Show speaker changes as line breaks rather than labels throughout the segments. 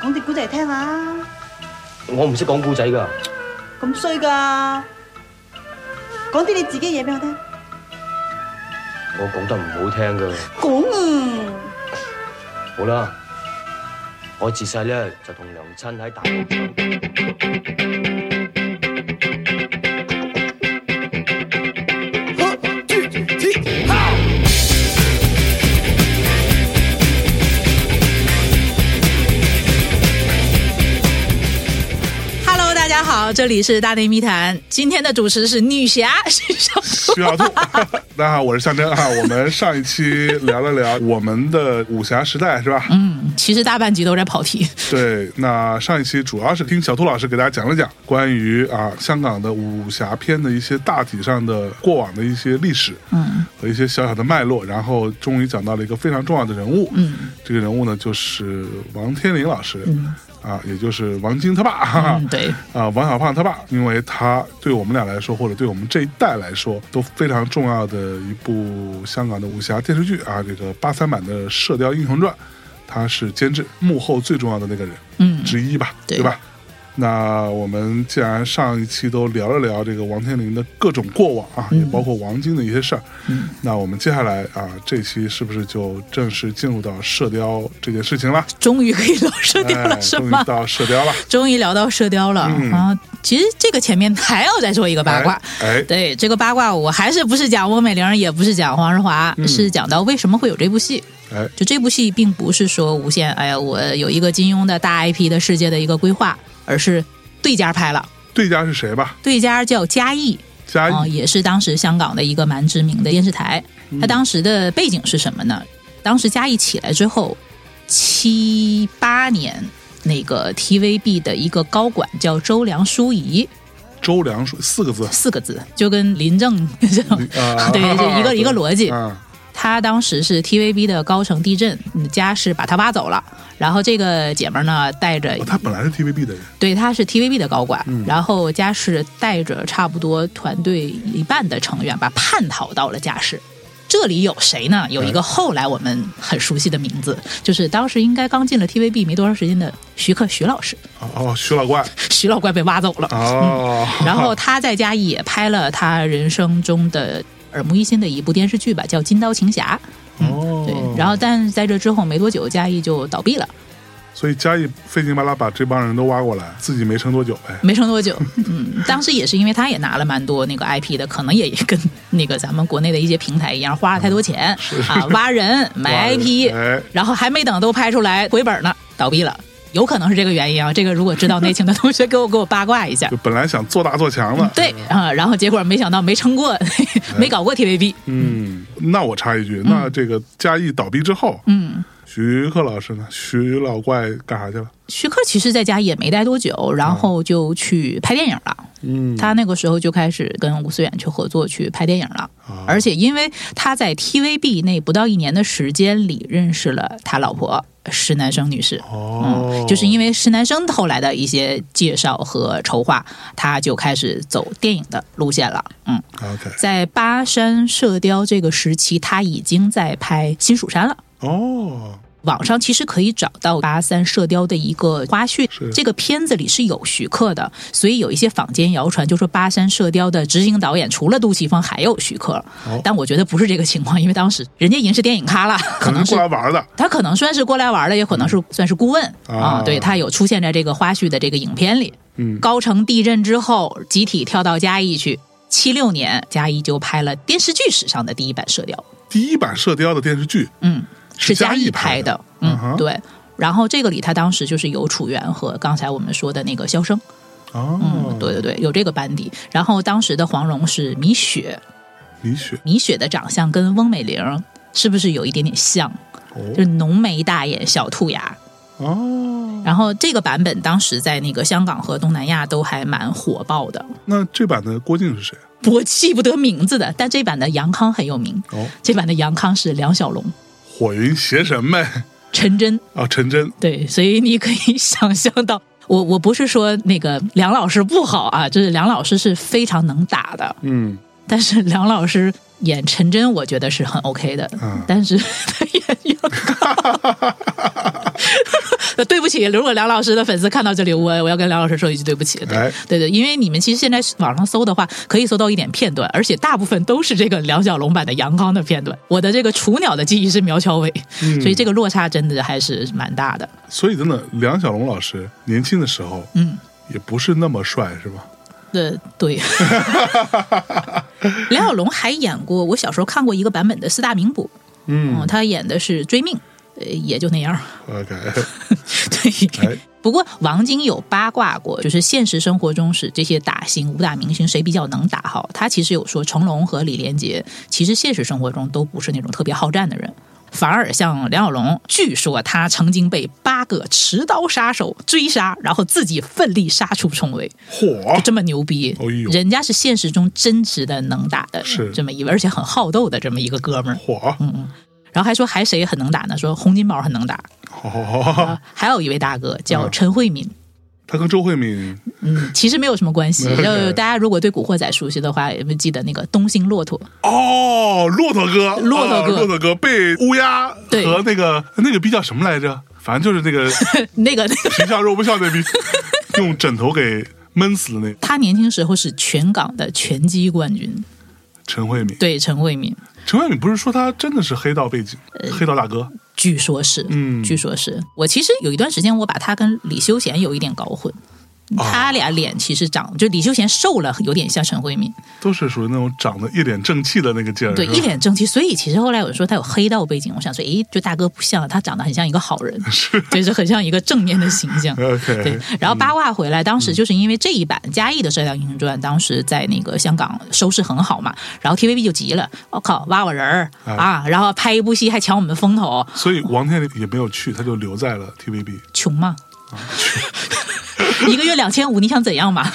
講啲古仔嚟聽下。
我唔識講故仔㗎，
咁衰㗎，講啲你自己嘢俾我聽。
我講得唔好聽㗎。
講啊！
好啦，我自細咧就同娘親喺大陸長大。
Hello，大家好，这里是大内密谈，今天的主持是女侠， 是小
徐小 兔，大家好，我是向真啊。我们上一期聊了聊我们的武侠时代，是吧？
嗯，其实大半集都在跑题。
对，那上一期主要是听小兔老师给大家讲了讲关于啊香港的武侠片的一些大体上的过往的一些历史，嗯，和一些小小的脉络，然后终于讲到了一个非常重要的人物，嗯，这个人物呢就是王天林老师，啊，也就是王晶他爸，哈哈
嗯，对，
啊，王小胖他爸，因为他对我们俩来说，或者对我们这一代来说，都非常重要的一部香港的武侠电视剧啊，这个八三版的《射雕英雄传》，他是监制幕后最重要的那个人，
嗯
之一吧，
对
吧？那我们既然上一期都聊了聊这个王天林的各种过往
嗯
啊，也包括王晶的一些事儿，那我们接下来啊，这期是不是就正式进入到射雕这件事情了？
终于可以聊射雕了，
哎
是
终于
吗？
到射雕了。
终于聊到射雕了、
嗯
啊！其实这个前面还要再说一个 八卦。
哎，哎
对这个八卦，我还是不是讲翁美玲，也不是讲黄日华，是讲到为什么会有这部戏。
嗯哎，
就这部戏并不是说无限，哎呀，我有一个金庸的大 IP 的世界的一个规划，而是对家拍了。
对家是谁吧？
对家叫嘉义，
嘉
啊、
义。
也是当时香港的一个蛮知名的电视台。
嗯
它当时的背景是什么呢？当时嘉义起来之后，七八年那个 TVB 的一个高管叫周梁淑怡，
周梁淑四个字
四个字，就跟林 正这种，
啊，
对，就一个一个逻辑。
啊，
她当时是 TVB 的高层地震，嗯家是把她挖走了，然后这个姐们儿呢带着
哦，他本来是 TVB 的人，
对，他是 TVB 的高管，然后嘉士带着差不多团队一半的成员吧，叛逃到了嘉士。这里有谁呢？有一个后来我们很熟悉的名字，就是当时应该刚进了 TVB 没多长时间的徐克徐老师，
哦哦，徐老怪，
徐老怪被挖走了。
哦，
嗯然 后他在家也拍了他人生中的耳目一新的一部电视剧吧，叫《金刀情侠》。嗯
哦，
对，然后但是在这之后没多久，嘉义就倒闭了。
所以嘉义费劲巴拉把这帮人都挖过来，自己没撑多久哎呗，
没撑多久，嗯，当时也是因为他也拿了蛮多那个 IP 的，可能也跟那个咱们国内的一些平台一样，花了太多钱、啊，挖 人
挖
买
人
IP，
哎
然后还没等都拍出来回本呢，倒闭了，有可能是这个原因啊。这个如果知道内情的同学，给我给我八卦一下
就。本来想做大做强的，
对啊，然后结果没想到没 撑过，
哎
没搞过 TVB，
嗯，那我插一句，那这个嘉义倒闭之后，
嗯。
徐克老师呢？徐老怪干啥去了？
徐克其实在家也没待多久，然后就去拍电影了。
嗯，
他那个时候就开始跟吴思远去合作去拍电影了，
啊
而且因为他在 TVB 那不到一年的时间里认识了他老婆施南生女士。嗯
哦，
就是因为施南生后来的一些介绍和筹划，他就开始走电影的路线了。嗯，
OK，
在巴山射雕这个时期，他已经在拍《新蜀山》了。
哦，
网上其实可以找到八三射雕的一个花絮
是，
这个片子里是有徐克的，所以有一些坊间谣传就说八三射雕的执行导演除了杜琪峰还有徐克，
哦
但我觉得不是这个情况，因为当时人家已经是电影咖了，可
可
能
能
是
过来玩的，
他可能算是过来玩的，也可能是算是顾问啊
啊
对他有出现在这个花絮的这个影片里。
嗯
高城地震之后，集体跳到嘉义去。七六年，嘉义就拍了电视剧史上的第一版《射雕》。
第一版《射雕》的电视剧，
嗯，是
是
嘉
嘉
义
义
拍
拍
的
的，嗯
嗯，
哼
对。然后这个里，他当时就是有楚原和刚才我们说的那个萧生，
哦，
嗯对对对，有这个班底。然后当时的黄蓉是米雪，
李雪，
米雪的长相跟翁美玲是不是有一点点像？就
哦
是浓眉大眼、小兔牙。
哦。
然后这个版本当时在那个香港和东南亚都还蛮火爆的，
那这版的郭靖是谁？
我记不得名字的，但这版的杨康很有名。
哦，
这版的杨康是梁小龙、
火云邪神呗。
陈真，
啊，陈真，
对，所以你可以想象到，我我不是说那个梁老师不好啊，就是梁老师是非常能打的，
嗯，
但是梁老师演陈真，我觉得是很 OK 的，
嗯
但是他演杨康，呃 对不起，如果梁老师的粉丝看到这里，我我要跟梁老师说一句对不起。对、
哎
对对，因为你们其实现在网上搜的话，可以搜到一点片段，而且大部分都是这个梁小龙版的杨康的片段。我的这个雏鸟的记忆是苗侨伟，所以这个落差真的还是蛮大的。
所以真的，梁小龙老师年轻的时候，
嗯，
也不是那么帅，是吧？
呃，对，梁小龙还演过我小时候看过一个版本的《四大名捕》，嗯，他演的是追命，呃，也就那样。
OK，哎
对，不过王晶有八卦过，就是现实生活中是这些打星、武打明星谁比较能打好。他其实有说，成龙和李连杰其实现实生活中都不是那种特别好战的人。反而像梁小龙，据说他曾经被八个持刀杀手追杀，然后自己奋力杀出重围，
火
就这么牛逼
哦哎呦。
人家是现实中真实的能打的
是
这么一位，而且很好斗的这嗯么一个哥们儿。
火，
然后还说还谁很能打呢？说洪金宝很能打，
哦，
啊，还有一位大哥叫陈慧敏，
他跟周慧敏。
嗯，其实没有什么关系就大家如果对《古惑仔》熟悉的话，也会记得那个东兴骆驼，
哦，骆驼哥，
骆驼哥
哦骆驼哥被乌鸦
对
和那个那个逼叫什么来着？反正就是那个
那个那 个，
皮笑肉不笑那逼， 用枕头给闷死的那
他年轻时候是全港的拳击冠军，
陈慧敏。
对陈慧敏，
陈慧敏不是说她真的是黑道背景，
呃
黑道大哥，
据说是，
嗯
据说是我其实有一段时间，我把他跟李修贤有一点搞混。
哦
他俩脸其实长，就李修贤瘦了，有点像陈慧敏，
都是属于那种长得一脸正气的那个劲儿，
对，
是吧
一脸正气。所以其实后来有人说他有黑道背景，我想说，诶，就大哥不像，他长得很像一个好 人，就是很像一个正面的形象。
哎
对
OK，，
然后八卦回来，当时
嗯
就是因为这一版嘉义的《射雕英雄传》，当时在那个香港收视很好嘛，然后 TVB 就急了，我、靠，挖我人儿
哎
啊，然后拍一部戏还抢我们风头，
所以王天林也没有去，他就留在了 TVB。
穷嘛，
啊
一个月两千五，你想怎样嘛？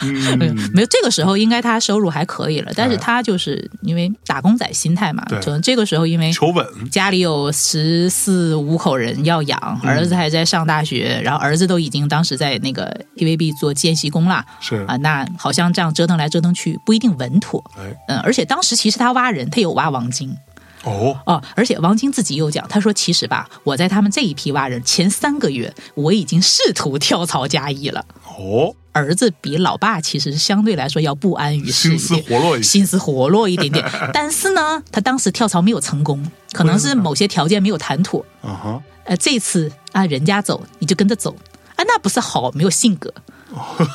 嗯，没有，这个时候应该他收入还可以了，但是
哎
他就是因为打工仔心态嘛，
对
就这个时候因为
求稳，
家里有十四五口人要养，
嗯
儿子还在上大学，然后儿子都已经当时在那个 TVB 做见习工了，
是
啊，那好像这样折腾来折腾去不一定稳妥。
哎
嗯，而且当时其实他挖人，他有挖王晶
哦，
哦，而且王晶自己有讲，他说其实吧，我在他们这一批挖人前三个月，我已经试图跳槽嘉义了。
哦，
儿子比老爸其实相对来说要不安于世一
心
点，
思活络一些，
心思活络一点 点。但是呢，他当时跳槽没有成功，可能是某些条件没有谈妥。
啊哈，
呃，这次啊，人家走你就跟着走啊，那不是好没有性格，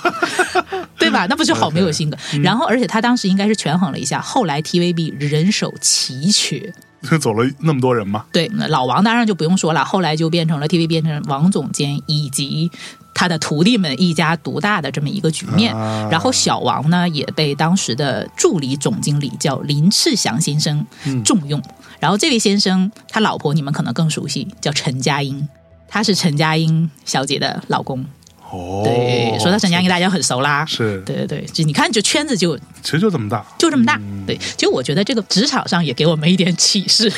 对吧？那不是好没有性格。然后，而且他当时应该是权衡了一下，后来 TVB 人手奇缺，
就走了那么多人嘛，
对那老王当然就不用说了，后来就变成了 TVB 变成王总监以及。他的徒弟们一家独大的这么一个局面，
啊
然后小王呢也被当时的助理总经理叫林志祥先生
嗯
重用，然后这位先生他老婆你们可能更熟悉，叫陈佳英，他是陈佳英小姐的老公。
哦，
对，说到陈佳英，大家很熟啦。
是，
对对对，就你看，就圈子就
其实就这么大，
就这么大。
嗯
对，其实我觉得这个职场上也给我们一点启示。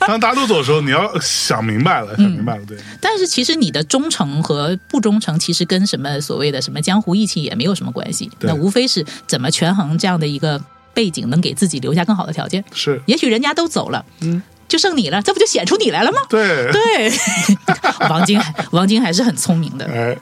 当大家都走的时候，你要想明白
嗯
了，想明白了，对，
但是其实你的忠诚和不忠诚，其实跟什么所谓的什么江湖义气也没有什么关系。
对
那无非是怎么权衡这样的一个背景，能给自己留下更好的条件。
是，
也许人家都走了，嗯，就剩你了，这不就显出你来了吗？
对，
对， 王晶还，王晶还是很聪明的。
哎，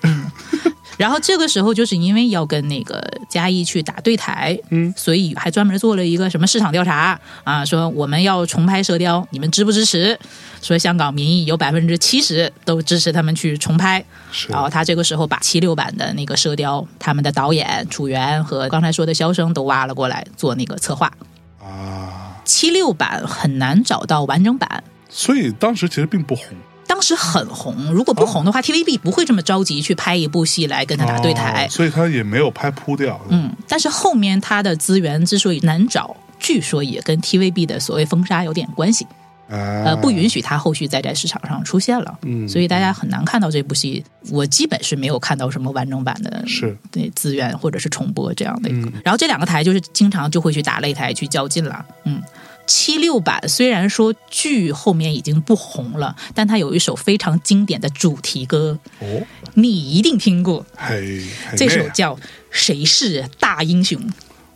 然后这个时候就是因为要跟那个嘉义去打对台，嗯，所以还专门做了一个什么市场调查啊，说我们要重拍《射雕》，你们支不支持？说香港民意有百分之七十都支持他们去重拍。
是
然后他这个时候把七六版的那个《射雕》，他们的导演楚原和刚才说的萧生都挖了过来做那个策划。
啊，
七六版很难找到完整版。
所以当时其实并不红，
当时很红，如果不红的话、t v b 不会这么着急去拍一部戏来跟他打对台
哦。所以他也没有拍扑掉，
嗯，但是后面他的资源之所以难找，据说也跟 TVB 的所谓封杀有点关系，
呃
呃，不允许他后续再在市场上出现了，
嗯
所以大家很难看到这部戏。我基本是没有看到什么完整版的，
是嗯
对资源或者是重播这样的一个。然后这两个台就是经常就会去打擂台去较劲了，嗯。七六版虽然说剧后面已经不红了，但它有一首非常经典的主题歌，
哦，
你一定听过。
嘿，嘿
这
那
首
样
叫《谁是大英雄》，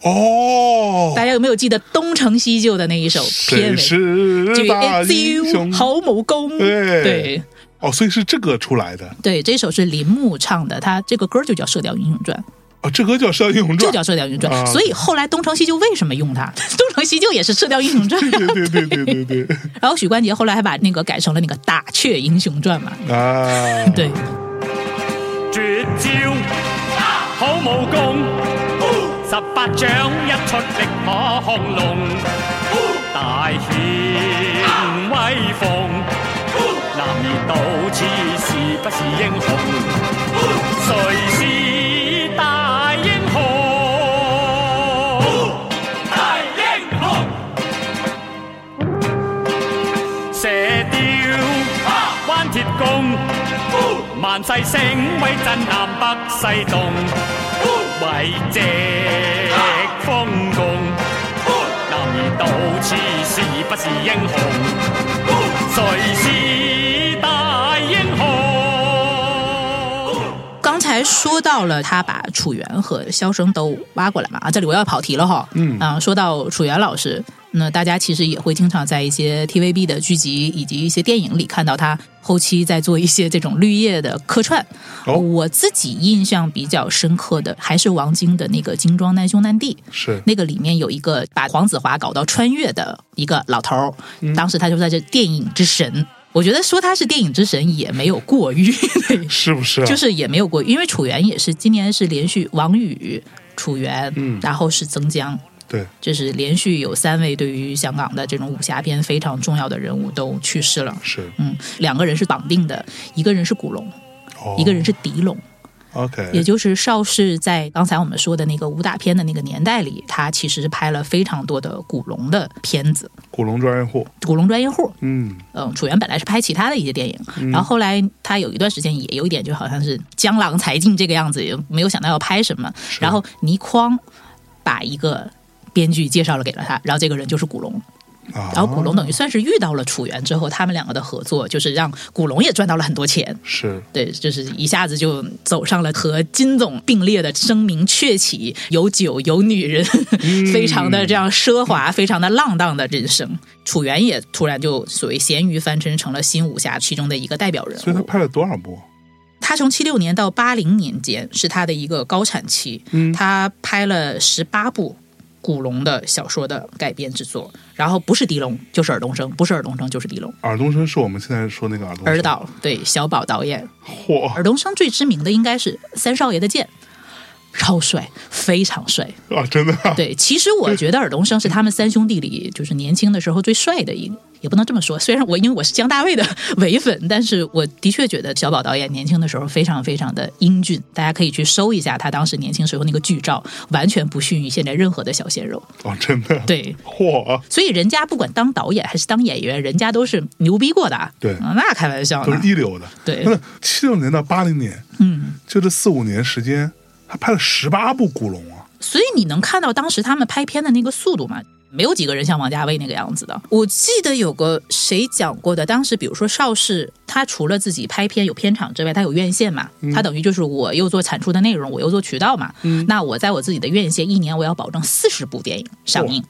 哦，
大家有没有记得东成西就的那一首片尾？
谁是
就
大英雄？哎
好武功，
对
对。
哦，所以是这个出来的
对，这首是林木唱的，他这个歌就叫《射雕英雄传》，
哦，这歌叫《射雕英雄
就
传》，
叫《射雕英雄传》
啊
所以后来东成西就为什么用它？ 东成西就也是《射雕英雄传》
对对对对对对对
然后许冠杰后来还把那个改成了那个《打雀英雄传》嘛。
啊，
对，
绝招，好武功，十八掌一出力可降龍，大顯威風，男兒到此是不是英雄？誰是大英雄？大英雄。射雕、關鐵弓，萬世聲威震南北西東，偉隻豐功，男兒到此是不是英雄？誰是大英雄？
刚才说到了他把楚原和萧生都挖过来嘛，啊，这里我要跑题了哈。
嗯
啊，说到楚原老师，那大家其实也会经常在一些 TVB 的剧集以及一些电影里看到他后期在做一些这种绿叶的客串。
哦
我自己印象比较深刻的还是王晶的那个《精装难兄难弟》。
是
那个里面有一个把黄子华搞到穿越的一个老头儿，
嗯
当时他就在这电影之神。我觉得说他是电影之神也没有过 于，
是不是啊？
就是也没有过于，因为楚原也是今年是连续王宇、楚原，
嗯
然后是曾江，
对，
就是连续有三位对于香港的这种武侠片非常重要的人物都去世了。
是
嗯，两个人是绑定的，一个人是古龙，
哦，
一个人是狄龙。也
，OK，
就是邵氏在刚才我们说的那个武打片的那个年代里，他其实是拍了非常多的古龙的片子，
古龙专业户，
古龙专业户。
嗯，
嗯，楚原本来是拍其他的一些电影，然后后来他有一段时间也有一点就好像是江郎才尽这个样子，也没有想到要拍什么。然后倪匡把一个编剧介绍了给了他，然后这个人就是古龙。
啊，
然后古龙等于算是遇到了楚原之后，他们两个的合作就是让古龙也赚到了很多钱。
是
对，就是一下子就走上了和金总并列的声名鹊起，有酒有女人，
嗯
非常的这样奢华，非常的浪荡的人生。楚原也突然就所谓咸鱼翻身成了新武侠其中的一个代表人
所以他
物。
拍了多少部？
他从七六年到八零年间是他的一个高产期，
嗯
他拍了十八部。古龙的小说的改编制作，然后不是狄龙就是尔冬升，不是尔冬升就是狄龙，
尔冬升是我们现在说那个尔冬升，
尔导对小宝导演，
嚯
尔冬升最知名的应该是三少爷的剑，超帅，非常帅。
啊，真的啊，
对，其实我觉得尔冬升是他们三兄弟里就是年轻的时候最帅的一个。也不能这么说，虽然我因为我是姜大卫的伪粉，但是我的确觉得小宝导演年轻的时候非常非常的英俊，大家可以去搜一下他当时年轻时候那个剧照，完全不逊于现在任何的小鲜肉。
哦，真的，，
对，
嚯，啊
所以人家不管当导演还是当演员，人家都是牛逼过的啊。
对
啊那开玩笑
都
呢
是。一流的。
对
真的，七六年到八零年，
嗯，
就这四五年时间，他拍了十八部古龙啊，
所以你能看到当时他们拍片的那个速度嘛？没有几个人像王家卫那个样子的。我记得有个谁讲过的，当时比如说邵氏，他除了自己拍片有片场之外，他有院线嘛，他等于就是我又做产出的内容，我又做渠道嘛。那我在我自己的院线一年我要保证四十部电影上映，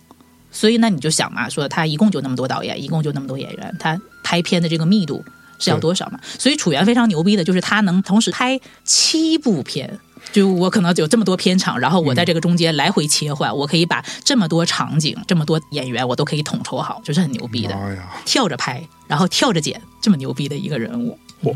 所以那你就想嘛，说他一共就那么多导演，一共就那么多演员，他拍片的这个密度是要多少嘛？所以楚原非常牛逼的就是他能同时拍七部片。就我可能有这么多片场，然后我在这个中间来回切换，我可以把这么多场景、这么多演员，我都可以统筹好，就是很牛逼的。
妈呀，
跳着拍，然后跳着剪，这么牛逼的一个人物。
嚯！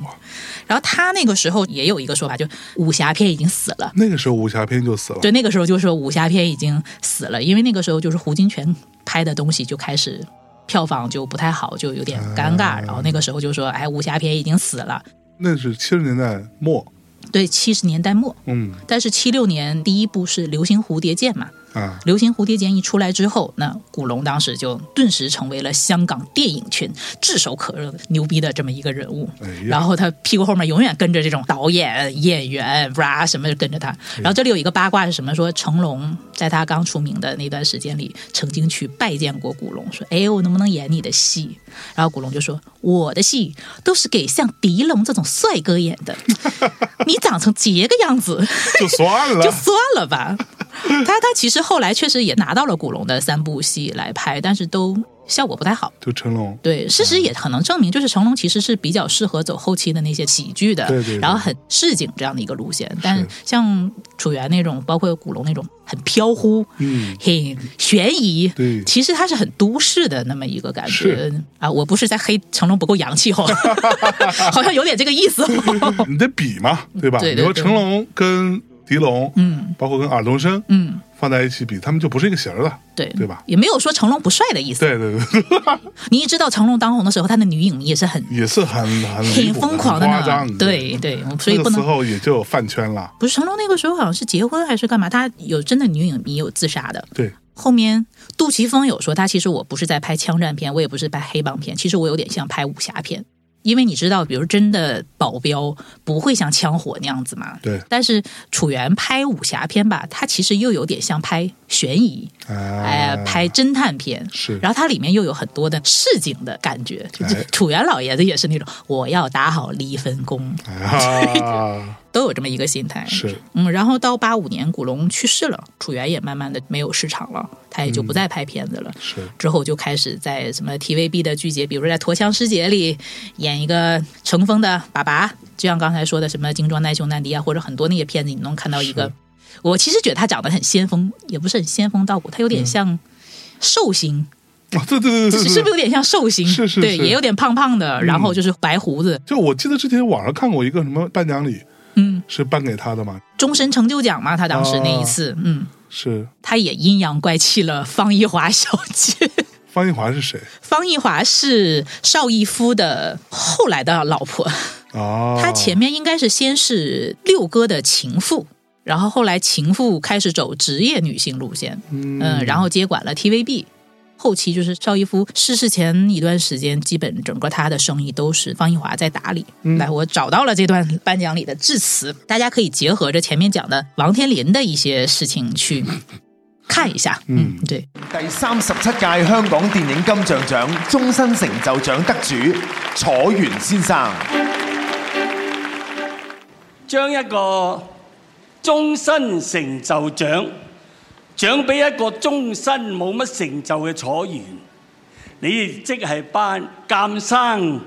然后他那个时候也有一个说法，就武侠片已经死了。
那个时候武侠片就死了，
对，那个时候就说武侠片已经死了，因为那个时候就是胡金铨拍的东西就开始票房就不太好，就有点尴尬。然后那个时候就说，哎，武侠片已经死了。
那是七十年代末，
对，七十年代末，
嗯
但是七六年第一部是《流星蝴蝶剑》嘛，
啊
《流星蝴蝶剑》一出来之后，那古龙当时就顿时成为了香港电影圈炙手可热、牛逼的这么一个人物。
哎呀
然后他屁股后面永远跟着这种导演、演员，哇什么就跟着
哎
他。然后这里有一个八卦是什么？说成龙在他刚出名的那段时间里，曾经去拜见过古龙，说：“哎，我能不能演你的戏？”然后古龙就说：“我的戏都是给像狄龙这种帅 哥演的，你长成这个样子。”
就算 了
就，算了吧。他他其实后来确实也拿到了古龙的三部戏来拍，但是都效果不太好。
就成龙，
对，事实也可能证明，就是成龙其实是比较适合走后期的那些喜剧的，
对对对
然后很市井这样的一个路线。但像楚原那种，包括古龙那种很飘忽、
嗯，
很悬疑，
对
其实它是很都市的那么一个感觉
是
啊。我不是在黑成龙不够洋 气哦，好像有点这个意思哦。
你得比嘛，对吧？
对对
你说
对
成龙跟狄龙，
嗯，
包括跟尔冬升，
嗯，
放在一起比，他们就不是一个型 儿了，
对
对吧
也没有说成龙不帅的意思。
对对对，
你也知道成龙当红的时候，他的女影迷也是很
也是很很离
挺
谱
疯狂的
很夸张，
呢。对对，所以
那
不
个时
能。
候也就有饭圈了，
不是成龙那个时候好像是结婚还是干嘛，他有真的女影迷有自杀的。
对，
后面杜琪峰有说，他其实我不是在拍枪战片，我也不是拍黑帮片，其实我有点像拍武侠片，因为你知道，比如真的保镖不会像枪火那样子嘛。
对
但是楚原拍武侠片吧，他其实又有点像拍悬疑，哎、
哎，
拍侦探片。
是
然后它里面又有很多的市井的感觉，就是
哎
楚原老爷子也是那种我要打好离分工，
啊，
都有这么一个心态。
哎是，
嗯，然后到八五年古龙去世了，楚原也慢慢的没有市场了，他也就
嗯
不再拍片子了。
是
之后就开始在什么 TVB 的剧节，比如说在《驼枪师姐》里演一个乘风的爸爸，就像刚才说的什么《精装难兄难敌》啊，或者很多那些片子，你能看到一个
是。
我其实觉得他长得很仙风，也不是很仙风道骨，他有点
嗯
像寿星，
啊，对对对对，对
是不是有点像寿星？
是嗯是
对，
是
也有点胖胖的，然后就是白胡子，
就我记得之前网上看过一个什么颁奖礼，
嗯，
是颁给他的嘛，
终身成就奖嘛，他当时那一
哦
次，嗯，
是
他也阴阳怪气了方一华小姐。
方一华是谁
方一华是邵逸夫的后来的老婆，
啊？
她前面应该是先是六哥的情妇，然后后来情妇开始走职业女性路线，
嗯
嗯，然后接管了 TVB。后期就是邵逸夫逝世前一段时间，基本整个他的生意都是方一华在打理。来，我找到了这段颁奖礼的致辞，大家可以结合着前面讲的王天林的一些事情去看一下。嗯，对，
第三十七届香港電影金像獎終身成就獎得主楚原先生，
將一個終身成就獎獎俾一個終身冇乜成就嘅楚原，你亦即係班鑑生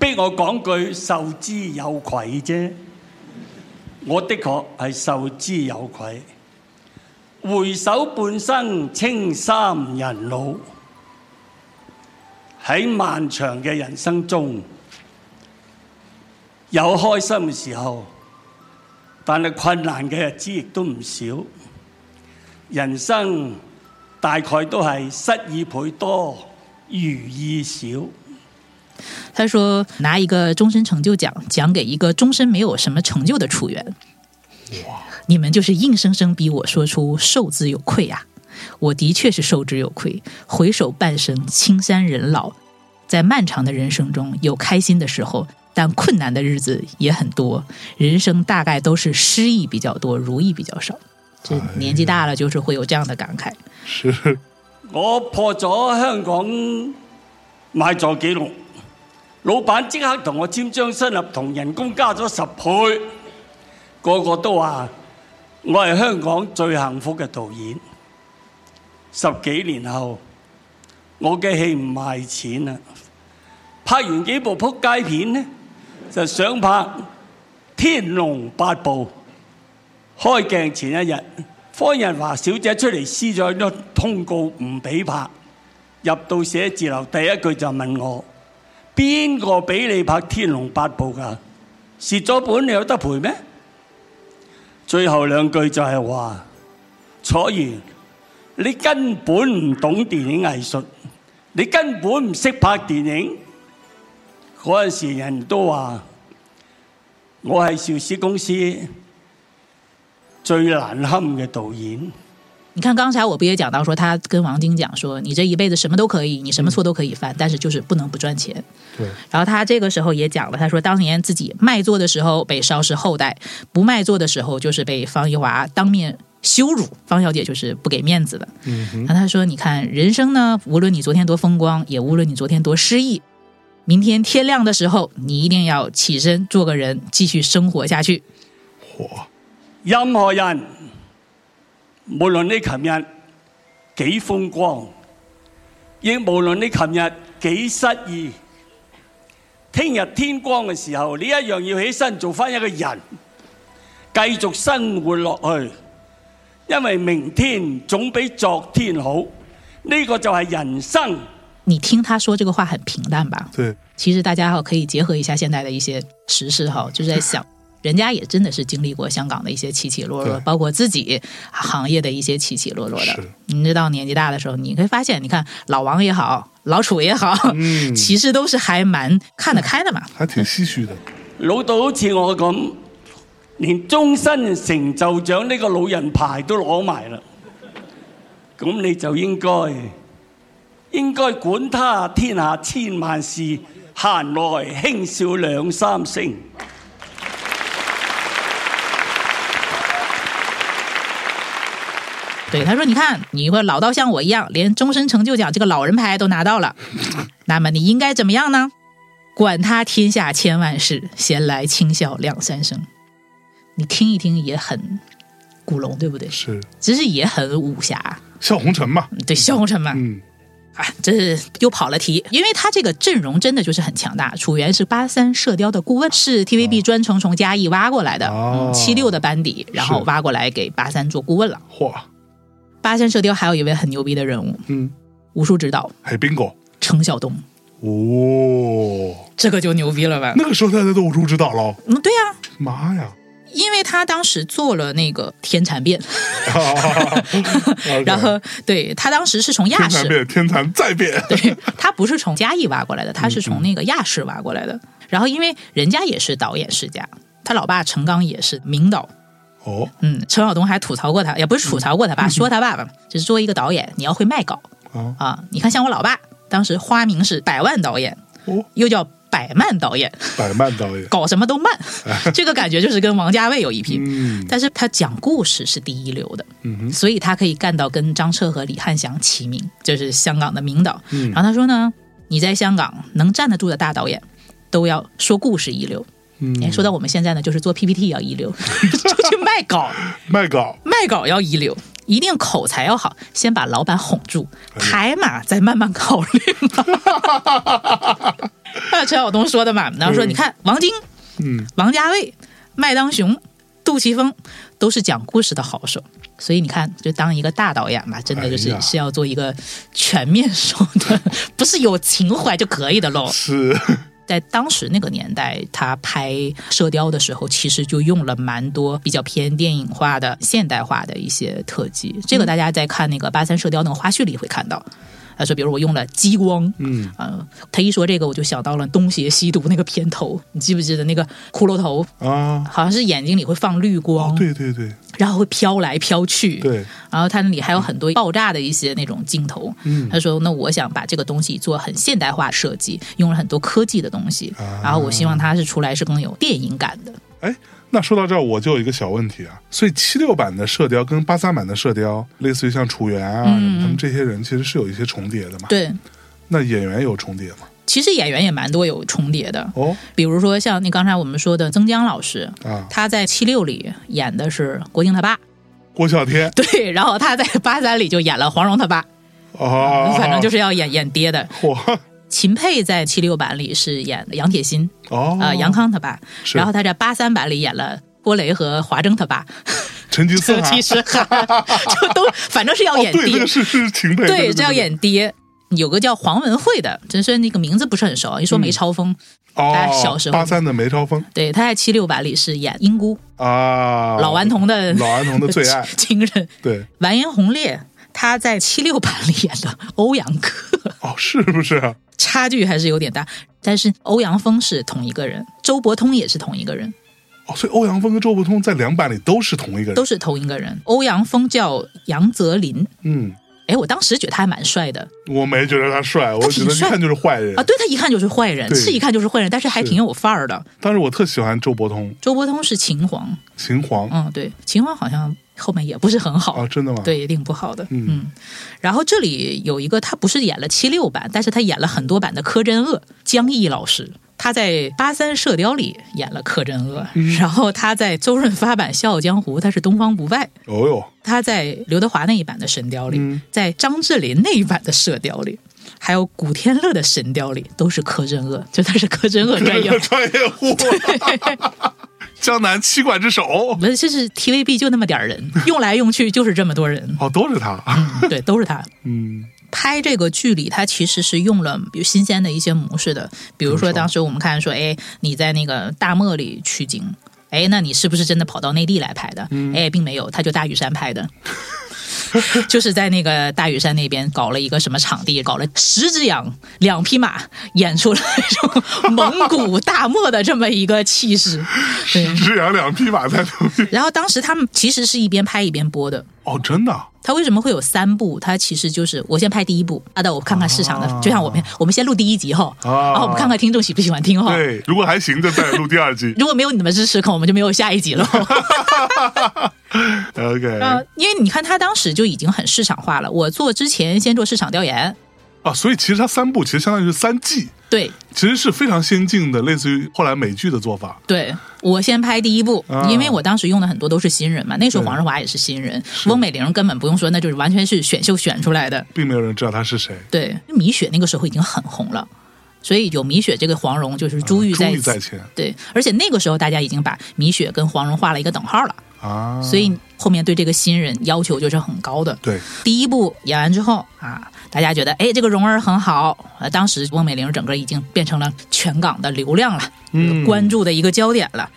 逼我講句受之有愧啫。我的確係受之有愧。回首半生青衫人老，喺漫長嘅人生中，有開心嘅時候。但係困難嘅日子亦都唔少。人生大概都係失意倍多，如意少。
他说拿一个终身成就奖奖给一个终身没有什么成就的楚原，你们就是硬生生逼我说出受之有愧呀、我的确是受之有愧。回首半生，青山人老，在漫长的人生中，有开心的时候，但困难的日子也很多。人生大概都是失意比较多，如意比较少。这年纪大了，就是会有这样的感慨。
是
我破咗香港買座記錄，老闆即刻同我簽張新合同，人工加咗十倍，個個都話我係香港最幸福嘅導演。十幾年後，我嘅戲唔賣錢啦，拍完幾部撲街片呢，就想拍《天龍八部》。開鏡前一日，方仁華小姐出嚟撕咗張通告唔俾拍，入到寫字樓第一句就問我：邊個俾你拍《天龍八部》㗎？蝕咗本你有得賠咩？最後兩句就係話：楚原，你根本唔懂電影藝術，你根本唔識拍電影。嗰陣時人都話我係邵氏公司。最難堪嘅導演。
你看，刚才我不也讲到说，他跟王晶讲说，你这一辈子什么都可以，你什么错都可以犯，但是就是不能不赚钱。
对，
然后他这个时候也讲了，他说当年自己卖座的时候被邵氏后代，不卖座的时候就是被方一华当面羞辱，方小姐就是不给面子的。嗯，然后他说，你看人生呢，无论你昨天多风光，也无论你昨天多失意，明天天亮的时候，你一定要起身做个人，继续生活下去。
火
任何人無論你琴日幾風光，亦無論你琴日幾失意，聽日天光嘅時候，你一樣要起身做翻一個人，繼續生活落去。因為明天總比昨天好，呢、個就係人生。
你听他说这个话很平淡吧？
对，
其实大家哈可以结合一下现在的一些时事哈，就是在想，人家也真的是经历过香港的一些起起落落，
对
包括自己行业的一些起起落落的
是。
你知道年纪大的时候，你会发现，你看老王也好，老楚也好，
嗯
其实都是还蛮看得开的嘛。
还挺唏嘘的。
老到好似我咁，連終身成就獎呢個老人牌都攞埋啦，咁你就應該應該管他天下千萬事，閒來輕笑兩三聲。
对，他说：“你看，你会老到像我一样，连终身成就奖这个老人牌都拿到了，那么你应该怎么样呢？管他天下千万事，闲来轻笑两三声。你听一听也很古龙，对不对？
是
其实也很武侠，
笑红尘嘛，
对，萧红尘嘛，
嗯，
啊，这是又跑了题，因为他这个阵容真的就是很强大。楚原是八三射雕的顾问，是 TVB 专程从嘉义挖过来的，嗯
哦
七六的班底，然后
是
挖过来给八三做顾问了。
嚯，
八三射雕还有一位很牛逼的人物，
嗯，
武术指导
海滨狗，
程晓东，
哦，
这个就牛逼了吧？
那个时候大家都无助指导了，
嗯，对呀、
妈呀！
因为他当时做了那个天蚕变，
OK
然后对他当时是从亚
天蚕
视，
变，天蚕再变，
对他不是从嘉义挖过来的，他是从那个亚视挖过来的。然后因为人家也是导演世家，他老爸陈刚也是名导。
哦，
嗯，陈晓东还吐槽过他，也不是吐槽过他爸，说他爸爸就是作为一个导演，你要会卖稿
哦
啊！你看，像我老爸当时花名是百万导演，
哦，
又叫百慢导演，
百曼导演，
搞什么都 慢，这个感觉就是跟王家卫有一拼。
嗯
但是他讲故事是第一流的，
嗯哼，
所以他可以干到跟张彻和李翰祥齐名，就是香港的名导。
嗯
然后他说呢，你在香港能站得住的大导演，都要说故事一流。
嗯
哎，说到我们现在呢，就是做 PPT 要一流， 就去卖稿，
卖稿，
卖稿要一流，一定口才要好，先把老板哄住，
哎
抬马再慢慢考虑嘛。 那陈晓东说的嘛，然后说你看王晶、
嗯，
王家卫、麦当雄、杜琪峰都是讲故事的好手。所以你看，就当一个大导演吧，真的就是、
哎呀
是要做一个全面手的， 不是有情怀就可以的喽。
是，
在当时那个年代，他拍《射雕》的时候，其实就用了蛮多比较偏电影化的、现代化的一些特技。这个大家在看那个《八三射雕》那个花絮里会看到。他说，比如我用了激光，
嗯，
呃，他一说这个，我就想到了《东邪西毒》那个片头，你记不记得那个骷髅头，
啊，哦
好像是眼睛里会放绿光，
对对对
然后会飘来飘去，
对，
然后它那里还有很多爆炸的一些那种镜头。
嗯
他说：“那我想把这个东西做很现代化设计，用了很多科技的东西，
啊
然后我希望它是出来是更有电影感的。
哎，那说到这儿，我就有一个小问题啊。所以七六版的《射雕》跟八三版的《射雕》，类似于像楚原啊，
嗯嗯
他们这些人其实是有一些重叠的嘛。
对，
那演员有重叠吗？
其实演员也蛮多有重叠的，
哦
比如说像你刚才我们说的曾江老师，
啊，
他在七六里演的是郭靖他爸，
郭啸天
对，然后他在八三里就演了黄蓉他爸，
哦，
反正就是要演演爹的。
嚯
秦沛在七六版里是演杨铁心，
哦
啊，杨康他爸，
是
然后他在八三版里演了郭雷和华筝他 爸，
成吉思
这
汗
其 实哈哈就都反正是要
哦，
演
对，
爹，
那个是是秦沛，
对，这要演爹。有个叫黄文慧的，真是那个名字不是很熟，一说梅
嗯
超风，大
哦
家，小时候
八三的梅超风
对，他在七六版里是演英姑，
啊，
老顽童的，
老顽童的最爱
情人
对
完颜洪烈，他在七六版里演的欧阳克，
哦，是不是啊？
差距还是有点大。但是欧阳锋是同一个人，周伯通也是同一个人，
哦，所以欧阳锋跟周伯通在两版里都是同一个
都
人，
是同一个人。欧阳锋叫杨泽林，
嗯。
哎，我当时觉得他还蛮帅的
我没觉得他帅，我觉
挺
得一
帅
看就是坏人
啊，对他一看就是坏人，
对
是一看就是坏人，但是还挺有范儿的。
当时我特喜欢周伯通，
周伯通是秦皇，
秦皇
嗯，对，秦皇好像后面也不是很好，
啊，真的吗？，
对，也挺不好的，
嗯
然后这里有一个，他不是演了七六版，但是他演了很多版的柯镇恶，江毅老师。他在《八三射雕》里演了柯镇恶，然后他在周润发版《笑傲江湖》他是东方不败，
哦哟，。
他在刘德华那一版的《神雕》里，在张智霖那一版的《射雕》里，还有古天乐的《神雕》里，都是柯镇恶，就他是柯镇恶专用
专业 户，江南七怪之首
我，们就是 TVB 就那么点儿人，用来用去就是这么多人，
哦，都是他，
对，都是他。
嗯，
拍这个剧里，它其实是用了比如新鲜的一些模式的，比如说当时我们看说，哎，你在那个大漠里取景，哎，那你是不是真的跑到内地来拍的？哎，并没有，他就大屿山拍的。 就是在那个大屿山那边搞了一个什么场地，搞了十只羊、两匹马，演出了这种蒙古大漠的这么一个气势。对，
只养两匹马在那边，
然后当时他们其实是一边拍一边播的，
哦，真的啊，
它为什么会有三部？它其实就是我先拍第一部，啊，那我看看市场的，就像我们我们先录第一集哈，
啊
然后我们看看听众喜不喜欢听哈。
对，如果还行，就再录第二季
如果没有你们支持，可能我们就没有下一集了。
，OK，
嗯，因为你看他当时就已经很市场化了。我做之前先做市场调研，
啊，所以其实它三部其实相当于是三季，
对
其实是非常先进的，类似于后来美剧的做法，
对，我先拍第一部，
啊
因为我当时用的很多都是新人嘛，那时候黄日华也是新人，翁美玲根本不用说，那就是完全是选秀选出来的。
并没有人知道他是谁。
对，米雪那个时候已经很红了，所以有米雪这个黄蓉，就是朱玉
朱
在
啊玉
一起。
在前
对，而且那个时候大家已经把米雪跟黄蓉画了一个等号了，
啊，
所以后面对这个新人要求就是很高的。
对，
第一部演完之后啊，大家觉得哎这个蓉儿很好，呃，当时翁美玲整个已经变成了全港的流量了，
嗯
关注的一个焦点了。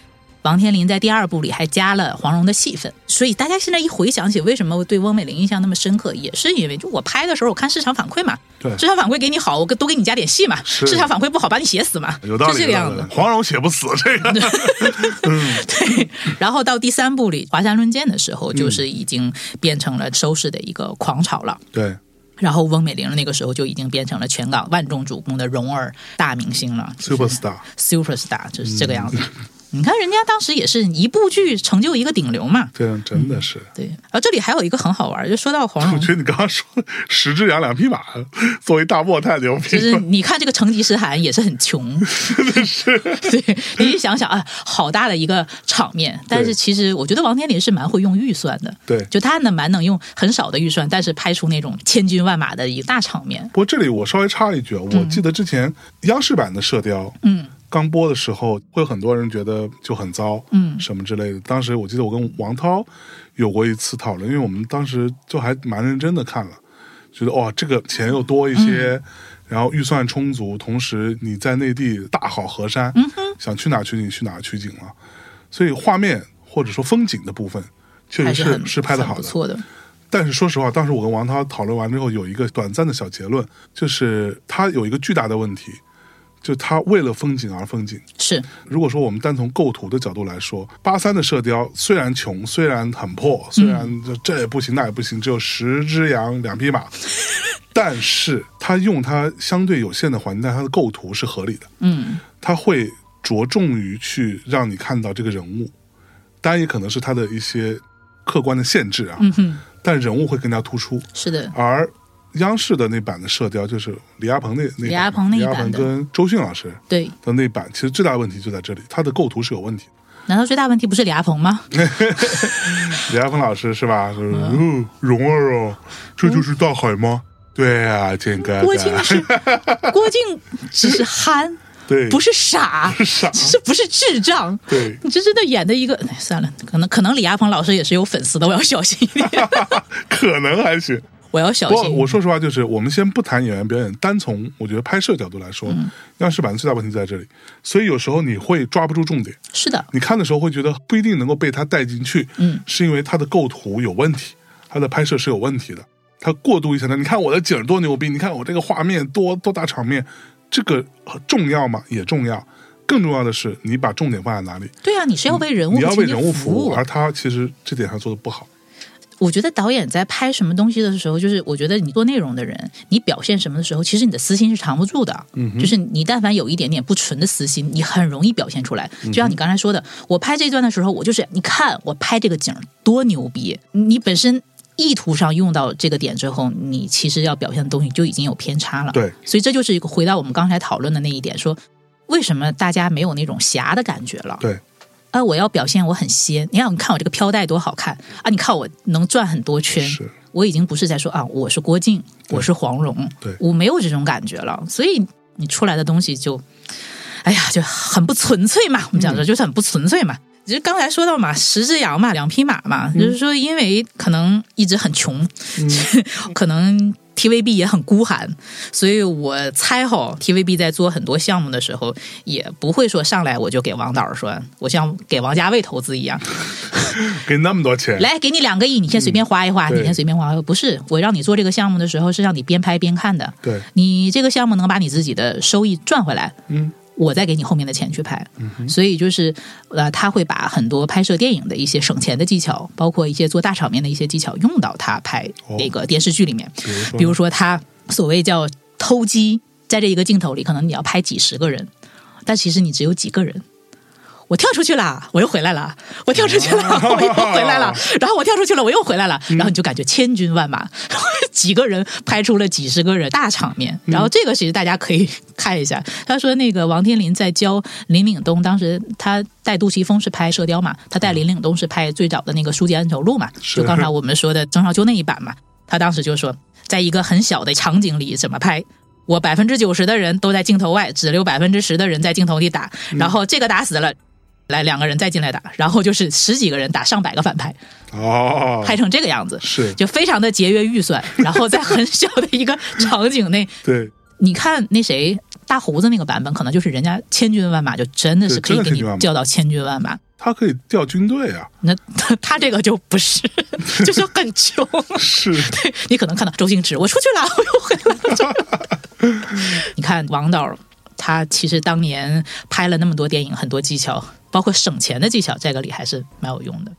王天林在第二部里还加了黄蓉的戏份，所以大家现在一回想起为什么我对翁美玲印象那么深刻，也是因为就我拍的时候我看市场反馈嘛，
对
市场反馈给你好，我多给你加点戏嘛，
是
市场反馈不好把你写死嘛，
有道理，
是这个
有道
样
理
子。
黄蓉写不死这 个，
对，然后到第三部里《华山论剑》的时候，就是已经变成了收视的一个狂潮了。
对，
然后翁美玲那个时候就已经变成了全港万众瞩目的蓉儿大明星了
Super Star，
super star，就是这个样子。你看人家当时也是一部剧成就一个顶流嘛。
这真的是。
对，然后这里还有一个很好玩儿，就说到黄
我
蓉
觉，得你刚刚说的十只羊两匹马，作为大漠太牛 逼
就是
了。
你看这个成吉思汗也是很穷，对，你一想想啊，好大的一个场面，但
对
是其实我觉得王天林是蛮会用预算的，
对
就他呢蛮能用很少的预算，但是拍出那种千军万马的一个大场面，
不过这里我稍微插一句啊，我记得之前央视版的《射雕》
嗯
刚播的时候，会有很多人觉得就很糟，
嗯
什么之类的。当时我记得我跟王涛有过一次讨论，因为我们当时就还蛮认真的看了，觉得哇、这个钱又多一
嗯
些，然后预算充足，同时你在内地大好河山，
嗯
想去哪取景去哪取景了，所以画面或者说风景的部分。确
还
实是
很
是拍的
很
好
不
的，
错的，
但是说实话，当时我跟王涛讨论完之后，有一个短暂的小结论，就是他有一个巨大的问题，就他为了风景而风景。
是
如果说我们单从构图的角度来说，八三的射雕虽然穷，虽然很破，虽然这这也不行那也不行，只有十只羊两匹马，但是他用他相对有限的环境，但他的构图是合理的。
嗯，
他会着重于去让你看到这个人物，当然也可能是他的一些客观的限制啊，
嗯哼，
但人物会更加突出。
是的，
而央视的那版的《射雕》就是李亚鹏那那
李
版
亚鹏那
李
一
亚
版
鹏
的
跟周迅老师
对。
的那版，其实最大的问题就在这里，它的构图是有问题的。
难道最大问题不是李亚鹏吗？
李亚鹏老师是吧？就是
嗯
哦，蓉儿哦，这就是大海吗？对呀、啊，建哥
郭
哥，
靖是郭靖，只是憨，
对，
不是傻，
傻
这不是智障。
对
你这真的演的一个，哎算了，可能可能李亚鹏老师也是有粉丝的，我要小心一点，
可能还行。
我要小
不过
心。
我说实话，就是我们先不谈演员表演，单从我觉得拍摄角度来说，
嗯
央视版的最大问题就在这里，所以有时候你会抓不住重点。
是的，
你看的时候会觉得不一定能够被它带进去，
嗯，
是因为它的构图有问题，它的拍摄是有问题的，它过度一强调，你看我的景儿多牛逼，你看我这个画面多多大场面，这个重要吗？也重要，更重要的是你把重点放在哪里，
对啊，你是要为人物
你要
情
为
节
人物
服啊
服务，而他其实这点上做的不好，
我觉得导演在拍什么东西的时候，就是我觉得你做内容的人，你表现什么的时候，其实你的私心是藏不住的。嗯，就是你但凡有一点点不纯的私心，你很容易表现出来。就像你刚才说的，我拍这段的时候，我就是你看我拍这个景儿多牛逼，你本身。意图上用到这个点之后，你其实要表现的东西就已经有偏差了。
对，
所以这就是一个回到我们刚才讨论的那一点，说为什么大家没有那种侠的感觉了？
对，
啊，我要表现我很仙，你看，你看我这个飘带多好看啊！你看我能转很多圈
是，
我已经不是在说啊，我是郭靖，我是黄蓉，
对
我没有这种感觉了，所以你出来的东西就，哎呀，就很不纯粹嘛。我们讲说就是很不纯粹嘛。就是刚才说到嘛，十只羊嘛，两匹马嘛，就是说，因为可能一直很穷， 可能 TVB 也很孤寒，所以我猜哈，TVB 在做很多项目的时候，也不会说上来我就给王导说，我像给王家卫投资一样，
给那么多钱，
来给你两个亿，你先随便花一花，
嗯对
你先随便花一花。不是，我让你做这个项目的时候，是让你边拍边看的。
对，
你这个项目能把你自己的收益赚回来，
嗯，
我再给你后面的钱去拍。所以就是呃，他会把很多拍摄电影的一些省钱的技巧，包括一些做大场面的一些技巧，用到他拍
哦
那个电视剧里面。
比如说，
比如说他所谓叫偷鸡，在这一个镜头里，可能你要拍几十个人，但其实你只有几个人。我跳出去了，我又回来了；我跳出去了，
嗯
我又回来了。然后我跳出去了，我又回来了。然后你就感觉千军万马， 几个人拍出了几十个人大场面。然后这个其实大家可以看一下。他说那个王天林在教林岭东，当时他带杜琪峰是拍《射雕》嘛，他带林岭东是拍最早的那个《书剑恩仇录》嘛，
是
就刚才我们说的郑少秋那一版嘛。他当时就说，在一个很小的场景里怎么拍？我百分之九十的人都在镜头外，只留百分之十的人在镜头里打。然后这个打死了，来两个人再进来打，然后就是十几个人打上百个反派，
哦，
拍成这个样子，
是
就非常的节约预算。然后在很小的一个场景内，
对，
你看那谁大胡子那个版本，可能就是人家千军万马，就真的是可以给
对真的千
你
军万马
叫到千军万马。
他可以调军队啊，
那他这个就不是， 就是很穷。
是，
对你可能看到周星驰，我出去了，我又回来了。 你看王导，他其实当年拍了那么多电影，很多技巧，包括省钱的技巧，在这个里还是蛮有用的。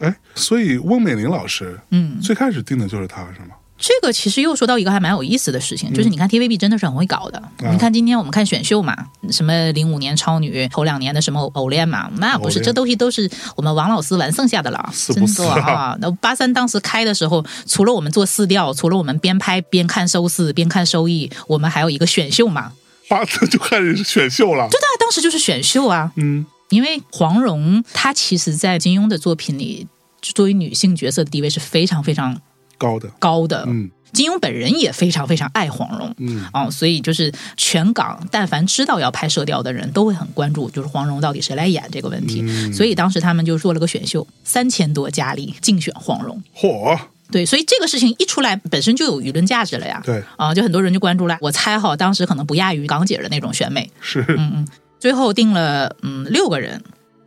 哎，所以翁美玲老师，
嗯
最开始定的就是他，是吗？
这个其实又说到一个还蛮有意思的事情，
嗯
就是你看 TVB 真的是很会搞的。
啊
你看今天我们看选秀嘛，什么零五年超女，头两年的什么偶恋嘛，那不是
偶恋
这东西都是我们王老师玩剩下的了，
是
真
不是
的
啊
啊！那八三当时开的时候，除了我们做试调，除了我们边拍边看收视边看收益，我们还有一个选秀嘛，
八他就开始选秀了，
对的，当时就是选秀啊，
嗯，
因为黄蓉她其实，在金庸的作品里，作为女性角色的地位是非常非常
高的，
高的。
嗯
金庸本人也非常非常爱黄蓉，
嗯，
哦，所以就是全港但凡知道要拍《射雕》的人都会很关注，就是黄蓉到底谁来演这个问题。
嗯
所以当时他们就做了个选秀，三千多佳丽竞选黄蓉。
嚯，
对，所以这个事情一出来，本身就有舆论价值了呀。
对，
啊、就很多人就关注了。我猜哈，当时可能不亚于港姐的那种选美。
是
嗯嗯，最后定了嗯六个人，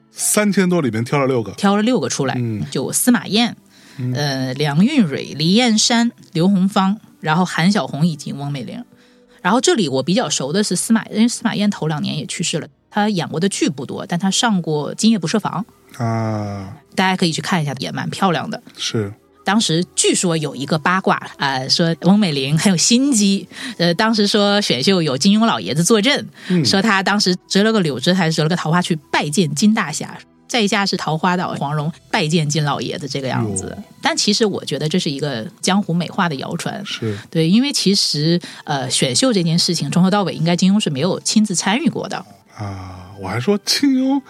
三千多里面挑了六个，
挑了六个出来，
嗯
就司马燕、呃梁韵蕊、黎燕珊、刘洪芳，然后韩小红以及翁美玲。然后这里我比较熟的是司马，因为司马燕头两年也去世了，她演过的剧不多，但她上过《今夜不设防
啊，》，
大家可以去看一下，也蛮漂亮的。
是
当时据说有一个八卦啊、说翁美玲很有心机。呃，当时说选秀有金庸老爷子坐镇，说她当时折了个柳枝还是折了个桃花去拜见金大侠，在下是桃花岛黄蓉拜见金老爷子这个样子
哟。
但其实我觉得这是一个江湖美化的谣传。
是，
对，因为其实呃，选秀这件事情从头到尾应该金庸是没有亲自参与过的，
啊，我还说金庸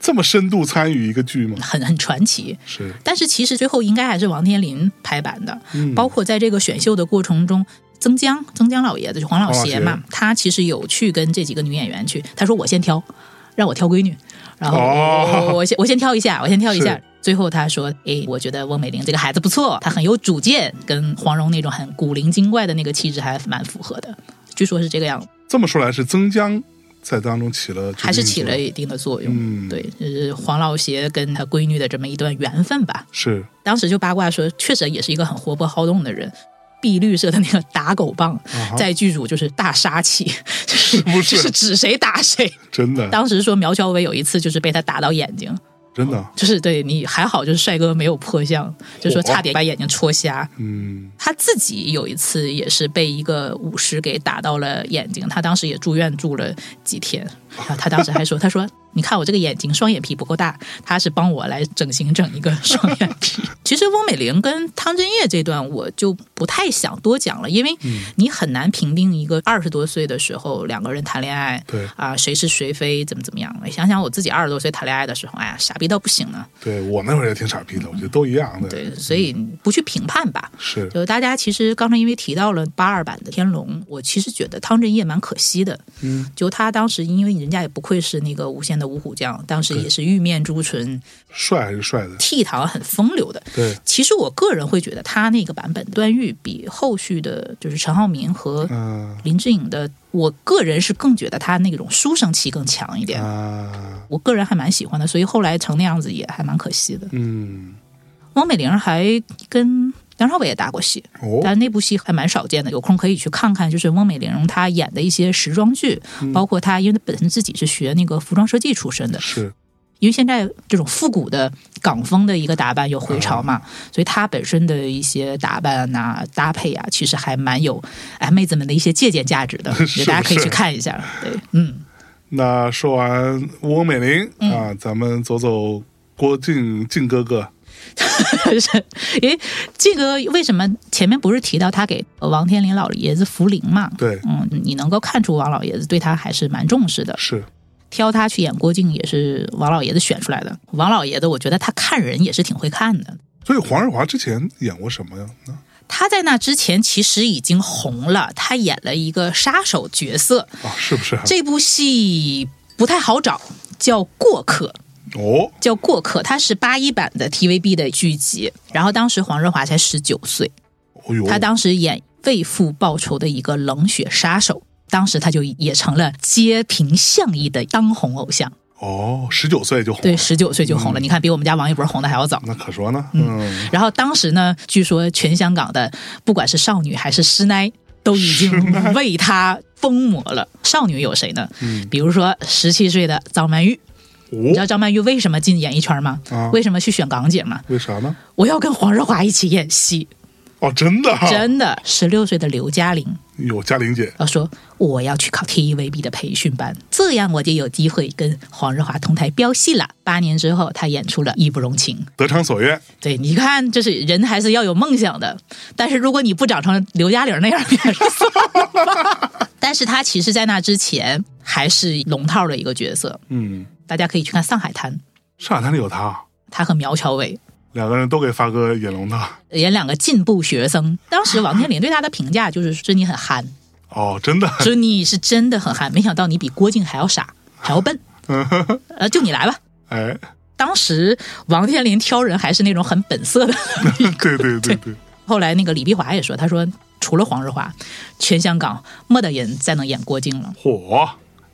这么深度参与一个剧 吗？
很很传奇。
是，
但是其实最后应该还是王天林拍板的，
嗯
包括在这个选秀的过程中，曾江曾江老爷子就黄老邪
黄
嘛
老，
他其实有去跟这几个女演员去，他说我先挑，让我挑闺女，然后我、
哦
我我先我先挑一下，我先挑一下
是。
最后他说：“哎，我觉得翁美玲这个孩子不错，她很有主见，跟黄蓉那种很古灵精怪的那个气质还蛮符合的。”据说是这个样子，
这么说来是曾江在当中起了决定作用，
还是起了一定的作用。
嗯
对，就是黄老邪跟他闺女的这么一段缘分吧。
是
当时就八卦说，确实也是一个很活泼好动的人。碧绿色的那个打狗棒，
啊哈
在剧组就是大杀器， 就是
不是
就是指谁打 谁。
真的，
当时说苗侨伟有一次就是被他打到眼睛，
真的，
就是对你还好，就是帅哥没有破相，就说差点把眼睛戳瞎。
嗯，
他自己有一次也是被一个武士给打到了眼睛，他当时也住院住了几天。然后他当时还说：“他说你看我这个眼睛双眼皮不够大，他是帮我来整形整一个双眼皮。其实翁美玲跟汤镇业这段我就不太想多讲了，因为你很难评定一个二十多岁的时候两个人谈恋爱，
对
啊，谁是谁非，怎么怎么样。想想我自己二十多岁谈恋爱的时候，哎呀，傻逼到不行呢。
对我那会儿也挺傻逼的，我觉得都一样的。
对，所以不去评判吧。
是
就大家其实刚才因为提到了八二版的《天龙》，我其实觉得汤镇业蛮可惜的。嗯，就他当时因为人家也不愧是那个无线的五虎将，当时也是玉面朱唇、
帅还是帅的，
倜傥、很风流的。
对
其实我个人会觉得他那个版本段誉比后续的，就是陈浩民和
嗯
林志颖的，我个人是更觉得他那种书生气更强一点。
啊，
我个人还蛮喜欢的，所以后来成那样子也还蛮可惜的。
嗯，
汪美玲还跟梁朝伟也搭过戏，
哦，
但那部戏还蛮少见的，有空可以去看看。就是翁美玲她演的一些时装剧，
嗯
包括她因为本身自己是学那个服装设计出身的，
是
因为现在这种复古的港风的一个打扮有回潮
嗯
嘛，所以她本身的一些打扮呐、搭配啊，其实还蛮有哎妹子们的一些借鉴价值的，
是
大家可以
是
去看一下。对，嗯，
那说完翁美玲、啊，咱们走走郭靖靖哥哥，
是， 因为这个为什么前面不是提到他给王天林老爷子扶灵嘛？
对
嗯，你能够看出王老爷子对他还是蛮重视的。
是
挑他去演郭靖也是王老爷子选出来的。王老爷子，我觉得他看人也是挺会看的。
所以黄日华之前演过什么呀？啊
他在那之前其实已经红了，他演了一个杀手角色，
啊，是不是啊？
这部戏不太好找，叫《过客》。
哦，
叫《过客》，它是八一版的 TVB 的剧集，然后当时黄日华才十九岁，
哦呦，
他当时演为父报仇的一个冷血杀手，当时他就也成了街屏巷议的当红偶像，
哦，十九岁就红
对，
了，
十九岁就红了，你看比我们家王一博红的还要早。
那可说呢，嗯，
然后当时呢，据说全香港的不管是少女还是师奶，都已经为他疯魔了。少女有谁呢？比如说十七岁的张曼玉。你知道
嗯哦，
张曼玉为什么进演艺圈吗？
啊
为什么去选港姐吗？
为啥呢？
我要跟黄日华一起演戏，
哦，真的、啊，
真的。十六岁的刘嘉玲
有嘉玲姐，
要说我要去考 TVB 的培训班，这样我就有机会跟黄日华同台飙戏了。八年之后，她演出了《义不容情》。
得偿所愿，
对，你看，就是人还是要有梦想的，但是如果你不长成刘嘉玲那样，也是算了吧。但是他其实，在那之前还是龙套的一个角色，
嗯，
大
大
家可以去看《上海滩》，
上海滩里有他，
他和苗侨伟
两个人都给发哥演龙套，
演两个进步学生。当时王天林对他的评价就是说你很憨，
哦，真的，
说你是真的很憨，没想到你比郭靖还要傻，还要笨。呃，就你来吧。
哎，
当时王天林挑人还是那种很本色的
对对对对，
后来那个李碧华也说，他说除了黄日华，全香港没得人再能演郭靖了。
火。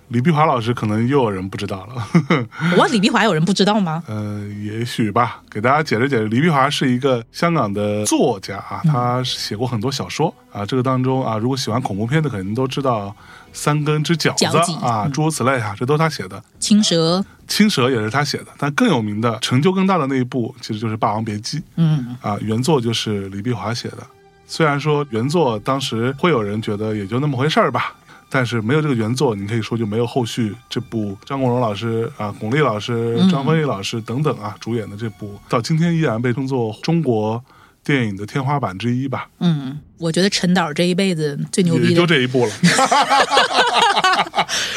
李碧华老师可能又有人不知道了，
我李碧华有人不知道吗？
呃，也许吧，给大家解释解释，李碧华是一个香港的作家啊，
嗯
他写过很多小说啊，这个当中啊，如果喜欢恐怖片的，肯定都知道《三根之饺子
饺子》嗯
啊，诸如此类啊，这都是他写的。
青蛇，
青蛇也是他写的，但更有名的、成就更大的那一部，其实就是《霸王别姬》
嗯，
啊，原作就是李碧华写的。虽然说原作当时会有人觉得也就那么回事儿吧，但是没有这个原作，你可以说就没有后续这部张国荣老师啊、巩俐老师、
嗯
张丰毅老师等等啊主演的这部，到今天依然被称作中国电影的天花板之一吧，
嗯，我觉得陈导这一辈子最牛
也
逼
就
的，
这一部 了。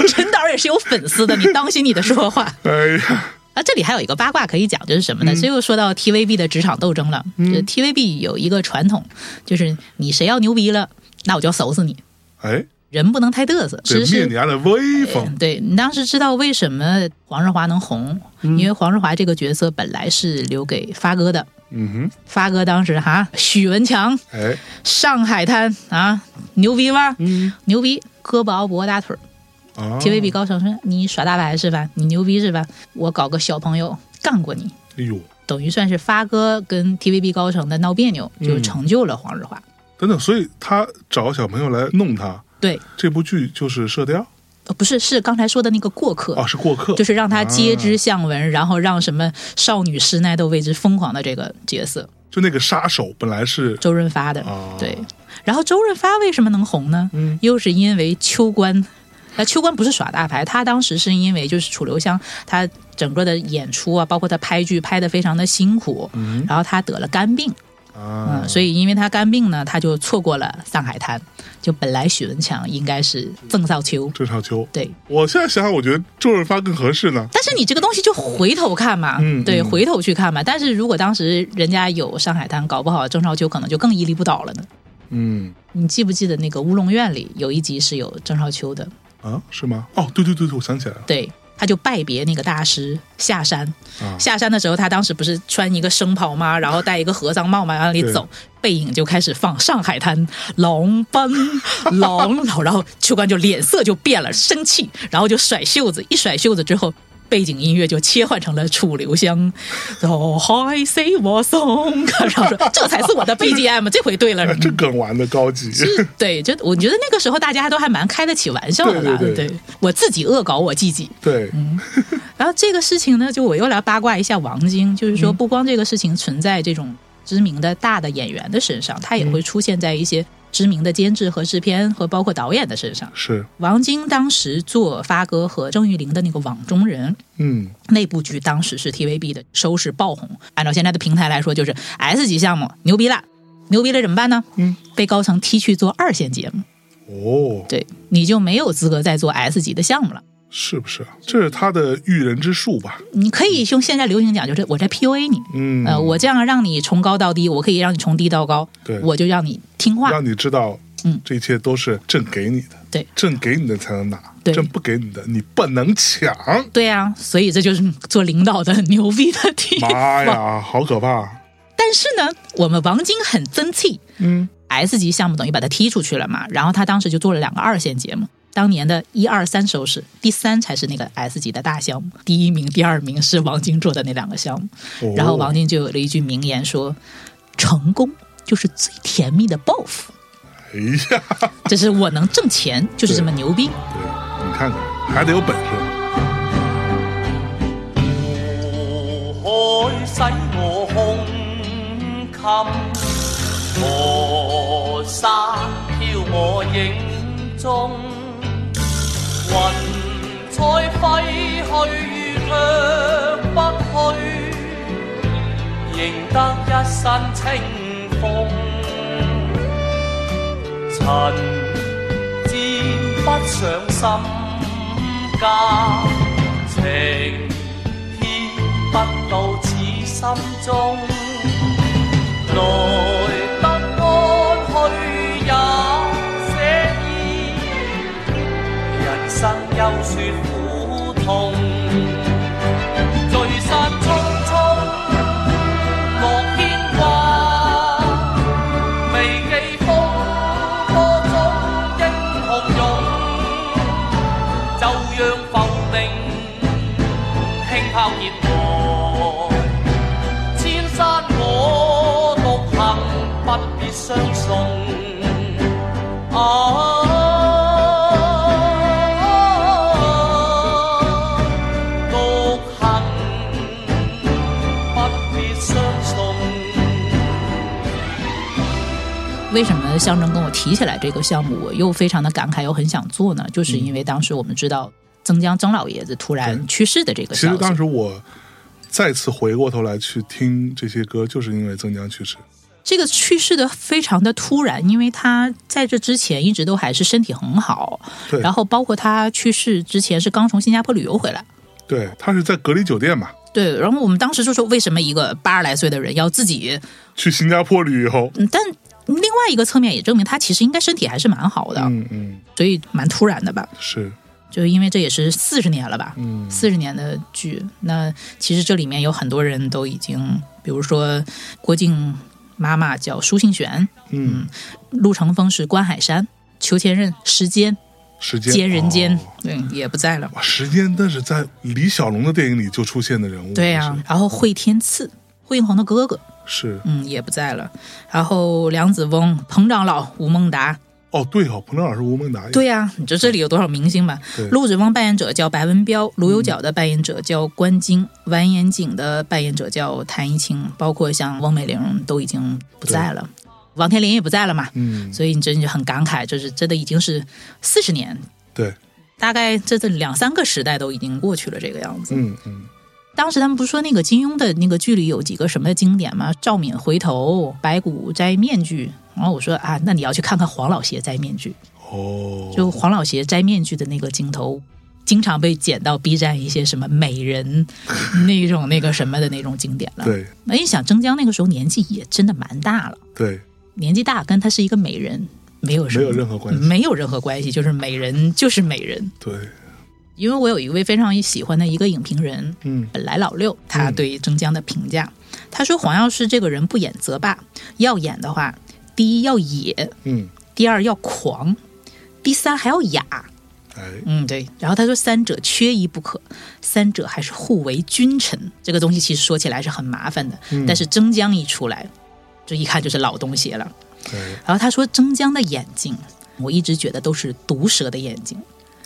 陈导也是有粉丝的，你当心你的说话。
哎呀，
啊，这里还有一个八卦可以讲，就是什么
嗯
呢？这又说到 TVB 的职场斗争了。就 TVB 有一个传统，就是你谁要牛逼了，那我就要收拾你，
哎，
人不能太嘚瑟。
对
其实
面
是
你家的威风，
对你当时知道为什么黄日华能红，因为黄日华这个角色本来是留给发哥的。
嗯
发哥当时哈，许文强，
哼，哎，
上海滩啊，牛逼吧？牛逼，胳膊熬不过大腿儿。
啊
TVB 高层说你耍大牌是吧？你牛逼是吧？我搞个小朋友干过你，
哎呦，
等于算是发哥跟 TVB 高层的闹别扭，就成就了黄日华。
等等，所以他找小朋友来弄他，
对，
这部剧就是《射雕》
呃不是，是刚才说的那个过客。
啊，是过客，
就是让他皆知巷闻，然后让什么少女师奶都为之疯狂的这个角色，
就那个杀手本来是
周润发的，
哦嗯
对。然后周润发为什么能红呢？又是因为秋官那秋官不是耍大牌，他当时是因为就是楚留香他整个的演出啊，包括他拍剧拍的非常的辛苦，然后他得了肝病，
嗯啊
嗯，，所以因为他肝病呢，他就错过了上海滩。就本来许文强应该是郑少秋，
郑少秋，
对，
我现在想想，我觉得周润发更合适呢。
但是你这个东西就回头看嘛，
嗯
对，
嗯
回头去看嘛。但是如果当时人家有上海滩，搞不好郑少秋可能就更屹立不倒了呢。
嗯
你记不记得那个《乌龙院》里有一集是有郑少秋的？
啊，是吗？哦，对对对对，我想起来了，
对，他就拜别那个大师下山。
啊
下山的时候，他当时不是穿一个僧袍吗？然后戴一个和尚帽嘛，往里走，背影就开始放《上海滩》，狼奔狼老，然后秋官就脸色就变了，生气，然后就甩袖子，一甩袖子之后。背景音乐就切换成了楚留香，哦嗨 say 我送，然后 说这才是我的 BGM，这回对了，
哎这梗玩的高级，
是对，就我觉得那个时候大家都还蛮开得起玩笑的吧。
对对对
我自己恶搞我自己。
对，
然后这个事情呢，就我又来八卦一下王晶，就是说不光这个事情存在这种知名的大的演员的身上，他也会出现在一些知名的监制和制片和包括导演的身上。
是，
王晶当时做发哥和郑裕玲的那个《网中人》，
嗯，
那部剧当时是 TVB 的收视爆红，按照现在的平台来说，就是 S 级项目牛逼了，牛逼了怎么办呢？
嗯，
被高层踢去做二线节目，
哦，
对，你就没有资格再做 S 级的项目了。
是不是啊？这是他的驭人之术吧？
你可以用现在流行讲，就是我在 PUA 你，
嗯，
呃，我这样让你从高到低，我可以让你从低到高，
对
我就让你听话。
让你知道，
嗯
这一切都是朕给你的，
对，
朕给你的才能拿，
对
朕不给你的你不能抢。
对啊，所以这就是做领导的牛逼的 地方。
妈呀，好可怕！哎
但是呢，我们王晶很争气，
嗯
S 级项目等于把他踢出去了嘛，然后他当时就做了两个二线节目，当年的一二三收视，第三才是那个 S 级的大项目，第一名、第二名是王晶做的那两个项目，
哦
然后王晶就有了一句名言说：“成功就是最甜蜜的报复，
哎呀，
这是我能挣钱，就是这么牛逼。”
对，你看看，还得有本事。
湖海使我胸襟，磨砂漂我影踪，云彩挥去，月亮不去，赢得一身清风。尘沾不上心间，情牵不到此心中。來得安，去也寫意，人生休說苦痛，聚散匆匆，莫牽掛。未記風波中英雄勇，就讓浮名輕拋熱望。千山我獨行，不必相送。哦啊，獨行，不必相送。
为什么象征跟我提起来这个项目，我又非常的感慨，又很想做呢？就是因为当时我们知道曾江曾老爷子突然去世的这个
其
消
实
息，
当时我再次回过头来去听这些歌，就是因为曾江去世。
这个去世的非常的突然，因为他在这之前一直都还是身体很好，
对
然后包括他去世之前是刚从新加坡旅游回来。
对他是在隔离酒店嘛，
对，然后我们当时就说，为什么一个八十来岁的人要自己？
去新加坡旅游。
嗯但另外一个侧面也证明他其实应该身体还是蛮好的，
嗯嗯，
所以蛮突然的吧。
是
就是因为这也是四十年了吧，
嗯
四十、年的剧。那其实这里面有很多人都已经，比如说郭靖妈妈叫舒杏璇，
嗯，
陆承峰是关海山，裘千仞时间
时间
接人间，
哦
对，也不在了。
哇，时间那是在李小龙的电影里就出现的人物。
对啊呀、然后惠天赐，惠英红的哥哥，
是，是
嗯，也不在了。然后梁子翁、彭长老、吴孟达，
哦，对哦，彭正老师吴孟达，
对，呀、你知道这里有多少明星吧
对？
陆子翁扮演者叫白文彪，卢有角的扮演者叫关京，完颜景的扮演者叫谭一清，包括像翁美玲都已经不在了，王天林也不在了嘛，
嗯，
所以你真的就很感慨，就是真的已经是四十年。
对，
大概这这两三个时代都已经过去了这个样子。
嗯嗯，
当时他们不是说那个金庸的那个剧里有几个什么经典吗？赵敏回头，白骨摘面具。然后我说啊，那你要去看看黄老邪摘面具，
哦，
就黄老邪摘面具的那个镜头，经常被剪到 B 站一些什么美人那种那个什么的那种经典了。
对
那你想，曾江那个时候年纪也真的蛮大了，
对，
年纪大跟她是一个美人没有什么
没有任何关系
没有任何关系，就是美人就是美人。
对，
因为我有一位非常喜欢的一个影评人，
嗯
本来老六他对曾江的评价，他说黄药师这个人不演则罢，要演的话，第一要野，
嗯，
第二要狂，第三还要雅。
哎，
嗯，对。然后他说三者缺一不可，三者还是互为君臣。这个东西其实说起来是很麻烦的，
嗯
但是曾江一出来，就一看就是老东西了。
哎
然后他说曾江的眼睛，我一直觉得都是毒蛇的眼睛，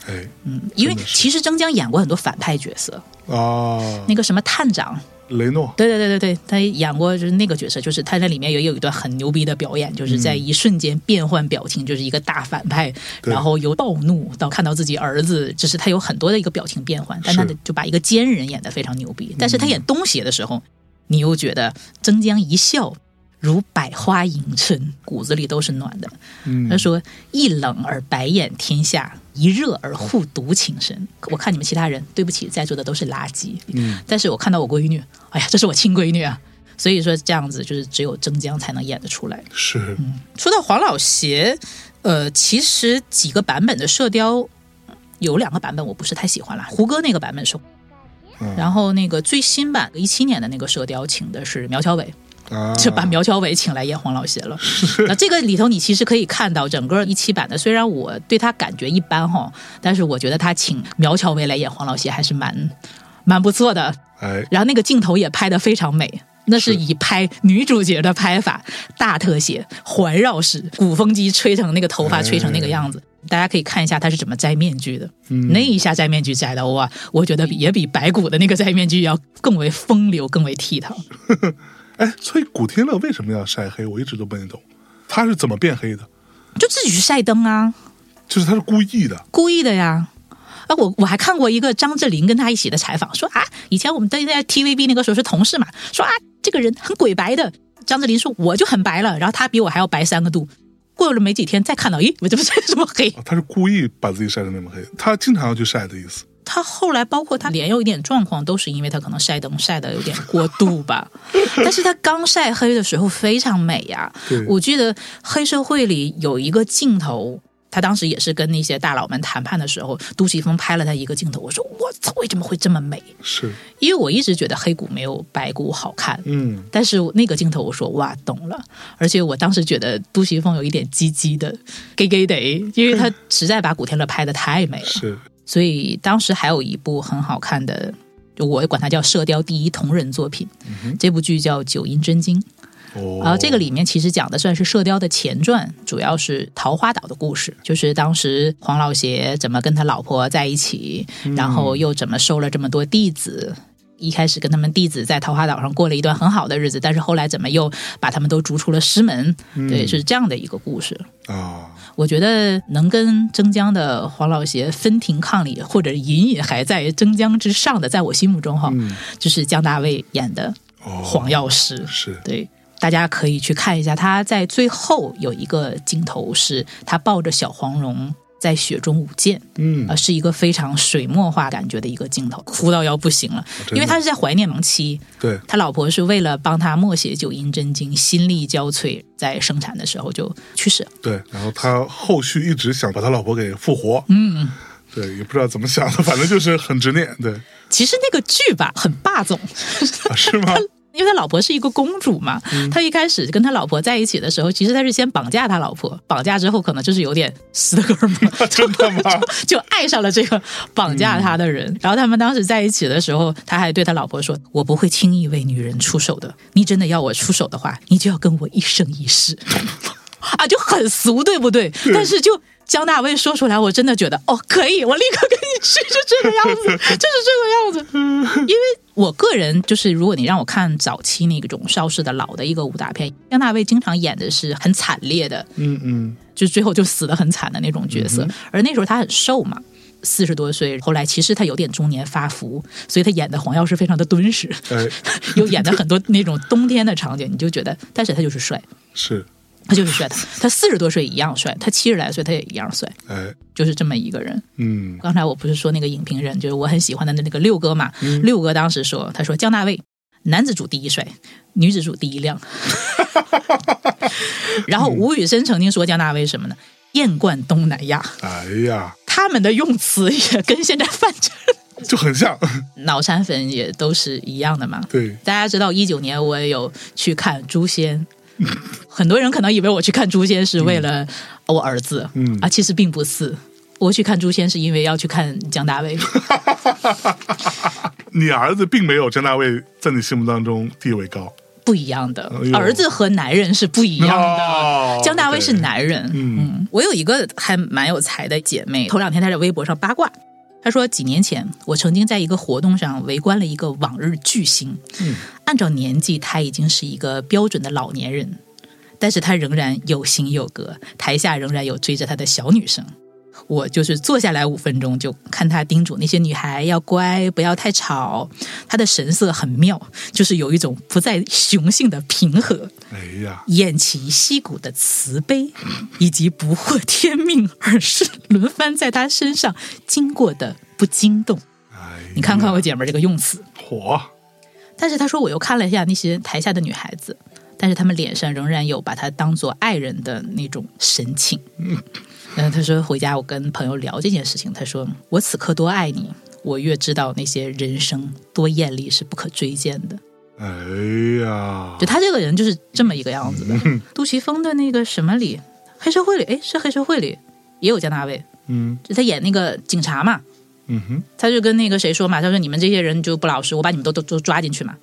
哎，
因为
真的是
其实曾江演过很多反派角色，
啊，
那个什么探长，
雷诺，
对对对对对，他演过就是那个角色，就是他在里面也有一段很牛逼的表演，就是在一瞬间变换表情，就是一个大反派，
对
然后由暴怒到看到自己儿子，就是他有很多的一个表情变换，但他
是
的就把一个奸人演得非常牛逼，但是他演东邪的时候，你又觉得曾江一笑。如百花迎春，骨子里都是暖的。
嗯
他说：“一冷而白眼天下，一热而护犊情深。”我看你们其他人，对不起，在座的都是垃圾。但是我看到我闺女，哎呀，这是我亲闺女啊。所以说这样子就是只有曾江才能演得出来。
是，
说到黄老邪，呃，其实几个版本的《射雕》有两个版本我不是太喜欢了，胡歌那个版本是，然后那个最新版一七年的那个《射雕》请的是苗侨伟，
啊，
就把苗侨伟请来演黄老邪了。那这个里头，你其实可以看到整个一期版的，虽然我对他感觉一般哈，但是我觉得他请苗侨伟来演黄老邪还是蛮蛮不错的。
哎，
然后那个镜头也拍得非常美，那是以拍女主角的拍法，大特写、环绕式、鼓风机吹成那个头发吹成那个样子。大家可以看一下她是怎么摘面具的，那一下摘面具摘的哇，我觉得也比白骨的那个摘面具要更为风流、更为倜傥。
哎，所以古天乐为什么要晒黑？我一直都不能懂，他是怎么变黑的？
就自己去晒灯啊，
就是他是故意的，
故意的呀。啊，我我还看过一个张智霖跟他一起的采访，说啊，以前我们在在 TVB 那个时候是同事嘛，说啊，这个人很鬼白的。张智霖说我就很白了，然后他比我还要白三个度。过了没几天再看到，咦，我这不是这么黑？
啊他是故意把自己晒成那么黑，他经常要去晒的意思。
他后来包括他脸有一点状况，都是因为他可能晒灯晒的有点过度吧。但是他刚晒黑的时候非常美呀、
对
我记得黑社会里有一个镜头。他当时也是跟那些大佬们谈判的时候，杜琪峰拍了他一个镜头。我说：“我操，为什么会这么美？
是，
因为我一直觉得黑谷没有白谷好看。
嗯，
但是那个镜头，我说哇，懂了。而且我当时觉得杜琪峰有一点唧唧的，gay gay 的，因为他实在把古天乐拍的太美了。
是，
所以当时还有一部很好看的，就我管它叫《射雕第一同人作品》，这部剧叫《九阴真经》。
哦，
然后呃这个里面其实讲的算是《射雕》的前传，主要是桃花岛的故事，就是当时黄老邪怎么跟他老婆在一起，然后又怎么收了这么多弟子。一开始跟他们弟子在桃花岛上过了一段很好的日子，但是后来怎么又把他们都逐出了师门？对，是这样的一个故事。
啊，
我觉得能跟曾江的黄老邪分庭抗礼，或者隐隐还在曾江之上的，在我心目中哈，就是姜大卫演的黄药师。
哦是，
对，大家可以去看一下，他在最后有一个镜头是他抱着小黄蓉。在雪中舞剑，
嗯
呃，是一个非常水墨画感觉的一个镜头，哭到要不行了，
哦真的
因为他是在怀念亡妻，
对，
他老婆是为了帮他默写《九阴真经》，心力交瘁，在生产的时候就去世了。
对，然后他后续一直想把他老婆给复活，嗯，对，也不知道怎么想的，反正就是很执念， 对，
其实那个剧吧很霸总，
啊、是吗？
因为他老婆是一个公主嘛，
嗯
他一开始跟他老婆在一起的时候，其实他是先绑架他老婆，绑架之后可能就是有点斯德哥尔摩，
真的吗 嗯
就爱上了这个绑架他的人。然后他们当时在一起的时候，他还对他老婆说：“我不会轻易为女人出手的，你真的要我出手的话，你就要跟我一生一 世。”啊，就很俗，对不对？但是就姜大卫说出来，我真的觉得哦，可以，我立刻跟你去，就这个样 子，就是这个样子。 因为我个人就是，如果你让我看早期那种邵氏的老的一个武打片，姜大卫经常演的是很惨烈的，
嗯嗯，
就最后就死的很惨的那种角色，而那时候他很瘦嘛。四十多岁，后来其实他有点中年发福，所以他演的黄药师非常的敦实，
哎，
又演的很多那种冬天的场景，你就觉得，但是他就是帅，
是，
他就是帅，他他四十多岁一样帅，他七十来岁他也一样帅，
哎，
就是这么一个人。
嗯，
刚才我不是说那个影评人，就是我很喜欢的那个六哥嘛？六哥当时说，他说江大卫，男子主第一帅，女子主第一亮。然后吴宇森曾经说江大卫什么呢？艳冠东南亚，
哎呀，
他们的用词也跟现在范丞、
就很像，
脑残粉也都是一样的嘛。
对，
大家知道，一九年我也有去看《诛仙》，很多人可能以为我去看《诛仙》是为了我儿子，
嗯
啊，其实并不是。我去看《诛仙》是因为要去看姜大卫，
你儿子并没有张大卫在你心目当中地位高，
不一样的
哎。呦
儿子和男人是不一样
哦
的。姜大卫是男人，
嗯
嗯，我有一个还蛮有才的姐妹，头两天她在微博上八卦。她说，几年前我曾经在一个活动上围观了一个往日巨星。
嗯
按照年纪，他已经是一个标准的老年人，但是他仍然有型有格，台下仍然有追着他的小女生。我就是坐下来五分钟，就看他叮嘱那些女孩要乖，不要太吵。他的神色很妙，就是有一种不再雄性的平和。
哎呀，
偃旗息鼓的慈悲，以及不惑天命而是轮番在他身上经过的不惊动。
哎呀，
你看看我姐们儿这个用词，
火，
但是他说我又看了一下那些台下的女孩子，但是她们脸上仍然有把他当做爱人的那种神情。嗯，他说回家我跟朋友聊这件事情，他说我此刻多爱你，我越知道那些人生多艳丽是不可追见的。
哎呀
就，他这个人就是这么一个样子的。杜琪峰的那个什么里，黑社会里，哎，是黑社会里也有姜大卫，
嗯
就他演那个警察嘛，
嗯
他就跟那个谁说嘛，他说你们这些人就不老实，我把你们都都都抓进去嘛。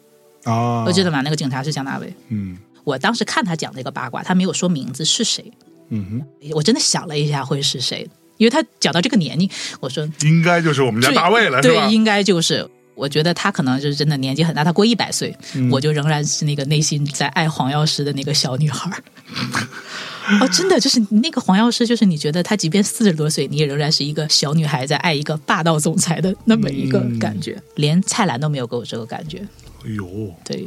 哼，啊，
我记得嘛，那个警察是姜大卫。
嗯
我当时看他讲这个八卦，他没有说名字是谁，
嗯哼，
我真的想了一下会是谁，因为他讲到这个年龄，我说
应该就是我们家
对
大卫了，是吧
对，？应该就是。我觉得他可能就是真的年纪很大，他过一百岁，
嗯
我就仍然是那个内心在爱黄药师的那个小女孩儿。哦，真的就是那个黄药师，就是你觉得他即便四十多岁，你也仍然是一个小女孩在爱一个霸道总裁的那么一个
嗯
感觉。连蔡澜都没有给我这个感觉。
哎呦，
对，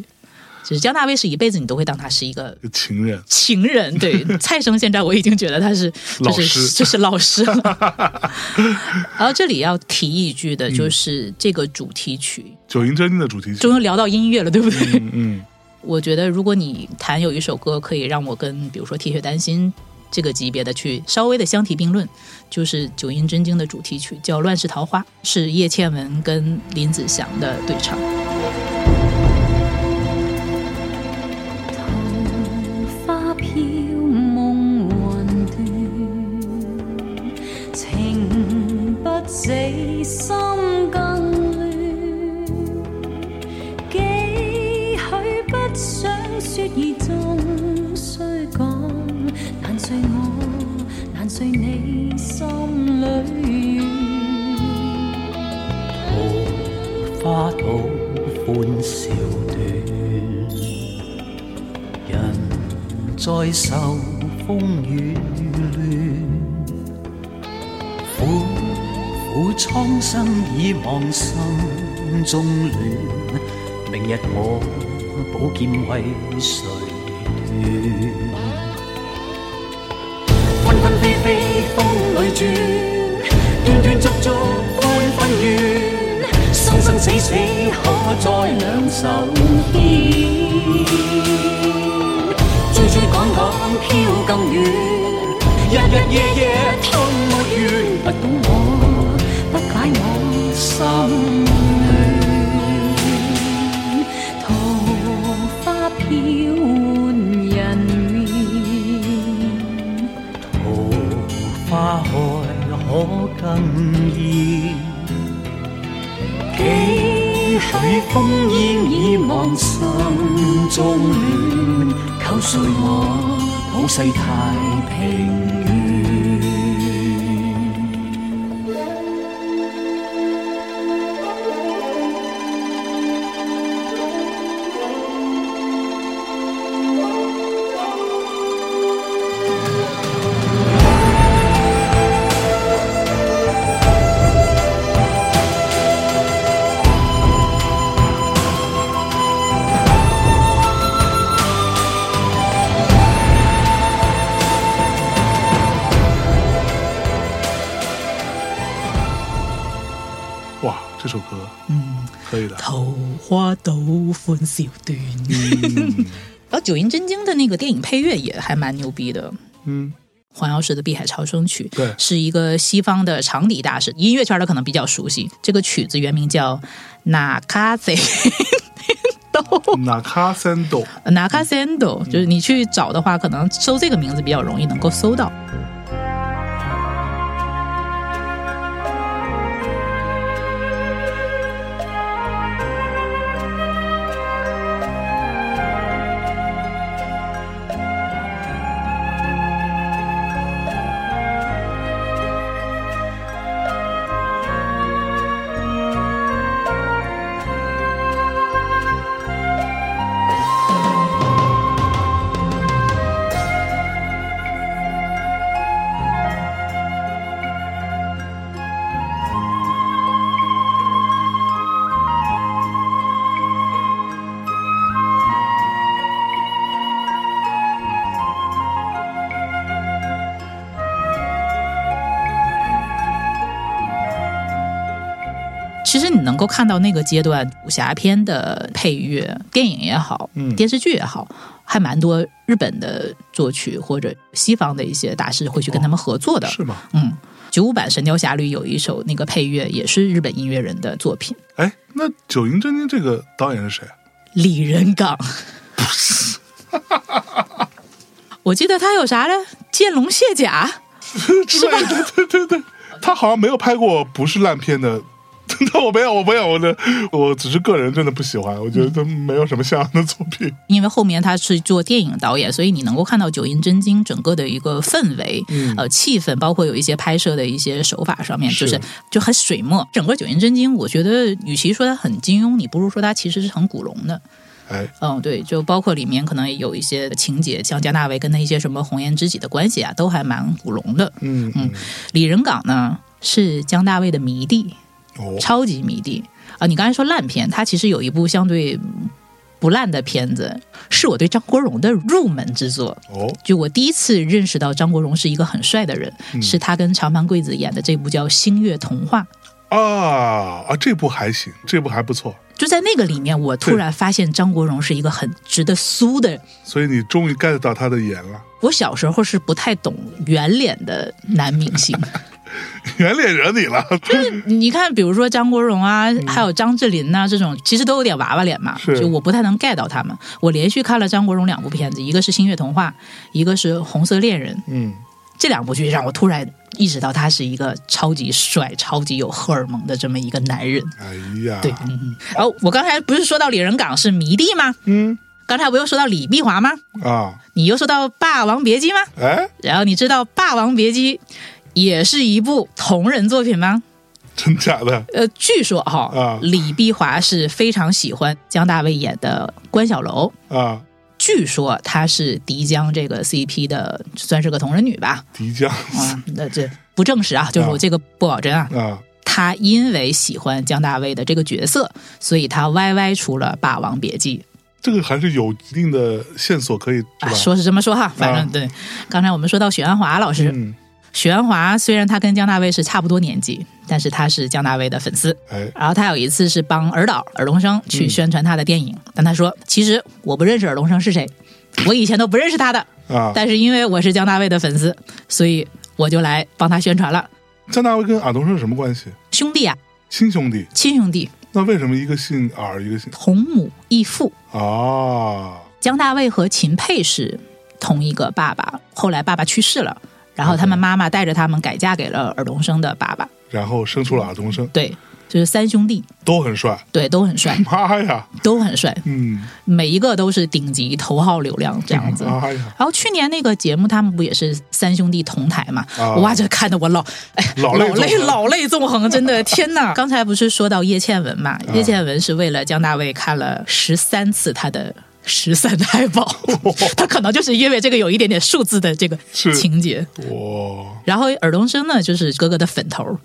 就是姜大卫是一辈子你都会当他是一个
这情人，
情人， 对蔡生现在我已经觉得他是
老
就
师
是 就是老师了。 然后这里要提一句的就是这个主题曲，
九阴真经的主题曲
终，于聊到音乐了，对不对？
嗯嗯，
我觉得如果你弹有一首歌可以让我跟比如说《铁血丹心》这个级别的去稍微的相提并论，就是《九阴真经》的主题曲叫《乱世桃花》，是叶倩文跟林子祥的对唱。
花飘梦云断，情不死心更乱。几许不想说而终须讲，难睡我，难睡你心里怨。
花土歡笑短，人在受風雨亂，苦苦蒼生已望心中亂，明日我寶劍為誰斷？
纷纷飞飞，风里转，断断续续，欢欢怨怨，生生死死，可在两手牵。追追赶赶，飘更远，日日夜夜吞没完，不懂我，不解我心乱。
桃花飘換人面，
桃花開可更艳。
幾許烽煙已望心中亂，求誰我
普世太平原。
花
这首歌，嗯，可以的。
桃花渡欢笑断。然后嗯哦九阴真经的那个电影配乐也还蛮牛逼的，
嗯，
黄药师的《碧海潮生曲》
对
是一个西方的长笛大师，音乐圈的可能比较熟悉。这个曲子原名叫《Nakaze
哪卡三斗，
Nakasendo》，就是你去找的话，可能搜这个名字比较容易能够搜到。其实你能够看到那个阶段武侠片的配乐，电影也好，
嗯
电视剧也好，还蛮多日本的作曲或者西方的一些大师会去跟他们合作的。
是吗？
嗯，九五版《神雕侠侣》有一首那个配乐也是日本音乐人的作品，
哎，那《九阴真经》这个导演是谁啊？
李仁港。 我记得他有啥来？剑龙卸甲，
是吧？ 对对对，他好像没有拍过不是烂片的。 那我没有，我没有，我的我只是个人真的不喜欢，我觉得他没有什么像样的作品。
因为后面他是做电影导演，所以你能够看到九阴真经整个的一个氛围、呃气氛，包括有一些拍摄的一些手法上面，就是
嗯是
就很水墨。整个九阴真经，我觉得与其说它很金庸，你不如说它其实是很古龙的。
哎，
嗯，对，就包括里面可能有一些情节，像加纳维跟那一些什么红颜知己的关系啊，都还蛮古龙的。
嗯嗯，
李仁港呢是姜大卫的迷弟，
哦，
超级迷弟啊！你刚才说烂片，他其实有一部相对嗯不烂的片子，是我对张国荣的入门之作。
哦，
就我第一次认识到张国荣是一个很帅的人，是他跟长盘贵子演的这部叫《星月童话》。
啊啊，这部还行，这部还不错，
就在那个里面，我突然发现张国荣是一个很值得酥的人。
所以你终于 get 到他的颜了，
我小时候是不太懂圆脸的男明星，
圆脸惹你了，
你看，比如说张国荣啊，还有张智霖呐、这种，其实都有点娃娃脸嘛，
嗯是
就我不太能 get 到他们。我连续看了张国荣两部片子，一个是《星月童话》，一个是《红色恋人》，
嗯，
这两部剧让我突然意识到他是一个超级帅、超级有荷尔蒙的这么一个男人。
哎呀，
对，嗯嗯。然后我刚才不是说到李仁港是迷弟吗？
嗯
刚才不又说到李碧华吗？
啊，
你又说到《霸王别姬》吗？
哎，
然后你知道《霸王别姬》也是一部同人作品吗？
真假的，
呃，据说哈、
啊
李碧华是非常喜欢姜大卫演的关小楼。
啊，
据说她是迪江这个 CP 的，算是个同人女 吧？
迪迦
啊，那这不证实啊，就是我这个不保真啊。
啊，
她因为喜欢姜大卫的这个角色，所以她歪歪出了《霸王别姬》。
这个还是有一定的线索可以，是
啊，
吧？
说是这么说哈，反正、
啊
对。刚才我们说到许鞍华老师，
嗯，
许鞍华虽然他跟姜大卫是差不多年纪，但是他是姜大卫的粉丝。
哎，
然后他有一次是帮尔导尔冬升去宣传他的电影，但他说其实我不认识尔冬升是谁，我以前都不认识他的，
啊，
但是因为我是姜大卫的粉丝，所以我就来帮他宣传了。
姜大卫跟尔冬升什么关系？
兄弟啊，
亲兄弟，
亲兄弟，
那为什么一个姓尔，一个姓
同母异父，
啊？
姜大卫和秦沛是同一个爸爸，后来爸爸去世了。然后他们妈妈带着他们改嫁给了尔冬升的爸爸，
然后生出了尔冬升，
对，就是三兄弟，
都很帅。，
对，都很帅
妈呀，
都很帅，
嗯，
每一个都是顶级头号流量这样子。
妈呀，
然后去年那个节目，他们不也是三兄弟同台嘛？
啊
哇，这看得我老哎
老
老
泪纵
泪
横
老泪纵横，真的 天哪！刚才不是说到叶倩文
啊
嘛？叶倩文是为了姜大卫看了十三次他的。十三太保， 他可能就是因为这个有一点点数字的这个
是
情节。
哇，
然后尔冬升呢，就是哥哥的粉 头儿，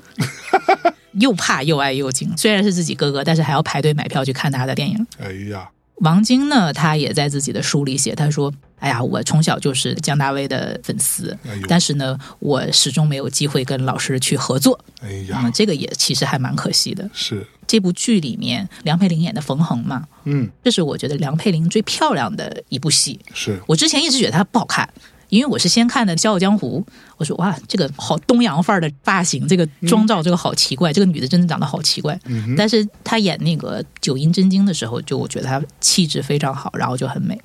又怕又爱又敬。虽然是自己哥哥，但是还要排队买票去看他的电影。
哎呀，
王晶呢，他也在自己的书里写，他说：“哎呀，我从小就是姜大卫的粉丝，
哎呦
但是呢，我始终没有机会跟老师去合作。
哎
嗯
呀，，
这个也其实还蛮可惜的。
是，
这部剧里面，梁佩玲演的冯衡嘛，
嗯，
这是我觉得梁佩玲最漂亮的一部戏。
是
我之前一直觉得她不好看，因为我是先看的《笑傲江湖》，我说哇，这个好东洋范儿的发型，这个妆造，这个好奇怪，这个女的真的长得好奇怪。但是她演那个九阴真经的时候，就我觉得她气质非常好，然后就很美。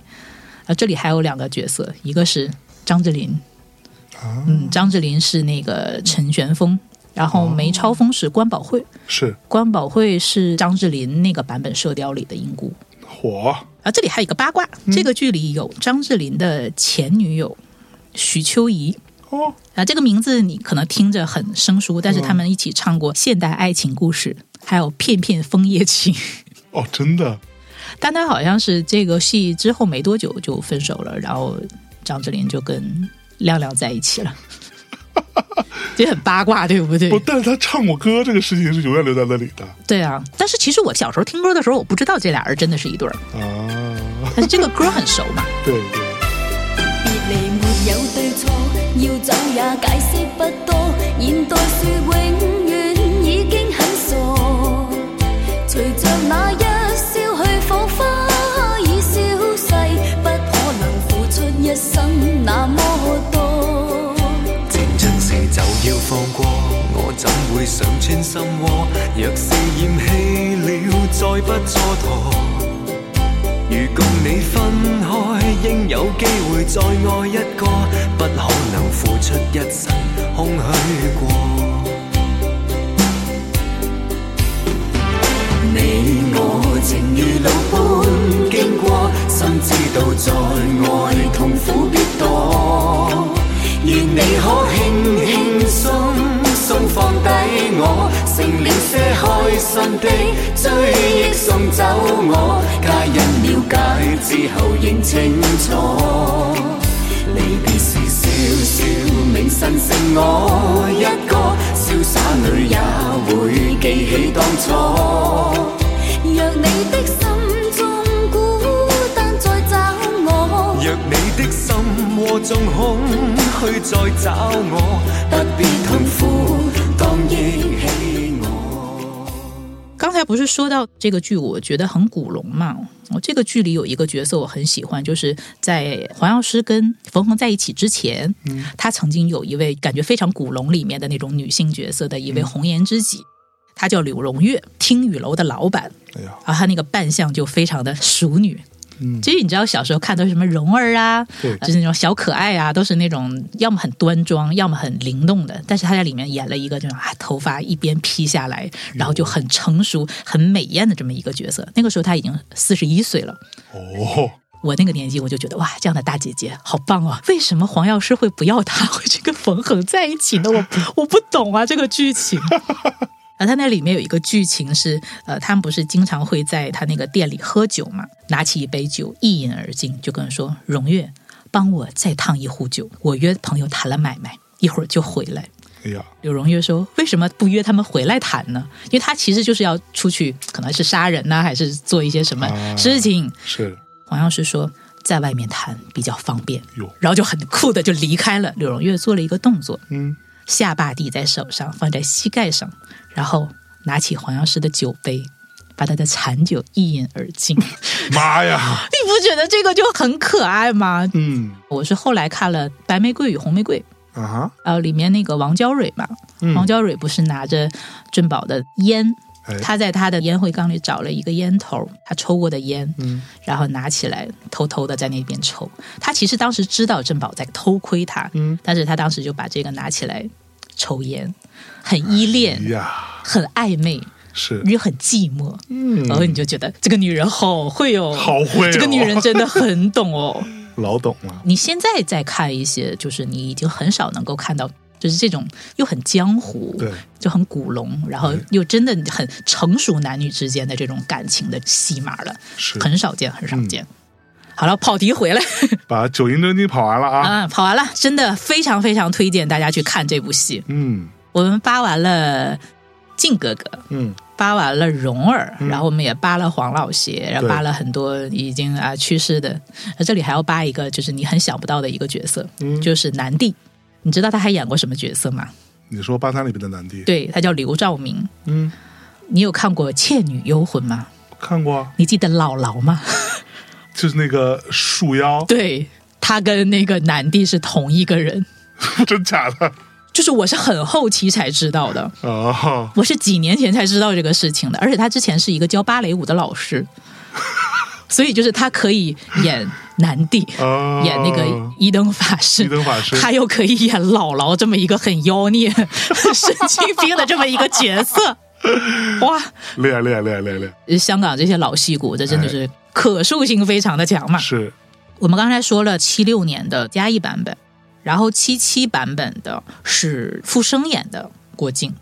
啊，这里还有两个角色，一个是张智霖，
啊，
嗯，张智霖是那个陈玄风，然后梅超风是关宝慧，
是
关宝慧是张智霖那个版本《射雕》里的英姑。
火，
啊，这里还有一个八卦，这个剧里有张智霖的前女友许秋怡。
哦，
啊，这个名字你可能听着很生疏，但是他们一起唱过《现代爱情故事》，还有《片片枫叶情》，
哦，真的，
但他好像是这个戏之后没多久就分手了，然后张智霖就跟亮亮在一起了，这很八卦，对不对？
不，哦但是他唱过歌这个事情是永远留在那里的
对啊，但是其实我小时候听歌的时候，我不知道这俩人真的是一对儿，
啊，
但是这个歌很熟嘛。
对对。
别离没有对错，要走也解释不多。现代说永远已经很傻，随着那一消去，仿佛已消逝，不可能付出一生那么多。
正真是就要放過，我怎會想穿心窩？若是厭棄了，再不蹉跎。如共你分開，應有機會再愛一個，不可能付出一生空虛過。你我情如路般經過，心知道再愛痛苦必多。願你可輕輕鬆鬆放低我，成了些開心的追憶送走我，皆因了解之後認清楚。離別時笑笑，明晨剩我一個，瀟灑裏也會記起當初。
若你的心中孤單再找我，
若你的心窩中空虛再找我，不必痛苦，當憶起我。
刚才不是说到这个剧，我觉得很古龙嘛。我这个剧里有一个角色我很喜欢，就是在黄药师跟冯衡在一起之前，他曾经有一位感觉非常古龙里面的那种女性角色的一位红颜知己，她叫柳容月，听雨楼的老板。
哎呀，
啊，她那个扮相就非常的熟女。
嗯
其实你知道小时候看都是什么蓉儿啊，
对
就是那种小可爱啊，都是那种要么很端庄，要么很灵动的。但是她在里面演了一个这种啊，头发一边披下来，然后就很成熟、很美艳的这么一个角色。那个时候她已经四十一岁了。
哦，
我那个年纪，我就觉得哇，这样的大姐姐好棒哦！为什么黄药师会不要她，会去跟冯衡在一起呢？我我不懂啊，这个剧情。然后他那里面有一个剧情是，呃，他们不是经常会在他那个店里喝酒嘛，拿起一杯酒一饮而尽，就跟人说：“荣月，帮我再烫一壶酒，我约朋友谈了买卖，一会儿就回来。”
哎呀，
柳荣月说：“为什么不约他们回来谈呢？因为他其实就是要出去，可能是杀人呐、还是做一些什么
啊
事情。
是
黄药师说在外面谈比较方便
哟，
然后就很酷的就离开了。柳荣月做了一个动作，
嗯，
下巴抵在手上，放在膝盖上，然后拿起黄药师的酒杯，把他的残酒一饮而尽。你
妈 呀，
不觉得这个就很可爱吗？
嗯
我是后来看了《白玫瑰与红玫瑰》，
啊哈，
呃，里面那个王娇蕊嘛，
嗯
王娇蕊不是拿着镇宝的烟
哎。
她在她的烟灰缸里找了一个烟头，她抽过的烟，
嗯
然后拿起来偷偷的在那边抽。她其实当时知道镇宝在偷窥她，
嗯
但是她当时就把这个拿起来抽烟，很依恋，
哎呀，
很暧昧，
是
又很寂寞。然
嗯
后你就觉得这个女人好会哦，
好会哦
这个女人真的很懂哦。
老懂了，
你现在再看一些，就是你已经很少能够看到，就是这种又很江湖，
对，
就很古龙，然后又真的很成熟男女之间的这种感情的戏码了，
是嗯
很少见，很少见。好了，跑题回来
把九阴真经跑完了啊，
啊，跑完了，真的非常非常推荐大家去看这部戏。
嗯，
我们扒完了《烬靖哥哥，
嗯，
扒完了蓉儿，
嗯
然后我们也扒了黄老邪，然后
对
扒了很多已经啊去世的。那这里还要扒一个，就是你很想不到的一个角色，
嗯
就是南帝。你知道他还演过什么角色吗？
你说八三里边的南帝，
对他叫刘兆明。
嗯，
你有看过《倩女幽魂》吗？
看过啊，
你记得姥姥 吗？
就是那个束腰，
对他跟那个南帝是同一个人，
真假的
就是我是很后期才知道的。
哦，
我是几年前才知道这个事情的，而且他之前是一个教芭蕾舞的老师， 所以就是他可以演南帝，
哦
演那个伊登法师，
伊登法师
他又可以演姥姥这么一个很妖孽、 神经病的这么一个角色，哇！
厉害厉害厉害厉害厉害，
香港这些老戏骨，这真的
哎
是可塑性非常的强嘛。
是
我们刚才说了七六年的嘉义版本，然后七七版本的是傅生演的郭靖，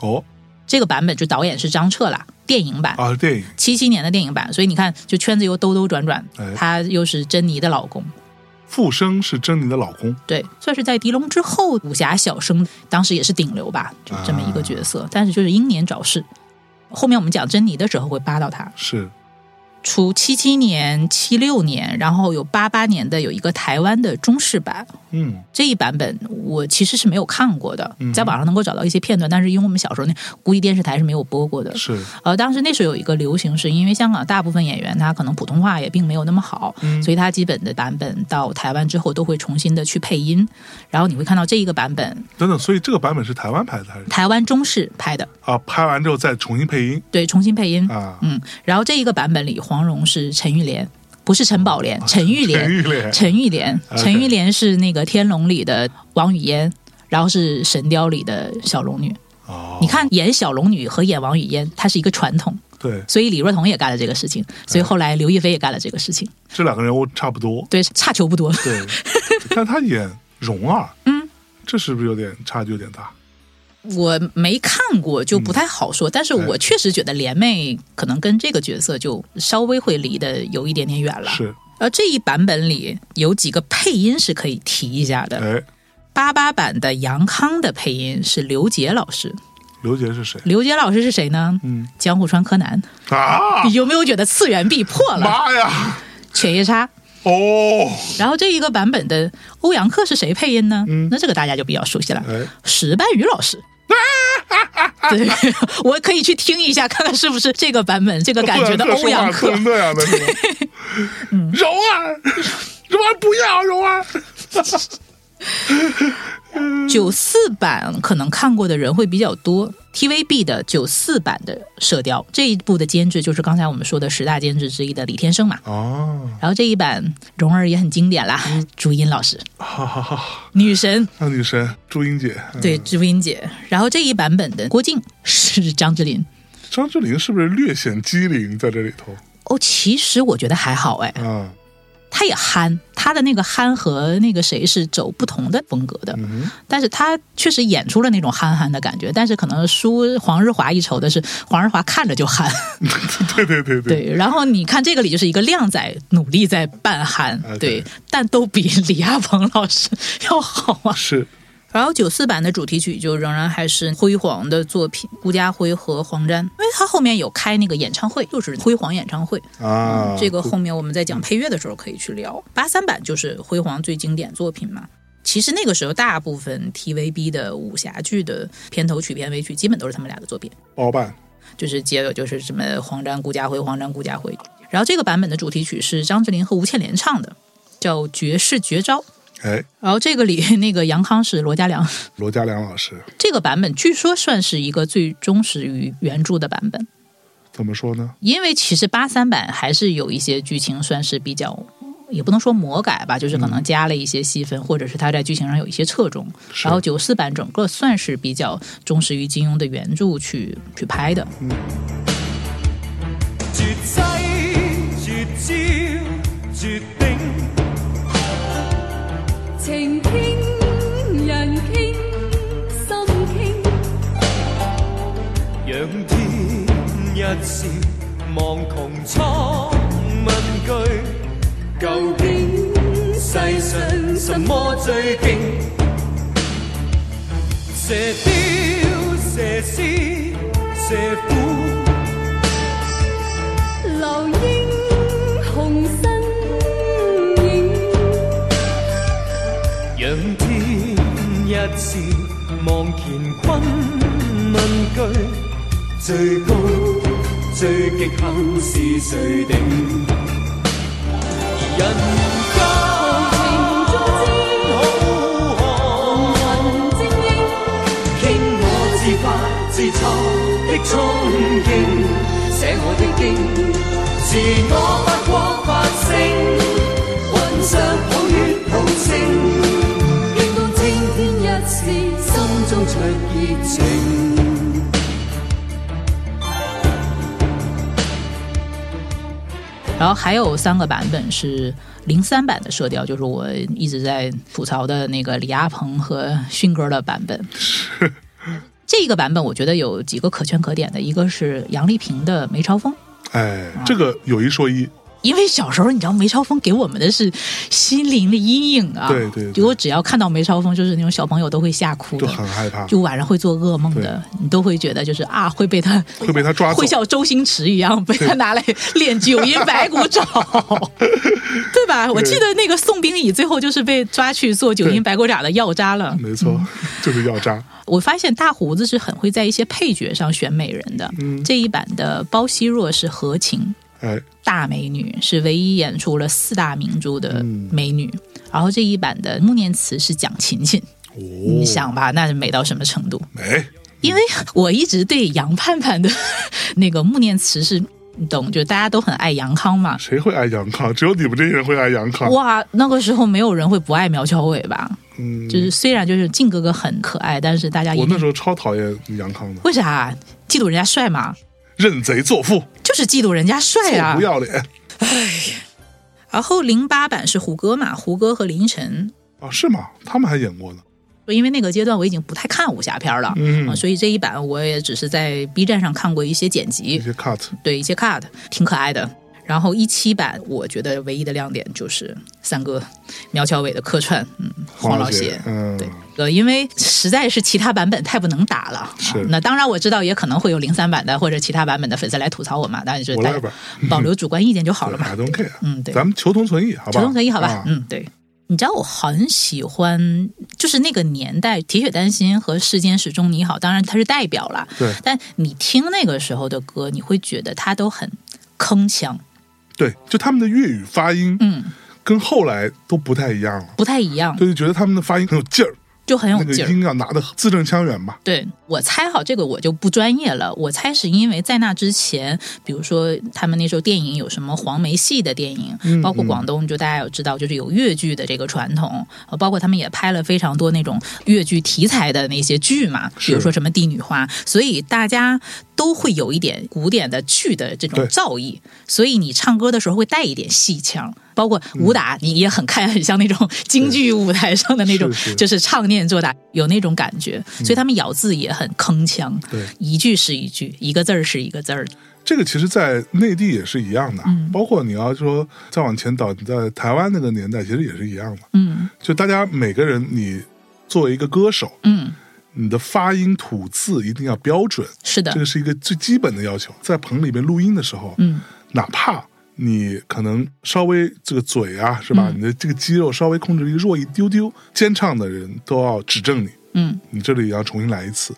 哦
这个版本就导演是张彻啦，电影版。
啊，电影
七七年的电影版，所以你看，就圈子又兜兜转转
哎，
他又是珍妮的老公，
傅生是珍妮的老公，
对，算是在狄龙之后武侠小生，当时也是顶流吧，
啊
就这么一个角色，但是就是英年早逝。后面我们讲珍妮的时候会扒到他，
是
除七七年、七六年，然后有八八年的有一个台湾的中式版，
嗯
这一版本我其实是没有看过的
嗯，
在网上能够找到一些片段，但是因为我们小时候那估计电视台是没有播过的，
是
呃，当时那时候有一个流行，是因为香港大部分演员他可能普通话也并没有那么好，
嗯
所以他基本的版本到台湾之后都会重新的去配音，然后你会看到这一个版本
等等，所以这个版本是台湾拍的还是
台湾中式拍的，
啊？拍完之后再重新配音
对，重新配音，
啊？
嗯，然后这一个版本里黄蓉是陈玉莲，不是陈宝莲，陈玉
啊
莲，
陈玉莲啊
陈玉莲，
OK
陈玉莲是那个《天龙》里的王语嫣，然后是《神雕》里的小龙女。
哦，
你看，演小龙女和演王语嫣，它是一个传统，
对，
所以李若彤也干了这个事情，
嗯
所以后来刘亦菲也干了这个事情。
这两个人物差不多，
对，差球不多。
对，但他演蓉儿，
嗯，
这是不是有点差距有点大？
我没看过，就不太好说。但是
嗯
我确实觉得莲妹可能跟这个角色就稍微会离得有一点点远了。
是，
而这一版本里有几个配音是可以提一下的。
哎，
八八版的杨康的配音是刘杰老师，
刘杰是谁？
刘杰老师是谁呢？
嗯
江户川柯南。
啊，
嗯你有没有觉得次元壁破了？
妈呀，
犬夜叉。
哦，
然后这一个版本的欧阳克是谁配音呢？
嗯
那这个大家就比较熟悉了，
哎，
石斑鱼老师。对， 我可以去听一下，看看是不是这个版本、这个感觉的欧阳
克
克。
那嗯样的是吗？蓉儿，蓉儿啊不要，啊蓉儿，
九四版可能看过的人会比较多，TVB 的九四版的《射雕》这一部的监制就是刚才我们说的十大监制之一的李天生嘛。
哦，
然后这一版蓉儿也很经典啦，朱茵老师，
好好好，
女神，
那女神朱茵姐，嗯
对，朱茵姐。然后这一版本的郭靖是张智霖。
张智霖是不是略显机灵在这里头
哦，其实我觉得还好哎，
啊？
他也憨，他的那个憨和那个谁是走不同的风格的，
嗯
但是他确实演出了那种憨憨的感觉，但是可能输黄日华一筹的是黄日华看着就憨，
对对对 对，
对。然后你看这个里就是一个靓仔努力在扮憨
哎，
对
对，
但都比李亚鹏老师要好 啊。
是
然后九四版的主题曲就仍然还是辉煌的作品，顾嘉辉和黄沾，因为他后面有开那个演唱会，就是辉煌演唱会，
啊，
嗯这个后面我们在讲配乐的时候可以去聊。八三版就是辉煌最经典作品嘛。其实那个时候，大部分 TVB 的武侠剧的片头曲、片尾曲基本都是他们俩的作品，
包办
就是接着就是什么黄沾、顾嘉辉、黄沾、顾嘉辉。然后这个版本的主题曲是张智霖和吴倩莲唱的，叫《绝世绝招》。
哎，
然后这个里那个杨康是罗嘉良，
罗嘉良老师
这个版本据说算是一个最忠实于原著的版本，
怎么说呢？
因为其实八三版还是有一些剧情算是比较，也不能说魔改吧，就是可能加了一些细分，或者是它在剧情上有一些侧重。
是
然后九四版整个算是比较忠实于金庸的原著去去拍的。
绝世绝招绝顶，
情倾人倾心倾，
仰天一笑望穹苍问句，究竟世上什么最劲？射雕射狮些苦。
流英雄身影，
仰天一笑，望乾坤問句，最高最極限是誰定？人間好
雲精英，
傾我自發自創的憧憬，寫我的經，自我發光發聲，雲上抱月抱星。
應當青天一線，
心中灼熱情。
然后还有三个版本是零三版的射雕，就是我一直在吐槽的那个李亚鹏和勋哥的版本。这个版本我觉得有几个可圈可点的，一个是杨丽萍的梅超风，
哎，
啊
这个有一说一，
因为小时候你知道梅超风给我们的是心灵的阴影啊，
对对对
就我只要看到梅超风，就是那种小朋友都会吓哭
就
的，
很害怕，
就晚上会做噩梦的，你都会觉得就是啊，会被他
会被他抓走
会。像周星驰一样被他拿来练九阴白骨 爪，对吧？我记得那个宋冰以最后就是被抓去做九阴白骨爪的药渣了。
没错，就是要渣。
我发现大胡子是很会在一些配角上选美人的。
嗯
这一版的包惜弱是何晴，
哎，
大美女，是唯一演出了四大名著的美女。
嗯
然后这一版的穆念慈是蒋勤勤，
哦
你，想吧，那是美到什么程度？
哎，
因为我一直对杨盼盼的那个穆念慈是，你懂，就大家都很爱杨康嘛。
谁会爱杨康？只有你们这些人会爱杨康。
哇，那个时候没有人会不爱苗侨伟吧？
嗯，
就是虽然就是靖哥哥很可爱，但是大家一
我那
定
时候超讨厌杨康的，
为啥嫉妒人家帅嘛？
认贼作父，
就是嫉妒人家帅
臭
啊
不！要脸
然后零八版是胡歌嘛，胡歌和林晨，
啊！是吗？他们还演过呢。
因为那个阶段我已经不太看武侠片了，
嗯
啊所以这一版我也只是在 B 站上看过一些剪辑，
一些 cut
对一些 cut 挺可爱的。然后一七版，我觉得唯一的亮点就是三哥苗侨伟的客串，嗯，黄老邪，
嗯，
对，呃，因为实在是其他版本太不能打了。
是
啊那当然我知道也可能会有零三版的或者其他版本的粉丝来吐槽我嘛，但是就
我
大
赖
家
吧，
保留主观意见就 好了嘛。
I don't care。
嗯，对，
咱们求同存异，好吧？
求同存异，好吧？
啊
嗯，对。你知道我很喜欢，就是那个年代《铁血丹心》和《世间始终你好》，当然它是代表了，
对
但你听那个时候的歌，你会觉得它都很铿锵，
对，就他们的粤语发音
嗯，
跟后来都不太一样了，
不太一样，
对，就觉得他们的发音很有劲儿，
就很有
那个
劲儿。
音要拿的字正腔圆吧。
对我猜好这个我就不专业了，我猜是因为在那之前，比如说他们那时候电影有什么黄梅戏的电影，
嗯
包括广东，就大家有知道，就是有粤剧的这个传统，呃包括他们也拍了非常多那种粤剧题材的那些剧嘛，比如
是
说什么《帝女花》，所以大家都会有一点古典的剧的这种
对
造诣，所以你唱歌的时候会带一点戏腔。包括
嗯
武打，你也很看很像那种京剧舞台上的那种，
是是
就是唱念做打，有那种感觉，所以他们咬字也很铿锵，
嗯对
一句是一句，一个字儿是一个字儿，
这个其实，在内地也是一样的，
嗯
包括你要说再往前倒，你在台湾那个年代，其实也是一样的。
嗯
就大家每个人，你作为一个歌手，
嗯，
你的发音吐字一定要标准，
是的
这，个是一个最基本的要求。在棚里面录音的时候，
嗯，
哪怕你可能稍微这个嘴啊，是吧？
嗯
你的这个肌肉稍微控制力弱一丢丢，尖唱的人都要指正你，
嗯，
你这里也要重新来一次。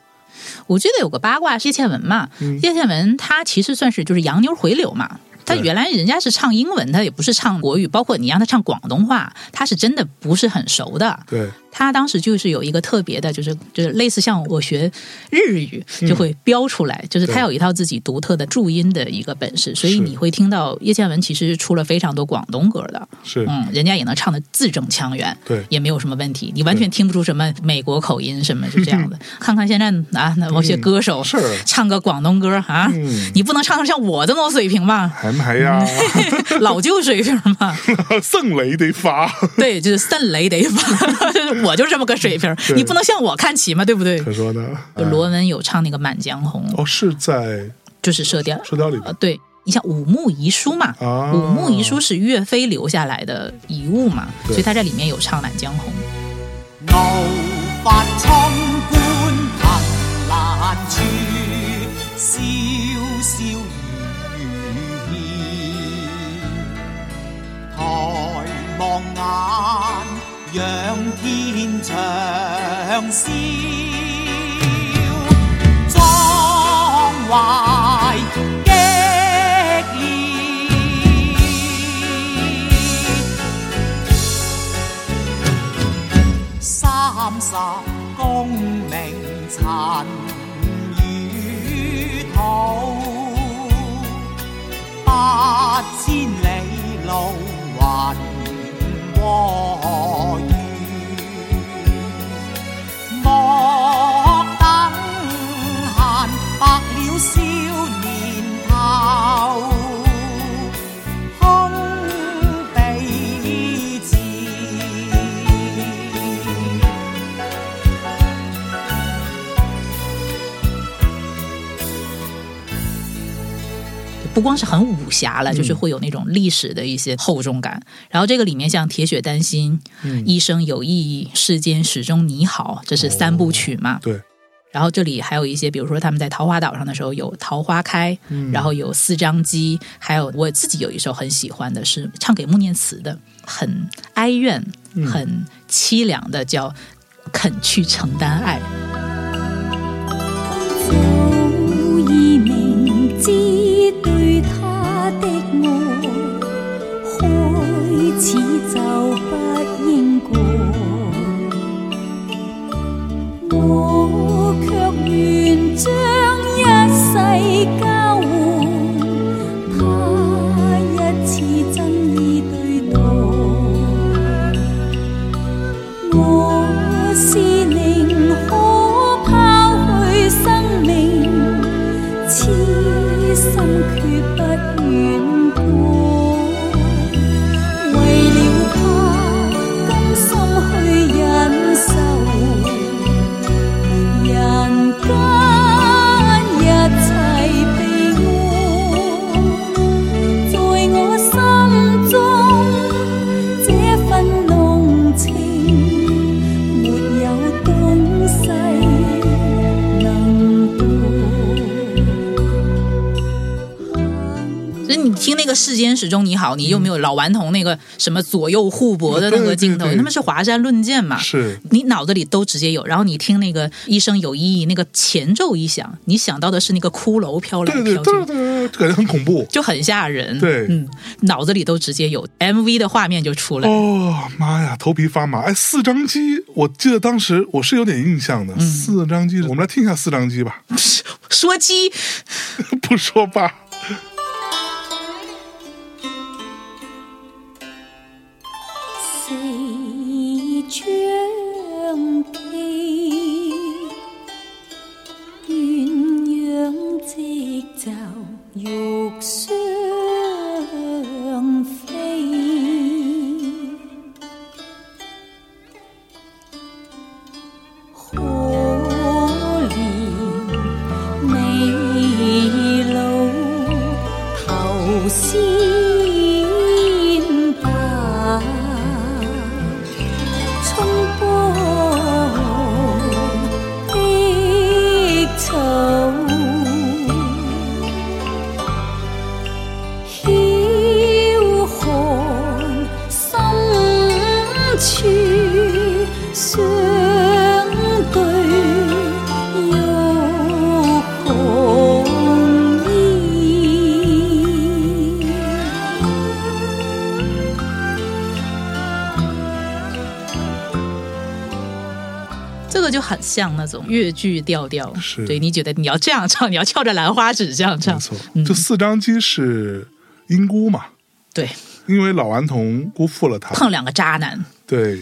我记得有个八卦是叶倩文嘛，叶倩文她其实算是就是洋妞回流嘛。她
嗯对
原来人家是唱英文，她也不是唱国语，包括你让她唱广东话，她是真的不是很熟的。
对，
她当时就是有一个特别的，就是就是类似像我学日语
嗯
就会标出来，就是她
对
有一套自己独特的注音的一个本事，所以
是
你会听到叶倩文其实是出了非常多广东歌的，
是，
嗯，人家也能唱的字正腔圆，
对
也没有什么问题，你完全听不出什么美国口音什么就这样 的。看看现在啊，那某些歌手、
是？
唱个广东歌啊，你不能唱成像我这种水平吧
还没呀，
老旧水平嘛，
赠雷得发，
对，就是三雷得吧，就是我就是这么个水平，
对
你不能向我看齐嘛，对不对？
可说呢。
就罗文有唱那个《满江红》，
哦，是在
就是《射雕》
社交里
呃，
面，
对。你像五木遗书嘛，
啊
五木遗书是岳飞留下来的遗物嘛，
对
所以他在里面有唱《满江红》。
牛发苍冠，凭栏处，是
笑，壮怀激烈。三十功名塵與土。八千里路雲和月，莫等閒白了少年頭，空悲自
不光是很武侠了，
嗯
就是会有那种历史的一些厚重感。然后这个里面像《铁血丹心》
嗯
一生有意义》《世间始终你好》，这是三
哦
部曲嘛。
对。
然后这里还有一些，比如说他们在桃花岛上的时候有《桃花开》
嗯
然后有《四张机》，还有我自己有一首很喜欢的是唱给穆念慈的，很哀怨、
嗯
很凄凉的，叫《肯去承担爱》。
早已明知對他的愛，開始就不應該。我卻願將一世交換，他一次真意對待。我是寧可拋去生命。痴心決不願改，為了他甘心去忍受，人間一切悲哀，在我心中這份濃情，沒有東西能渡。
所以你听那个《世间始终你好》，你有没有老顽童那个什么左右互搏的那个镜头？
对对对
他们是华山论剑嘛？
是
你脑子里都直接有，然后你听那个《一生有意义》，那个前奏一响，你想到的是那个骷髅飘来
对
飘去，
对对对对，感觉很恐怖
就很吓人。
对
嗯，脑子里都直接有 MV 的画面就出来。
哦，妈呀，头皮发麻！哎，四张机，我记得当时我是有点印象
嗯
的。四张机，我们来听一下四张机吧，
说鸡，
不说吧。
四張機，鸳鸯即就欲雙飛。可憐你老頭先吧，衝波的草，曉寒深處相對欲狂意。
这个就很像那种越剧调调。
是
对你觉得你要这样唱，你要翘着兰花指这样
没
唱，
错，
嗯
就四张机是英姑嘛，
对，
因为老顽童辜负了她。
碰两个渣男，
对，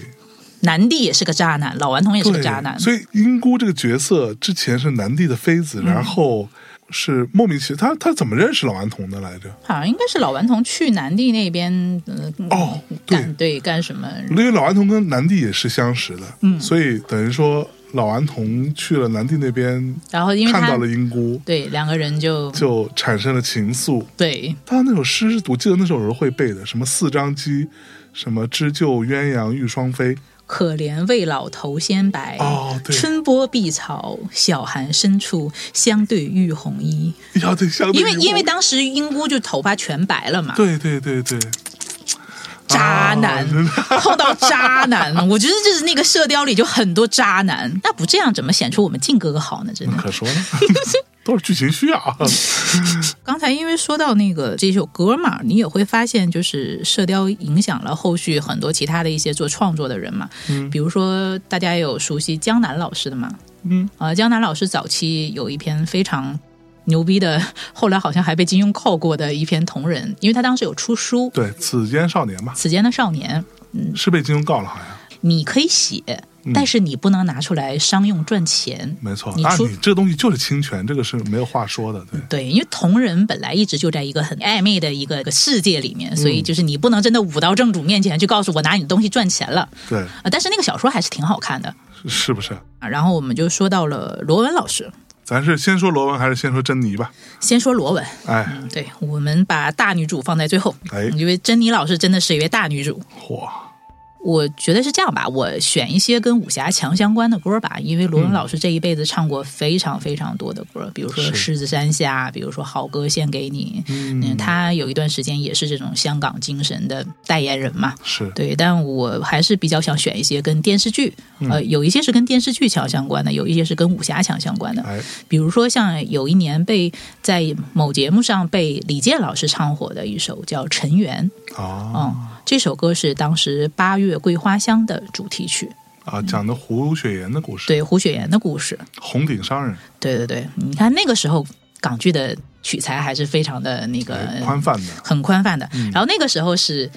男帝也是个渣男，老顽童也是个
对，
渣男。
所以英姑这个角色之前是南帝的妃
嗯
子，然后是莫名其她她怎么认识老顽童的来着？
好像应该是老顽童去南地那边，嗯、
哦对
干对干什么？
因为老顽童跟南帝也是相识的，嗯，所以等于说老顽童去了南帝那边，
然后因为
看
他
到了英姑，
对两个人就
就产生了情愫。
对
他那首诗，我记得那首时会背的，什么四张机，什么织就鸳鸯玉双飞，
可怜未老头先白，
哦对
春波碧草，小寒深处相对浴红衣。
呀，对，相对
因为
于
因为
我
当时英姑就头发全白了嘛，
对对对对，
渣男，
哦
碰到渣男，我觉得就是那个《射雕》里就很多渣男，那不这样怎么显出我们靖哥哥好呢？真的。
可说 呢，都是剧情需要。
刚才因为说到那个这首歌嘛，你也会发现，就是《射雕》影响了后续很多其他的一些做创作的人嘛，比如说大家也有熟悉江南老师的嘛，
嗯，
呃，江南老师早期有一篇非常牛逼的，后来好像还被金庸扣过的一篇同人，因为他当时有出书《
对，此间少年吧，
此间的少年》，
是被金庸告了，好像
你可以写，但是你不能拿出来商用赚钱，
嗯没错。
你
那
出
你这东西就是侵权，这个是没有话说的。对，
对，因为同人本来一直就在一个很暧昧的一个个世界里面，
嗯
所以就是你不能真的舞到正主面前去告诉我拿你的东西赚钱了。
对，
呃，但是那个小说还是挺好看的。
是是不是？
啊然后我们就说到了罗文老师，
咱是先说罗文还是先说珍妮吧？
先说罗文，
哎，
对我们把大女主放在最后，
哎
因为珍妮老师真的是一位大女主。
嚯，
我觉得是这样吧，我选一些跟武侠强相关的歌吧，因为罗文老师这一辈子唱过非常非常多的歌，比如说《
嗯是
狮子山下》，比如说《好歌献给你》嗯，他有一段时间也是这种香港精神的代言人嘛。
是
对，但我还是比较想选一些跟电视剧，
嗯
呃，有一些是跟电视剧强相关的，有一些是跟武侠强相关的。
哎，
比如说，像有一年被在某节目上被李健老师唱火的一首叫《尘缘》，
哦
嗯，这首歌是当时《八月桂花香》的主题曲，
啊，讲的胡雪岩的故事，
对胡雪岩的故事。
红顶商人，
对对对，你看那个时候港剧的取材还是非常的那个
哎宽泛的
很宽泛的。
嗯
然后那个时候是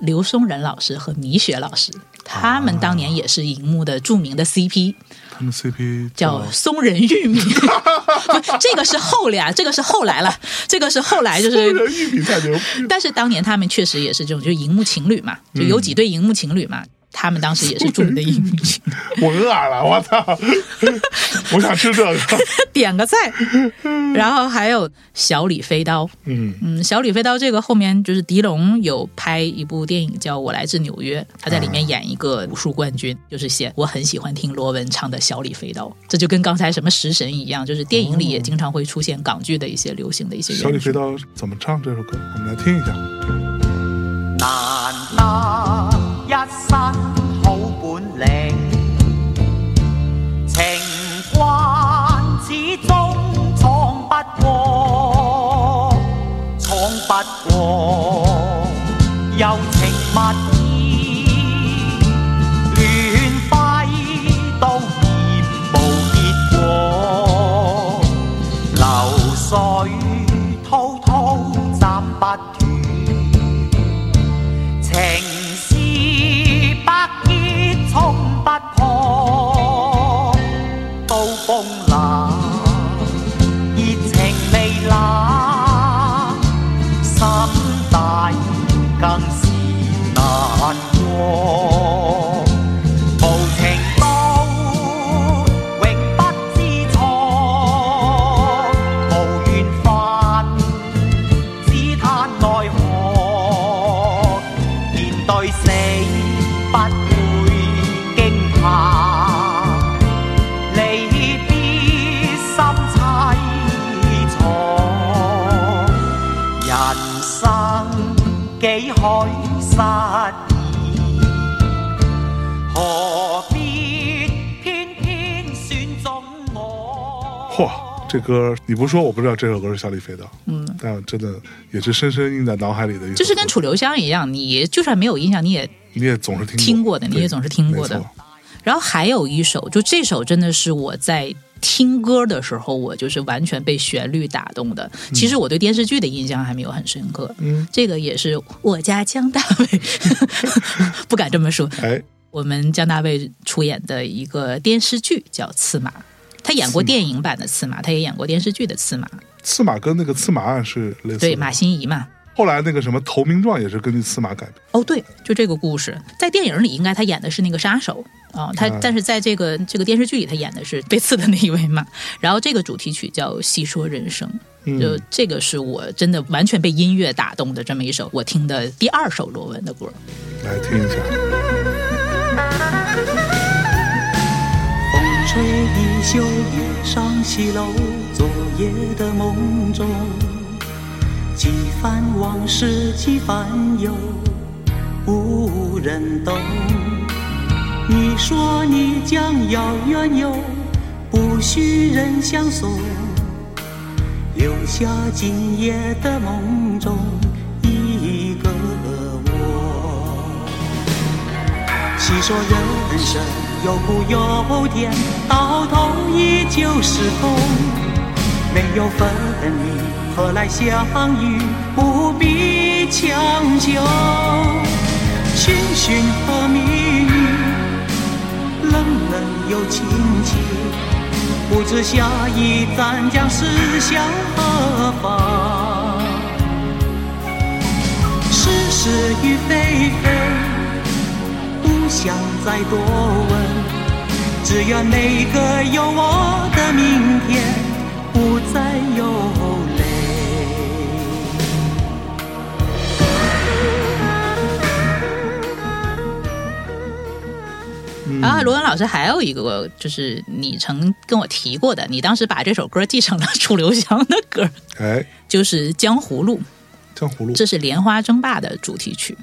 刘松仁老师和米雪老师，
啊
他们当年也是荧幕的著名的 CP，、
他们 CP
叫松仁玉米。 不，这个是后来啊，这个是后来了，这个是后来就
夫
是。
人玉米太牛逼了，
但是当年他们确实也是这种，就荧幕情侣嘛，就有几
嗯
对荧幕情侣嘛，他们当时也是著名的荧幕情侣。
我饿了，我操， 我想吃这个，
点个 赞，然后还有小李飞刀，
嗯，
嗯，小李飞刀这个后面就是狄龙有拍一部电影叫《我来自纽约》，他在里面演一个武术冠军，就是写我很喜欢听罗文唱的《小李飞刀》，这就跟刚才什么食神一样，就是电影里也经常会出现港剧的一些流行的一些
小李
元素
飞。刀怎么唱这首歌？我们来听一下。
难得一身好本领，情关始終闖不過，闖不過，柔情蜜意，亂揮都厭無結果，流水滔滔斬不斷。情是百结冲不破，刀锋冷，热情未冷，心底更是難過。無情刀永不知錯，無緣分。只叹奈何，面對死不會驚怕，離別心凄楚，人生幾許失意，何必偏偏選中我？
嚯，这歌你不说我不知道这首歌是小李飞刀，嗯，但真的也是深深印在脑海里的一首歌，
就是跟楚留香一样，你就算没有印象，你也
你也总是听
听过的你
对
也总是听过的
没错
然后还有一首，就这首真的是我在听歌的时候，我就是完全被旋律打动的。其实我对电视剧的印象还没有很深刻，嗯，这个也是我家江大卫， 不敢这么说，
哎，
我们江大卫出演的一个电视剧叫《刺马》。他演过电影版的刺马，他也演过电视剧的刺马，
刺马跟那个刺马案是类似的。
对马心怡嘛。
后来那个什么投名状也是根据刺马改编。
哦，对，就这个故事，在电影里应该他演的是那个杀手啊、他、
嗯
但是在这个这个电视剧里，他演的是被刺的那一位嘛。然后这个主题曲叫《细说人生》，
嗯
就这个是我真的完全被音乐打动的这么一首我听的第二首罗文的歌。
来听一下，
风吹一宿夜上西楼，昨夜的梦中，几番往事几番忧，
无人懂。你说你将要远游，不需人相送，留下今夜的梦中一个我。细说人生有苦有甜，到头依旧是空。没有分离，何来相遇？不必强求。寻寻和觅觅，冷冷又清清，不知下一站将驶向何方。是是与非非。不想再多问，只愿每个有我的明天，不再有泪。
嗯
然啊后罗文老师还有一个，就是你曾跟我提过的，你当时把这首歌继承了楚留香的歌，
哎，
就是《江湖路》，
江湖路，
这是《莲花争霸》的主题曲。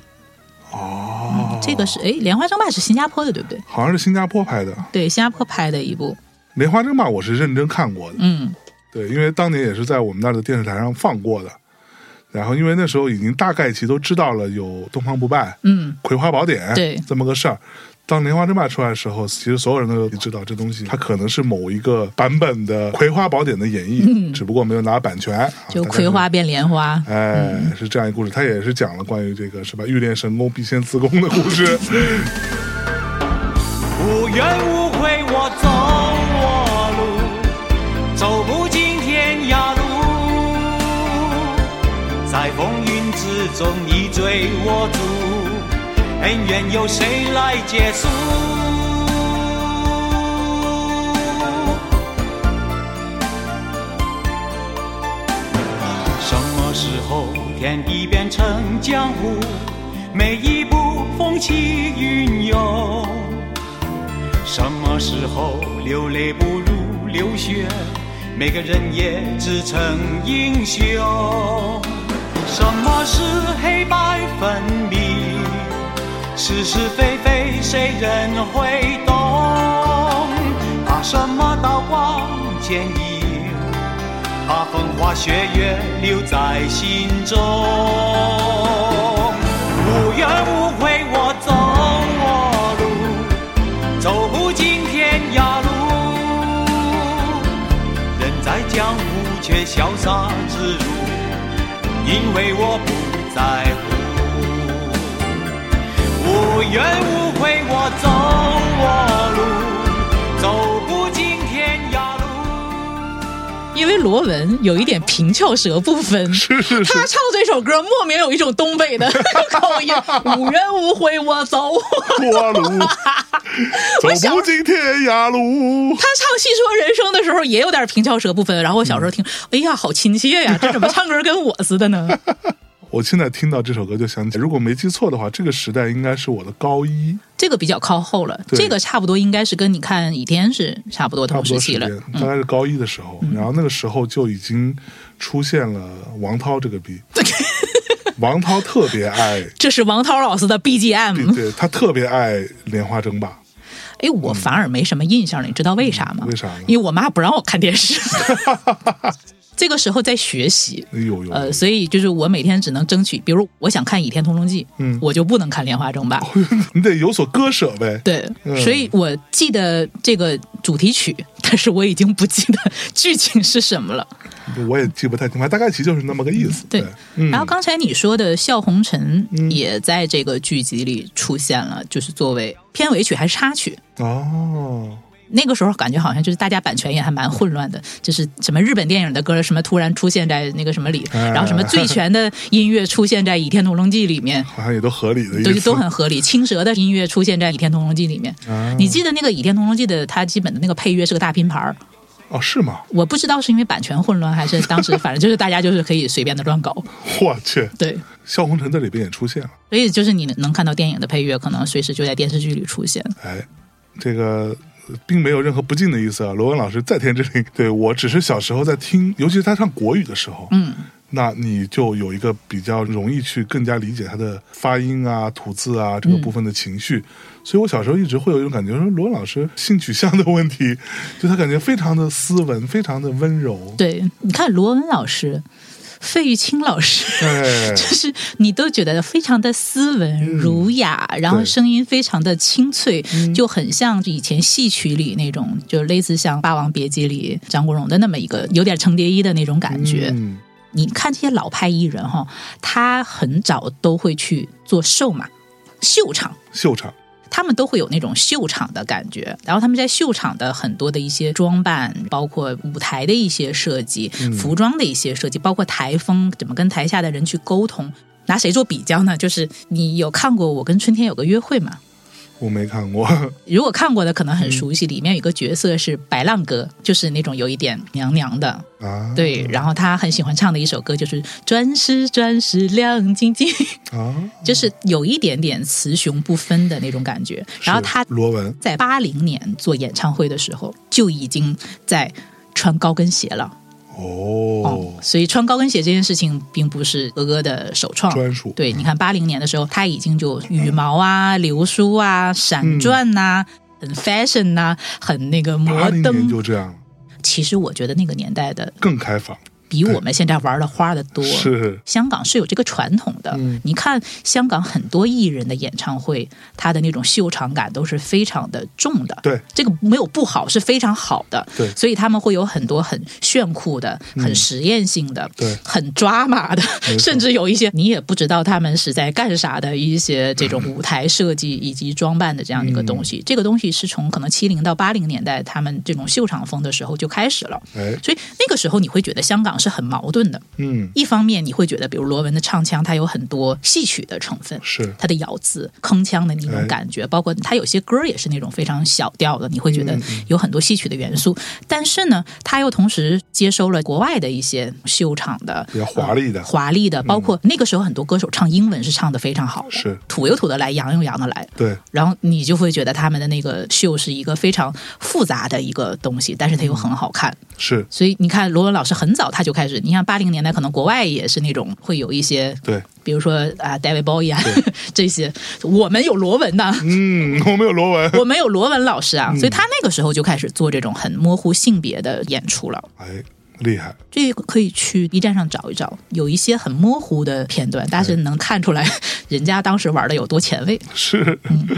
哦，
这个是哎，《莲花争霸》是新加坡的，对不对？
好像是新加坡拍的《
对，新加坡拍的一部。
莲花争霸》，我是认真看过的。
嗯，
对，因为当年也是在我们那儿的电视台上放过的。然后，因为那时候已经大概其都知道了有东方不败、
嗯，
葵花宝典
对
这么个事儿。当《莲花争霸》出来的时候，其实所有人都知道这东西，它可能是某一个版本的《葵花宝典》的演绎，
嗯
只不过没有拿版权。啊
就葵。
大概
花嗯变莲花。
是哎，是这样一个故事，它也是讲了关于这个是吧，欲练神功必先自宫的故事。
无怨无悔，我走我路，走不尽天涯路。在风云之中，你追我逐，恩怨由谁来结束？什么时候天地变成江湖？每一步风起云涌。什么时候流泪不如流血？每个人也只成英雄。什么是黑白分明？是是非非谁人会懂？怕什么刀光剑影？把风花雪月留在心中。无怨无悔，我走我路。走不尽天涯路。人在江湖却潇洒自如，因为我不在乎。无怨无悔，我走我路，走不尽天涯路。
因为罗文有一点平翘舌不分，是
是
他唱这首歌莫名有一种东北的 口音，无怨无悔我走。
过路，走
我小
不尽天涯路。
他唱《戏说人生》的时候也有点平翘舌不分，然后我小
嗯
时候听，哎呀，好亲切呀，这怎么唱歌跟我似的 呢？
我现在听到这首歌就想起，如果没记错的话，这个时代应该是我的高一，
这个比较靠后了，
对
这个差不多应该是跟你看《倚天》是差不多
差
同
不
时
多时
期
间
了。，嗯
大概是高一的时候。然后那个时候就已经出现了王涛这个逼， 王涛特别爱，
这是王涛老师的 BGM，
对他特别爱《莲花争霸》，
哎，我反而没什么印象了，你知道为啥吗？
嗯为啥呢？
因为我妈不让我看电 视，这个时候在学习，
哎呦呦，
呃，所以就是我每天只能争取，比如我想看《倚天屠龙记》，
嗯
我就不能看《莲花争霸》
你得有所割舍呗。
对，
嗯
所以我记得这个主题曲，但是我已经不记得剧情是什么了。
我也记不太清，反正大概其实就是那么个意思。
对，
嗯
然后刚才你说的《笑红尘》也在这个剧集里出现了，就是作为片尾曲还是插曲。
哦，
那个时候感觉好像就是大家版权也还蛮混乱的，就是什么日本电影的歌，什么突然出现在那个什么里，
哎
然后什么醉拳的音乐出现在《倚天屠龙记》里面，
好像也都合理的意
都
思，
都很合理。青蛇的音乐出现在《倚天屠龙记》里面，
啊
你记得那个《倚天屠龙记》的它基本的那个配乐是个大拼盘儿，
哦，是吗？
我不知道是因为版权混乱还是当时，反正就是大家就是可以随便的乱搞，
我去，
对。
萧红尘在里边也出现了。
所以就是你能看到电影的配乐，可能随时就在电视剧里出现。
哎，这个呃并没有任何不敬的意思啊。罗文老师在天之灵，对我只是小时候在听，尤其是他唱国语的时候，
嗯，
那你就有一个比较容易去更加理解他的发音啊、吐字啊
嗯
这个部分的情绪。所以我小时候一直会有一种感觉，说罗文老师性取向的问题，就他感觉非常的斯文，非常的温柔。
对，你看罗文老师、费玉清老师，
哎，
就是你都觉得非常的斯文、儒雅，然后
嗯对嗯
声音非常的清脆，就很像以前戏曲里那种，就是类似像《霸王别姬》里张国荣的那么一个有点程蝶衣的那种 感觉。
嗯，
你看这些老派艺人哈、他很早都会去做秀嘛，秀场。
秀场，
他们都会有那种秀场的感觉，然后他们在秀场的很多的一些装扮，包括舞台的一些设计、服装的一些设计，包括台风怎么跟台下的人去沟通。拿谁做比较呢？就是你有看过《我跟春天有个约会》吗？
我没看过，
如果看过的可能很熟悉，里面有一个角色是白浪哥，就是那种有一点娘娘的，
啊，
对。然后他很喜欢唱的一首歌就是《转世转世亮晶晶》，
啊，
就是有一点点雌雄不分的那种感觉。然后
是
他
罗文
在八零年做演唱会的时候，就已经在穿高跟鞋了。啊
哦，
所以穿高跟鞋这件事情并不是哥哥的首创
专属
对，你看八零年的时候，他已经就羽毛啊、流苏啊、闪转呐、很 fashion 呐、很那个
八
摩
零年
登。
就这样了，
其实我觉得那个年代的
更开放，
比我们现在玩的花的多。
是嗯
香港是有这个传统的。你看香港很多艺人的演唱会，他的那种秀场感都是非常的重的。
对，
这个没有不好，是非常好的。
对嗯
所以他们会有很多很炫酷的、很实验性的、
对
很抓马的
没，错
甚至有一些你也不知道他们是在干啥的一些这种舞台设计以及装扮的这样一个东
嗯
西。这个东西是从可能七零到八零年代他们这种秀场风的时候就开始了。
哎，
所以那个时候你会觉得香港是很矛盾的，
嗯，
一方面你会觉得，比如罗文的唱腔，它有很多戏曲的成分，
是
它的咬字、铿锵的那
哎
种感觉，包括它有些歌儿也是那种非常小调的，你会觉得
嗯
有很多戏曲的元素。但是呢，它又同时接收了国外的一些秀场的
比较华丽的嗯
呃华丽的，包括那个时候很多歌手唱英文是唱的非常好的，
是
土又土的来，洋又洋的来。
对，
然后你就会觉得他们的那个秀是一个非常复杂的一个东西，但是
嗯
它又很好看。
是，
所以你看，罗文老师很早他就开始，你像八零年代，可能国外也是那种会有一些，
对，
比如说啊，David Bowie 啊 这些，我们有罗文呐、
嗯，我没有罗文，
我们有罗文老师啊，所以他那个时候就开始做这种很模糊性别的演出了。
哎，厉害，
这个可以去 B 站上找一找，有一些很模糊的片段，但是能看出来 人家当时玩的有多前卫。
是，
嗯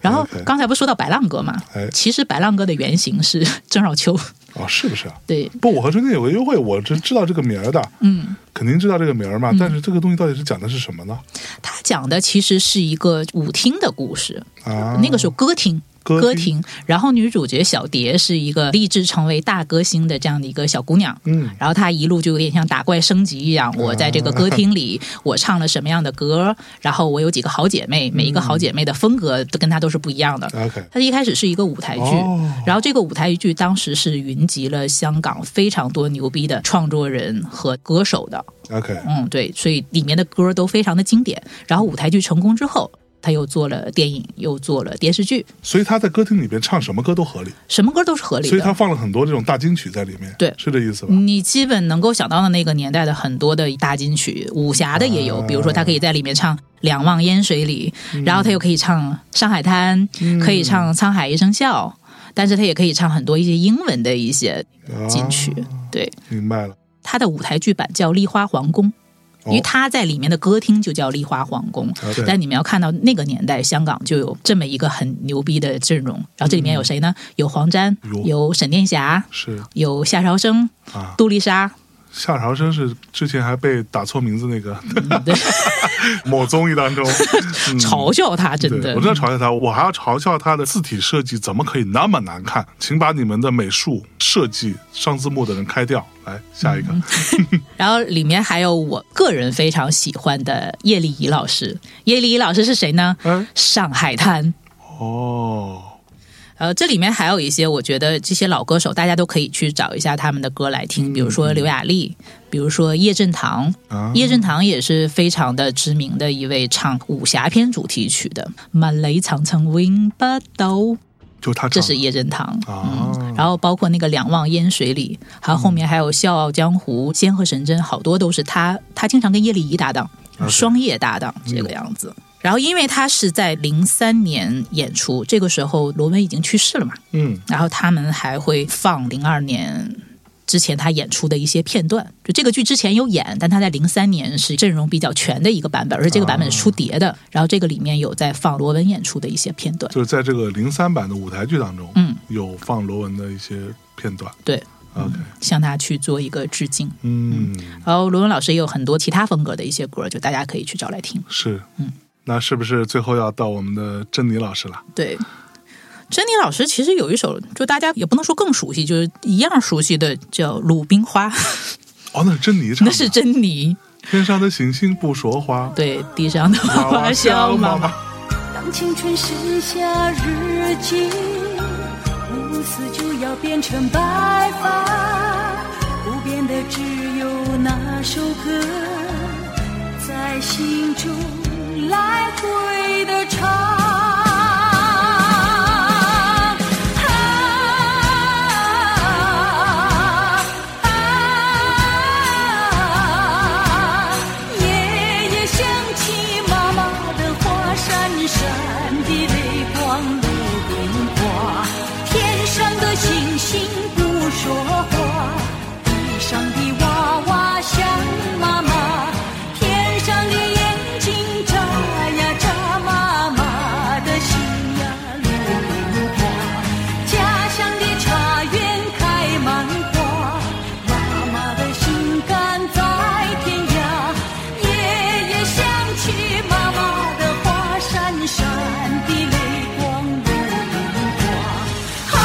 然后
OK
刚才不是说到白浪哥嘛
哎，
其实白浪哥的原型是郑少秋，
哦，是不是啊？
对，
不，我和春天有个约会，我是知道这个名儿的，
嗯。
肯定知道这个名儿嘛。但是这个东西到底是讲的是什么呢？
他讲的其实是一个舞厅的故事，
啊，
那个时候歌厅。
歌
歌
厅
厅，然后女主角小蝶是一个立志成为大歌星的这样的一个小姑娘，
嗯，
然后她一路就有点像打怪升级一样，我在这个歌厅 里，我唱了什么样的歌，然后我有几个好姐
嗯
妹，每一个好姐妹的风格都跟她都是不一样的，
OK，
它一开始是一个舞台剧，
嗯哦
然后这个舞台剧当时是云集了香港非常多牛逼的创作人和歌手的，
OK，
嗯，对，所以里面的歌都非常的经典。然后舞台剧成功之后，他又做了电影，又做了电视剧，
所以他在歌厅里边唱什么歌都合理，
什么歌都是合理
所以他
的。
放了很多这种大金曲在里面，
对
是这意思吧？
你基本能够想到的那个年代的很多的大金曲，武侠的也有，比如说他可以在里面唱《两忘烟水里》，
嗯
然后他又可以唱《上海滩》，可以唱《沧海一声笑》，但是他也可以唱很多一些英文的一些
啊
嗯金曲，对。
明白了，
他的舞台剧版叫《丽花皇宫》。
哦
因为他在里面的歌厅就叫丽花皇宫
啊对，
但你们要看到那个年代香港就有这么一个很牛逼的阵容，然后这里面有谁呢？有黄沾
哟，
有沈殿霞，
是
有夏嗯韶声
啊，
杜丽莎，
夏韶声是之前还被打错名字那个
对，
嗯某综艺当 中，嗯
嘲笑他真
对
的
我真的嘲笑他，我还要嘲笑他的字体设计怎么可以那么难看？请把你们的美术设计上字幕的人开掉。来下一个，
嗯然后里面还有我个人非常喜欢的叶丽仪老师，叶丽仪老师是谁呢？
嗯
上海滩。
哦，
呃，这里面还有一些，我觉得这些老歌手大家都可以去找一下他们的歌来
嗯
听，比如说刘雅丽，比如说叶振棠，
啊
叶振棠也是非常的知名的一位唱武侠片主题曲的《万里长城永不倒》。
就是他唱哦啊
这
的
是叶振棠嗯，然后包括那个《两忘烟水里》，还有后面还有《笑傲江湖》《仙鹤神针》，好多都是他，他经常跟叶丽仪搭档，双叶搭档这个样子。然后因为他是在零三年演出，这个时候罗文已经去世了嘛，
嗯，
然后他们还会放零二年之前他演出的一些片段。就这个剧之前有演，但他在零三年是阵容比较全的一个版本，而且这个版本是出碟的。然后这个里面有在放罗文演出的一些片段。
就是在这个零三版的舞台剧当中，
嗯，
有放罗文的一些片段。
对，
OK，
向他去做一个致敬。
嗯，
然后罗文老师也有很多其他风格的一些歌，就大家可以去找来听。
是，
嗯，
那是不是最后要到我们的珍妮老师了？
对，珍妮老师其实有一首，就大家也不能说更熟悉，就是一样熟悉的，叫《鲁冰花》，
哦，那是珍妮唱
那
的。
是珍妮。
天上的星星不说话，
对，地上的
娃
花
娃
笑
笑
妈
妈
妈
妈。
当青春是夏日记，不死就要变成白发，不变的只有那首歌，在心中来回的唱。夜夜想起妈妈的话，闪闪的泪光如冰花，天上的星星不说话，地上的娃娃想妈妈，天上的眼睛眨呀眨，妈妈的心呀如冰花，家乡的茶园开满花。妈妈的心肝在天涯，夜夜想起妈妈的话，闪闪的泪光如冰花。啊，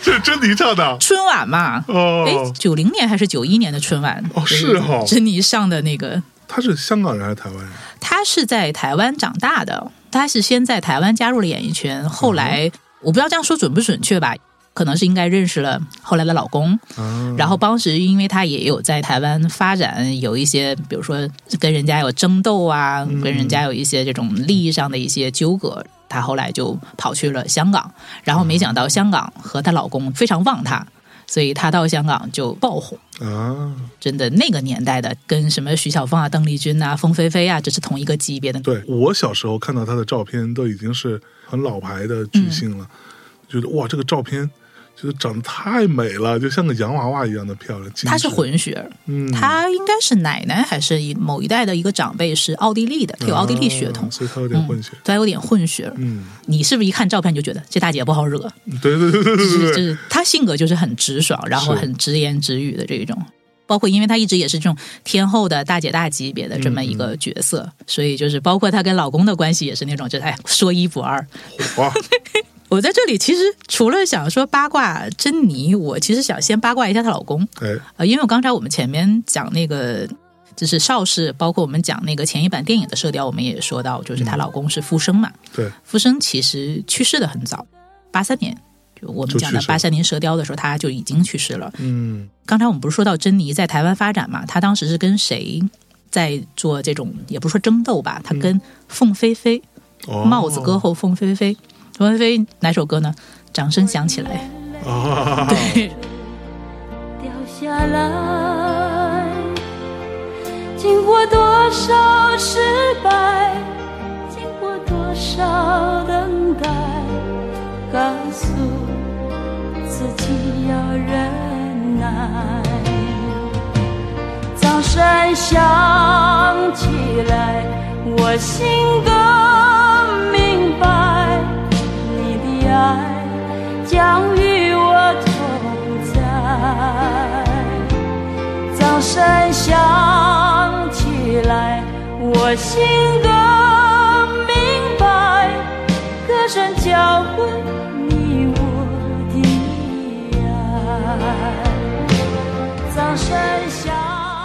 是珍妮唱的。
春晚嘛，哎，九零年还是九一年的春晚？哦
是哦
珍妮上的那个，
她是香港人还是台湾人？
她是在台湾长大的，她是先在台湾加入了演艺圈，后来、
嗯
我不知道这样说准不准确吧，可能是应该认识了后来的老公，
啊
然
嗯
后当时因为她也有在台湾发展，有一些比如说跟人家有争斗啊，
嗯
跟人家有一些这种利益上的一些纠葛。她后来就跑去了香港，然后没
嗯
想到香港和她老公非常旺她，所以她到香港就爆红。
啊，
真的那个年代的，跟什么徐小凤啊、邓丽君啊、凤飞飞啊，这是同一个级别的。
对我小时候看到她的照片，都已经是很老牌的巨星了，
嗯
觉得哇，这个照片就是长得太美了，就像个洋娃娃一样的漂亮。精
她是
致
混血儿，
嗯，
她应该是奶奶还是一某一代的一个长辈是奥地利的，她有奥地利血统嗯
嗯啊，所以她有点混血。
她有点混血儿。
嗯，
你是不是一看照片就觉得这大姐不好惹？
对对对对
就
对
是
对，
就是她性格就是很直爽，然后
是
很直言直语的这一种。包括因为她一直也是这种天后的大姐大级别的这么一个
嗯
角色，所以就是包括她跟老公的关系也是那种，就是哎说一不二。
哇，
我在这里其实除了想说八卦珍妮，我其实想先八卦一下她老公，
哎，
呃，因为我刚才我们前面讲那个就是邵氏，包括我们讲那个前一版电影的射雕，我们也说到，就是她
嗯
老公是傅生嘛，
对，
傅生其实去世的很早，八三年，就我们
就
讲的
去世
八
了
三年射雕的时候，他就已经去世了。
嗯，
刚才我们不是说到珍妮在台湾发展嘛？她当时是跟谁在做这种，也不是说争斗吧？她跟凤飞飞，
嗯哦
帽子歌后凤飞飞，凤飞飞哪首歌呢？掌声响起来，
啊，
对，
掉下来，经过多少失败，经过多少等待，告诉自己要忍耐。掌声响起来，我心更明白，你的爱。将与我同在。掌声响起来，我心更明白，歌声交换你我的爱。掌声响。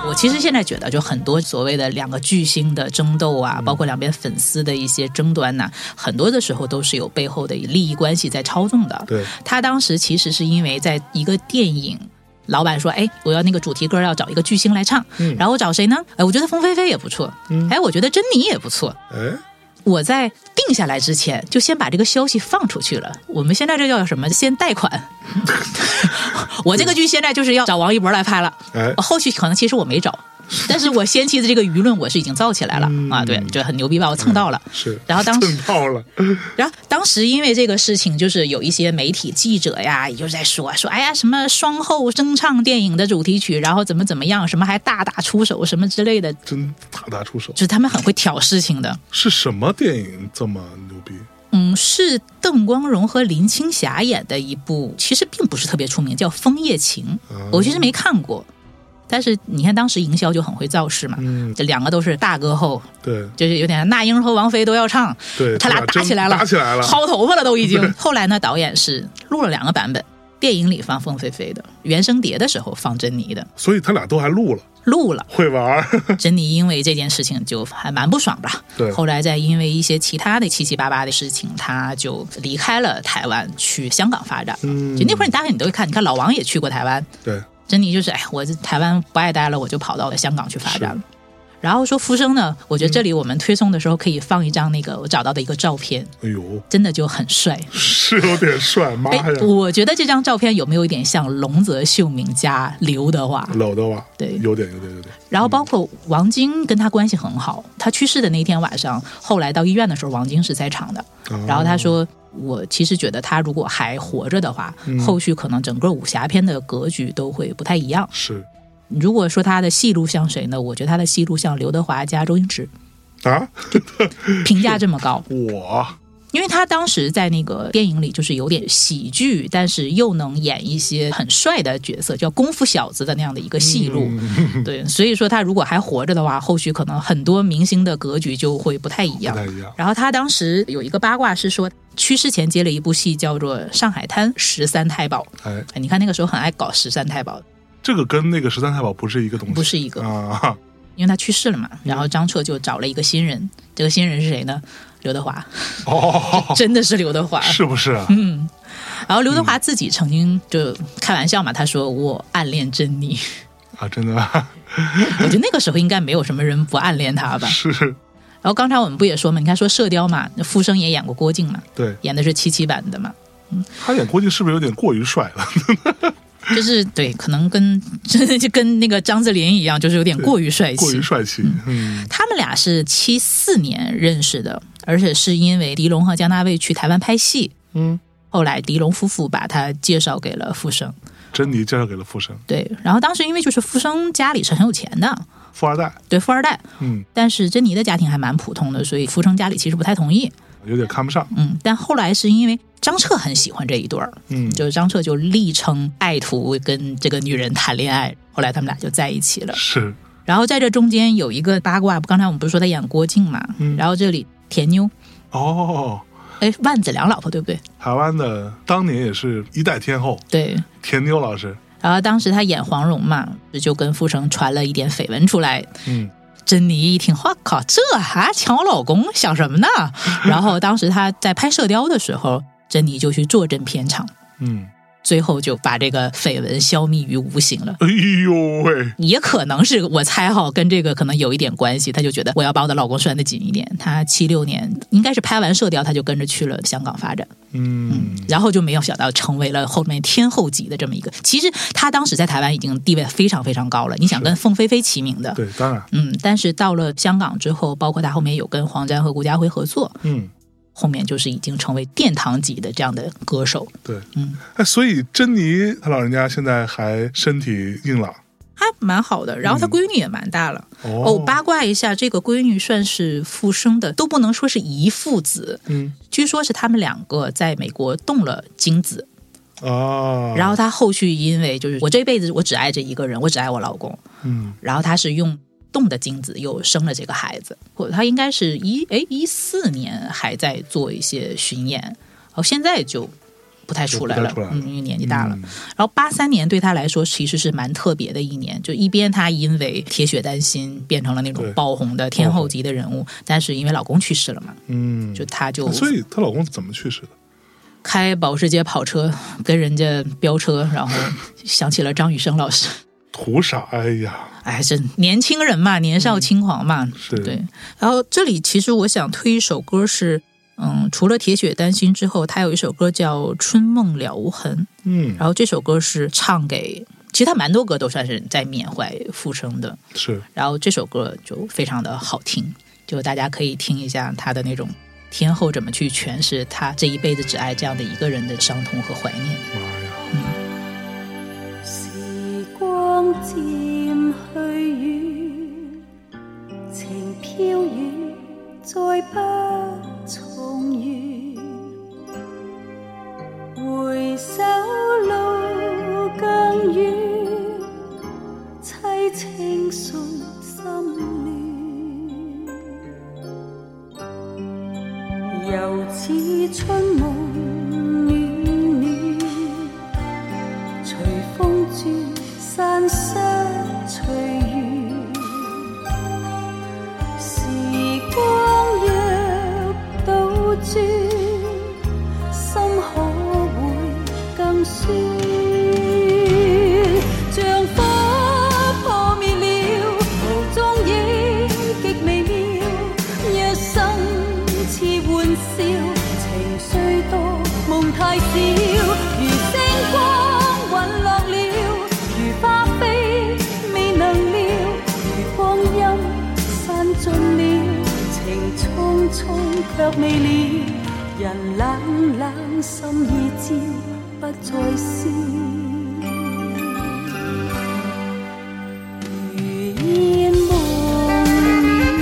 我其实现在觉得，就很多所谓的两个巨星的争斗啊，
嗯
包括两边粉丝的一些争端呐、很多的时候都是有背后的利益关系在操纵的。
对，
他当时其实是因为在一个电影。老板说：“哎，我要那个主题歌，要找一个巨星来唱。
嗯
然后我找谁呢？哎，我觉得凤飞飞也不错，
嗯
哎，我觉得珍妮也不错。
哎，
我在定下来之前，就先把这个消息放出去了。我们现在这叫什么？先贷款。 我这个剧现在就是要找王一博来拍了，
哎
后续可能其实我没找，但是我先期的这个舆论我是已经造起来了、啊，对，就很牛逼吧，我蹭到了。
是，
然后当时
蹭到了，
然后当时因为这个事情，就是有一些媒体记者呀，也就在说说，哎呀，什么双后声唱电影的主题曲，然后怎么怎么样，什么还大打出手什么之类的，
真大打出手
就。是他们很会挑事情的。
是什么电影这么牛逼？
嗯，是邓光荣和林青霞演的一部，其实并不是特别出名，叫《枫叶情》，
啊
我其实没看过。但是你看，当时营销就很会造势嘛，
嗯
这两个都是大歌后，
对
就是有点那英和王菲都要唱，
对，
他俩
俩
打
真
起来了，
打起来了，
薅头发了都已
对
经。后来呢，导演是录了两个版本，电影里放凤飞飞的，原声碟的时候放珍妮的，
所以他俩都还录了，
录了。
会玩儿，
珍妮因为这件事情就还蛮不爽吧，
对
后来再因为一些其他的七七八八的事情，她就离开了台湾，去香港发展了。
嗯
就那会儿你大概你都会看，你看老王也去过台湾，
对，
珍妮就是哎，我这台湾不爱待了，我就跑到香港去发展了。然后说《浮生》呢，我觉得这里我们推送的时候可以放一张那个我找到的一个照片，
哎呦，
真的就很帅，
是有点帅，妈
哎
呀，，
我觉得这张照片有没有一点像龙泽秀明加刘德华？
搂的哇，
对
有点有点有点，
然后包括王晶跟他关系很好，他去世的那天晚上，后来到医院的时候，王晶是在场的。
哦
然后他说：“我其实觉得他如果还活着的话，
嗯
后续可能整个武侠片的格局都会不太一样。
是
如果说他的戏路像谁呢？我觉得他的戏路像刘德华加周星驰，
啊，
评价这么高。
我
因为他当时在那个电影里就是有点喜剧，但是又能演一些很帅的角色，叫功夫小子的那样的一个戏
嗯
路。对，所以说他如果还活着的话，后续可能很多明星的格局就会不太一样
不。太一样
然后他当时有一个八卦是说，去世前接了一部戏叫做《上海滩十三太保》。
哎，
哎你看那个时候很爱搞十三太保，
这个跟那个十三太保不是一个东西，
不是一个
啊，
因为他去世了嘛。
嗯
然后张彻就找了一个新人，这个新人是谁呢？刘德华，
哦，
真的是刘德华。
是嗯不是啊？
嗯，然后刘德华自己曾经就开玩笑嘛，他说我暗恋珍 妮，
啊，真 的
我觉得那个时候应该没有什么人不暗恋他吧。
是，
然后刚才我们不也说嘛，你看说《射雕》嘛，那傅生也演过郭靖嘛，
对
演的是七七版的嘛，
他演郭靖是不是有点过于帅了？
就是对，可能跟 真的就跟那个张智霖一样，就是有点过于帅
过
气
于。帅气，嗯，
他们俩是七四年认识的，而且是因为狄龙和姜大卫去台湾拍戏，
嗯，
后来狄龙夫妇把他介绍给了傅生。
珍妮介绍给了傅生，
对，然后当时因为就是傅生家里是很有钱的，
富二代，
对富二代，
嗯，
但是珍妮的家庭还蛮普通的，所以福成家里其实不太同意。
有点看不上，
嗯，但后来是因为张彻很喜欢这一对儿，
嗯，
就是张彻就力称爱徒跟这个女人谈恋爱，后来他们俩就在一起了。
是
然后在这中间有一个八卦，刚才我们不是说他演郭靖嘛，
嗯
然后这里田妞，
哦，
哎，万梓良老婆对不对？
台湾的当年也是一代天后
对。
田妞老师，
然后当时他演黄蓉嘛，就跟傅成传了一点绯闻出来，
嗯，
珍妮一听，我靠，这还抢老公，想什么 呢？然后当时她在拍《射雕》的时候，珍妮就去坐镇片场，
嗯，
最后就把这个绯闻消弭于无形了。
哎呦喂，
也可能是我猜哈，跟这个可能有一点关系。她就觉得我要把我的老公拴得紧一点。她七六年应该是拍完《射雕》，她就跟着去了香港发展，
嗯，
然后就没有想到成为了后面天后级的这么一个。其实她当时在台湾已经地位非常非常高了，你想跟凤飞飞齐名的，
对，当然，
嗯，但是到了香港之后，包括他后面有跟黄沾和顾嘉辉合作，
嗯，
后面就是已经成为殿堂级的这样的歌手。
对，
嗯，
哎，所以珍妮她老人家现在还身体硬朗，
还蛮好的，然后他闺女也蛮大了。
哦，
哦，八卦一下，这个闺女算是复生的，都不能说是一父子，
嗯
据说是他们两个在美国动了精子，
啊，
然后他后续因为就是我这辈子我只爱这一个人，我只爱我老公，
嗯，
然后他是用动的精子又生了这个孩子，或他应该是一哎一四年还在做一些巡演，然后现在就不太出来了，
就不太出来了
嗯，因为年纪大了。
嗯
然后八三年对他来说其实是蛮特别的一年，就一边他因为铁血丹心变成了那种
对
爆红的天后级的人物，但是因为老公去世了嘛，
嗯，
就她就
所以她老公怎么去世的？
开保时捷跑车跟人家飙车，然后想起了张雨生老师。
图啥？哎呀，
哎，这年轻人嘛，年少轻狂嘛，
是
对。然后这里其实我想推一首歌是，嗯，除了《铁血丹心》之后，他有一首歌叫《春梦了无痕》，
嗯
然后这首歌是唱给，其实他蛮多歌都算是在缅怀复生的，
是
然后这首歌就非常的好听，就大家可以听一下他的那种天后怎么去诠释他这一辈子只爱这样的一个人的伤痛和怀念。
光渐去远，情飘远，再不重遇。回首路更远，凄清送心乱。犹似春梦暖暖。随风转，散失随缘。时光若倒转，心可会更酸？像火破灭了，途中影极微妙。一生似玩笑，情虽多，梦太少。如星光陨落了，如花飞未能了，如光阴散尽了，情匆匆却未了。人冷冷，心已焦，不再烧。烟梦渺渺。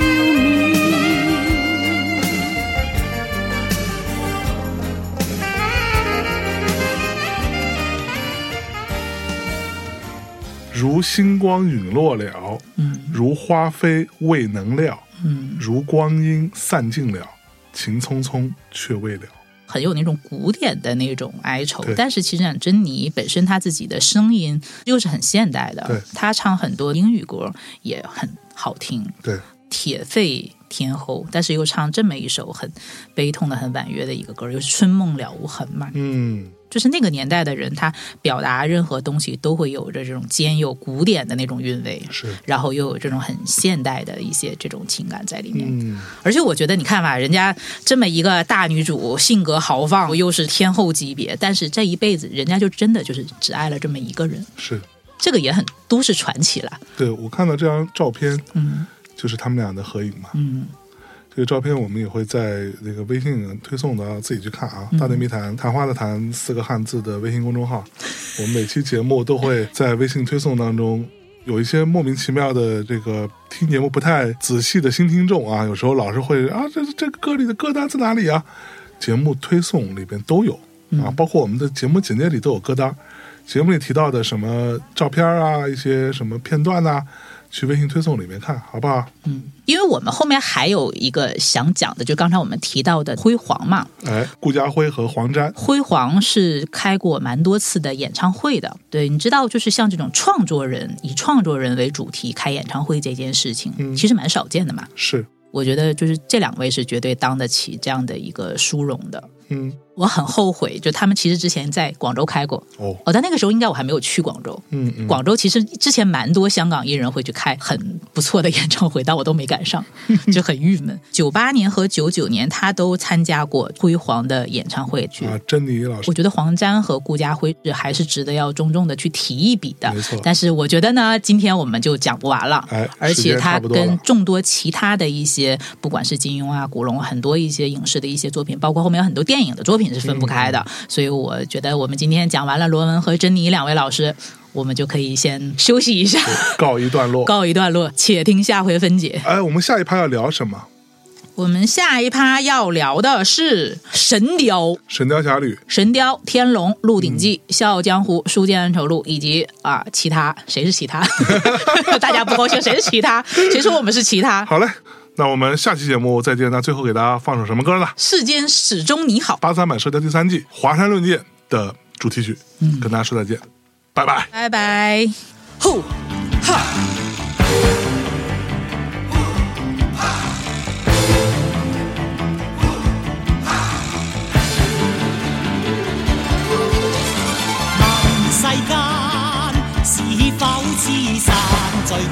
如星光陨落了，
嗯，
如花飞未能了，
嗯，
如光阴散尽了，情匆匆却未了。
很有那种古典的那种哀愁
对，
但是其实讲珍妮本身她自己的声音又是很现代
对
的，她唱很多英语歌也很好听，
对，
铁肺天后，但是又唱这么一首很悲痛的、很婉约的一个歌，又是《春梦了无痕》嘛，
嗯，
就是那个年代的人，他表达任何东西都会有着这种兼有古典的那种韵味，
是，
然后又有这种很现代的一些这种情感在里面。
嗯，
而且我觉得，你看吧，人家这么一个大女主，性格豪放，又是天后级别，但是这一辈子人家就真的就是只爱了这么一个人，
是
这个也很都市传奇了。
对。我看到这张照片，
嗯
就是他们俩的合影嘛。
嗯
这个照片我们也会在那个微信推送的，自己去看啊。
嗯
大内密谈谈话的谈四个汉字的微信公众号， 我们每期节目都会在微信推送当中。有一些莫名其妙的这个听节目不太仔细的新听众啊，有时候老是会啊，这这个歌里的歌单在哪里啊？节目推送里边都有啊，
嗯
包括我们的节目简介里都有歌单。节目里提到的什么照片啊，一些什么片段呐、去微信推送里面看好不好？
嗯，因为我们后面还有一个想讲的，就刚才我们提到的辉煌嘛，
哎，顾家辉和黄沾，
辉煌是开过蛮多次的演唱会的。对，你知道，就是像这种创作人以创作人为主题开演唱会这件事情，
嗯
其实蛮少见的嘛。
是，
我觉得就是这两位是绝对当得起这样的一个殊荣的。
嗯，
我很后悔，就他们其实之前在广州开过，
哦，
哦，但那个时候应该我还没有去广州。
嗯嗯，
广州其实之前蛮多香港艺人会去开很不错的演唱会，但我都没赶上，就很郁闷。九八年和九九年他都参加过辉煌的演唱会去。
啊，珍妮老师
我，觉得黄沾和顾嘉辉是还是值得要重重的去提一笔的
没错，
但是我觉得呢，今天我们就讲不完了，
哎
而
时
且
间差
他
不多了
跟众多其他的一些，不管是金庸啊、古龙，很多一些影视的一些作品，包括后面有很多电影的作品是分不开的。
嗯
所以我觉得我们今天讲完了罗文和珍妮两位老师，我们就可以先休息一下，
告一段 落。
告一段落，且听下回分解。
哎，我们下一趴要聊什么？
我们下一趴要聊的是神雕。
《神雕侠侣》
《神雕》《天龙》《鹿鼎
嗯
记》《笑傲江湖》《书剑恩仇录》以及啊其 他谁是其他？大家不高兴，谁是其他？谁说我们是其他？
好嘞，那我们下期节目再见。那最后给大家放首什么歌呢？
世间始终你好，
八三版《射雕》第三季《华山论剑》的主题曲，
嗯
跟大家说再见，拜拜。
拜拜。吼哈。
世間是否知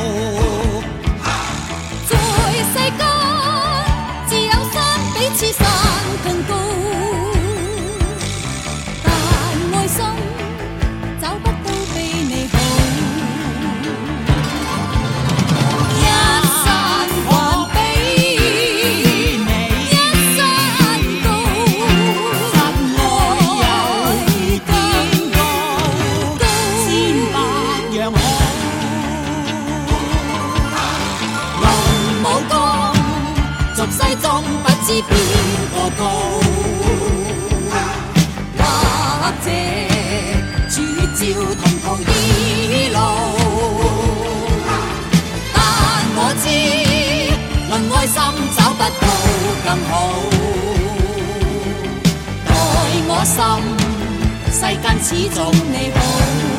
十世中不知邊個高。或者主照同途依路，但我知論愛心找不到更好。待我心，世間始終你好。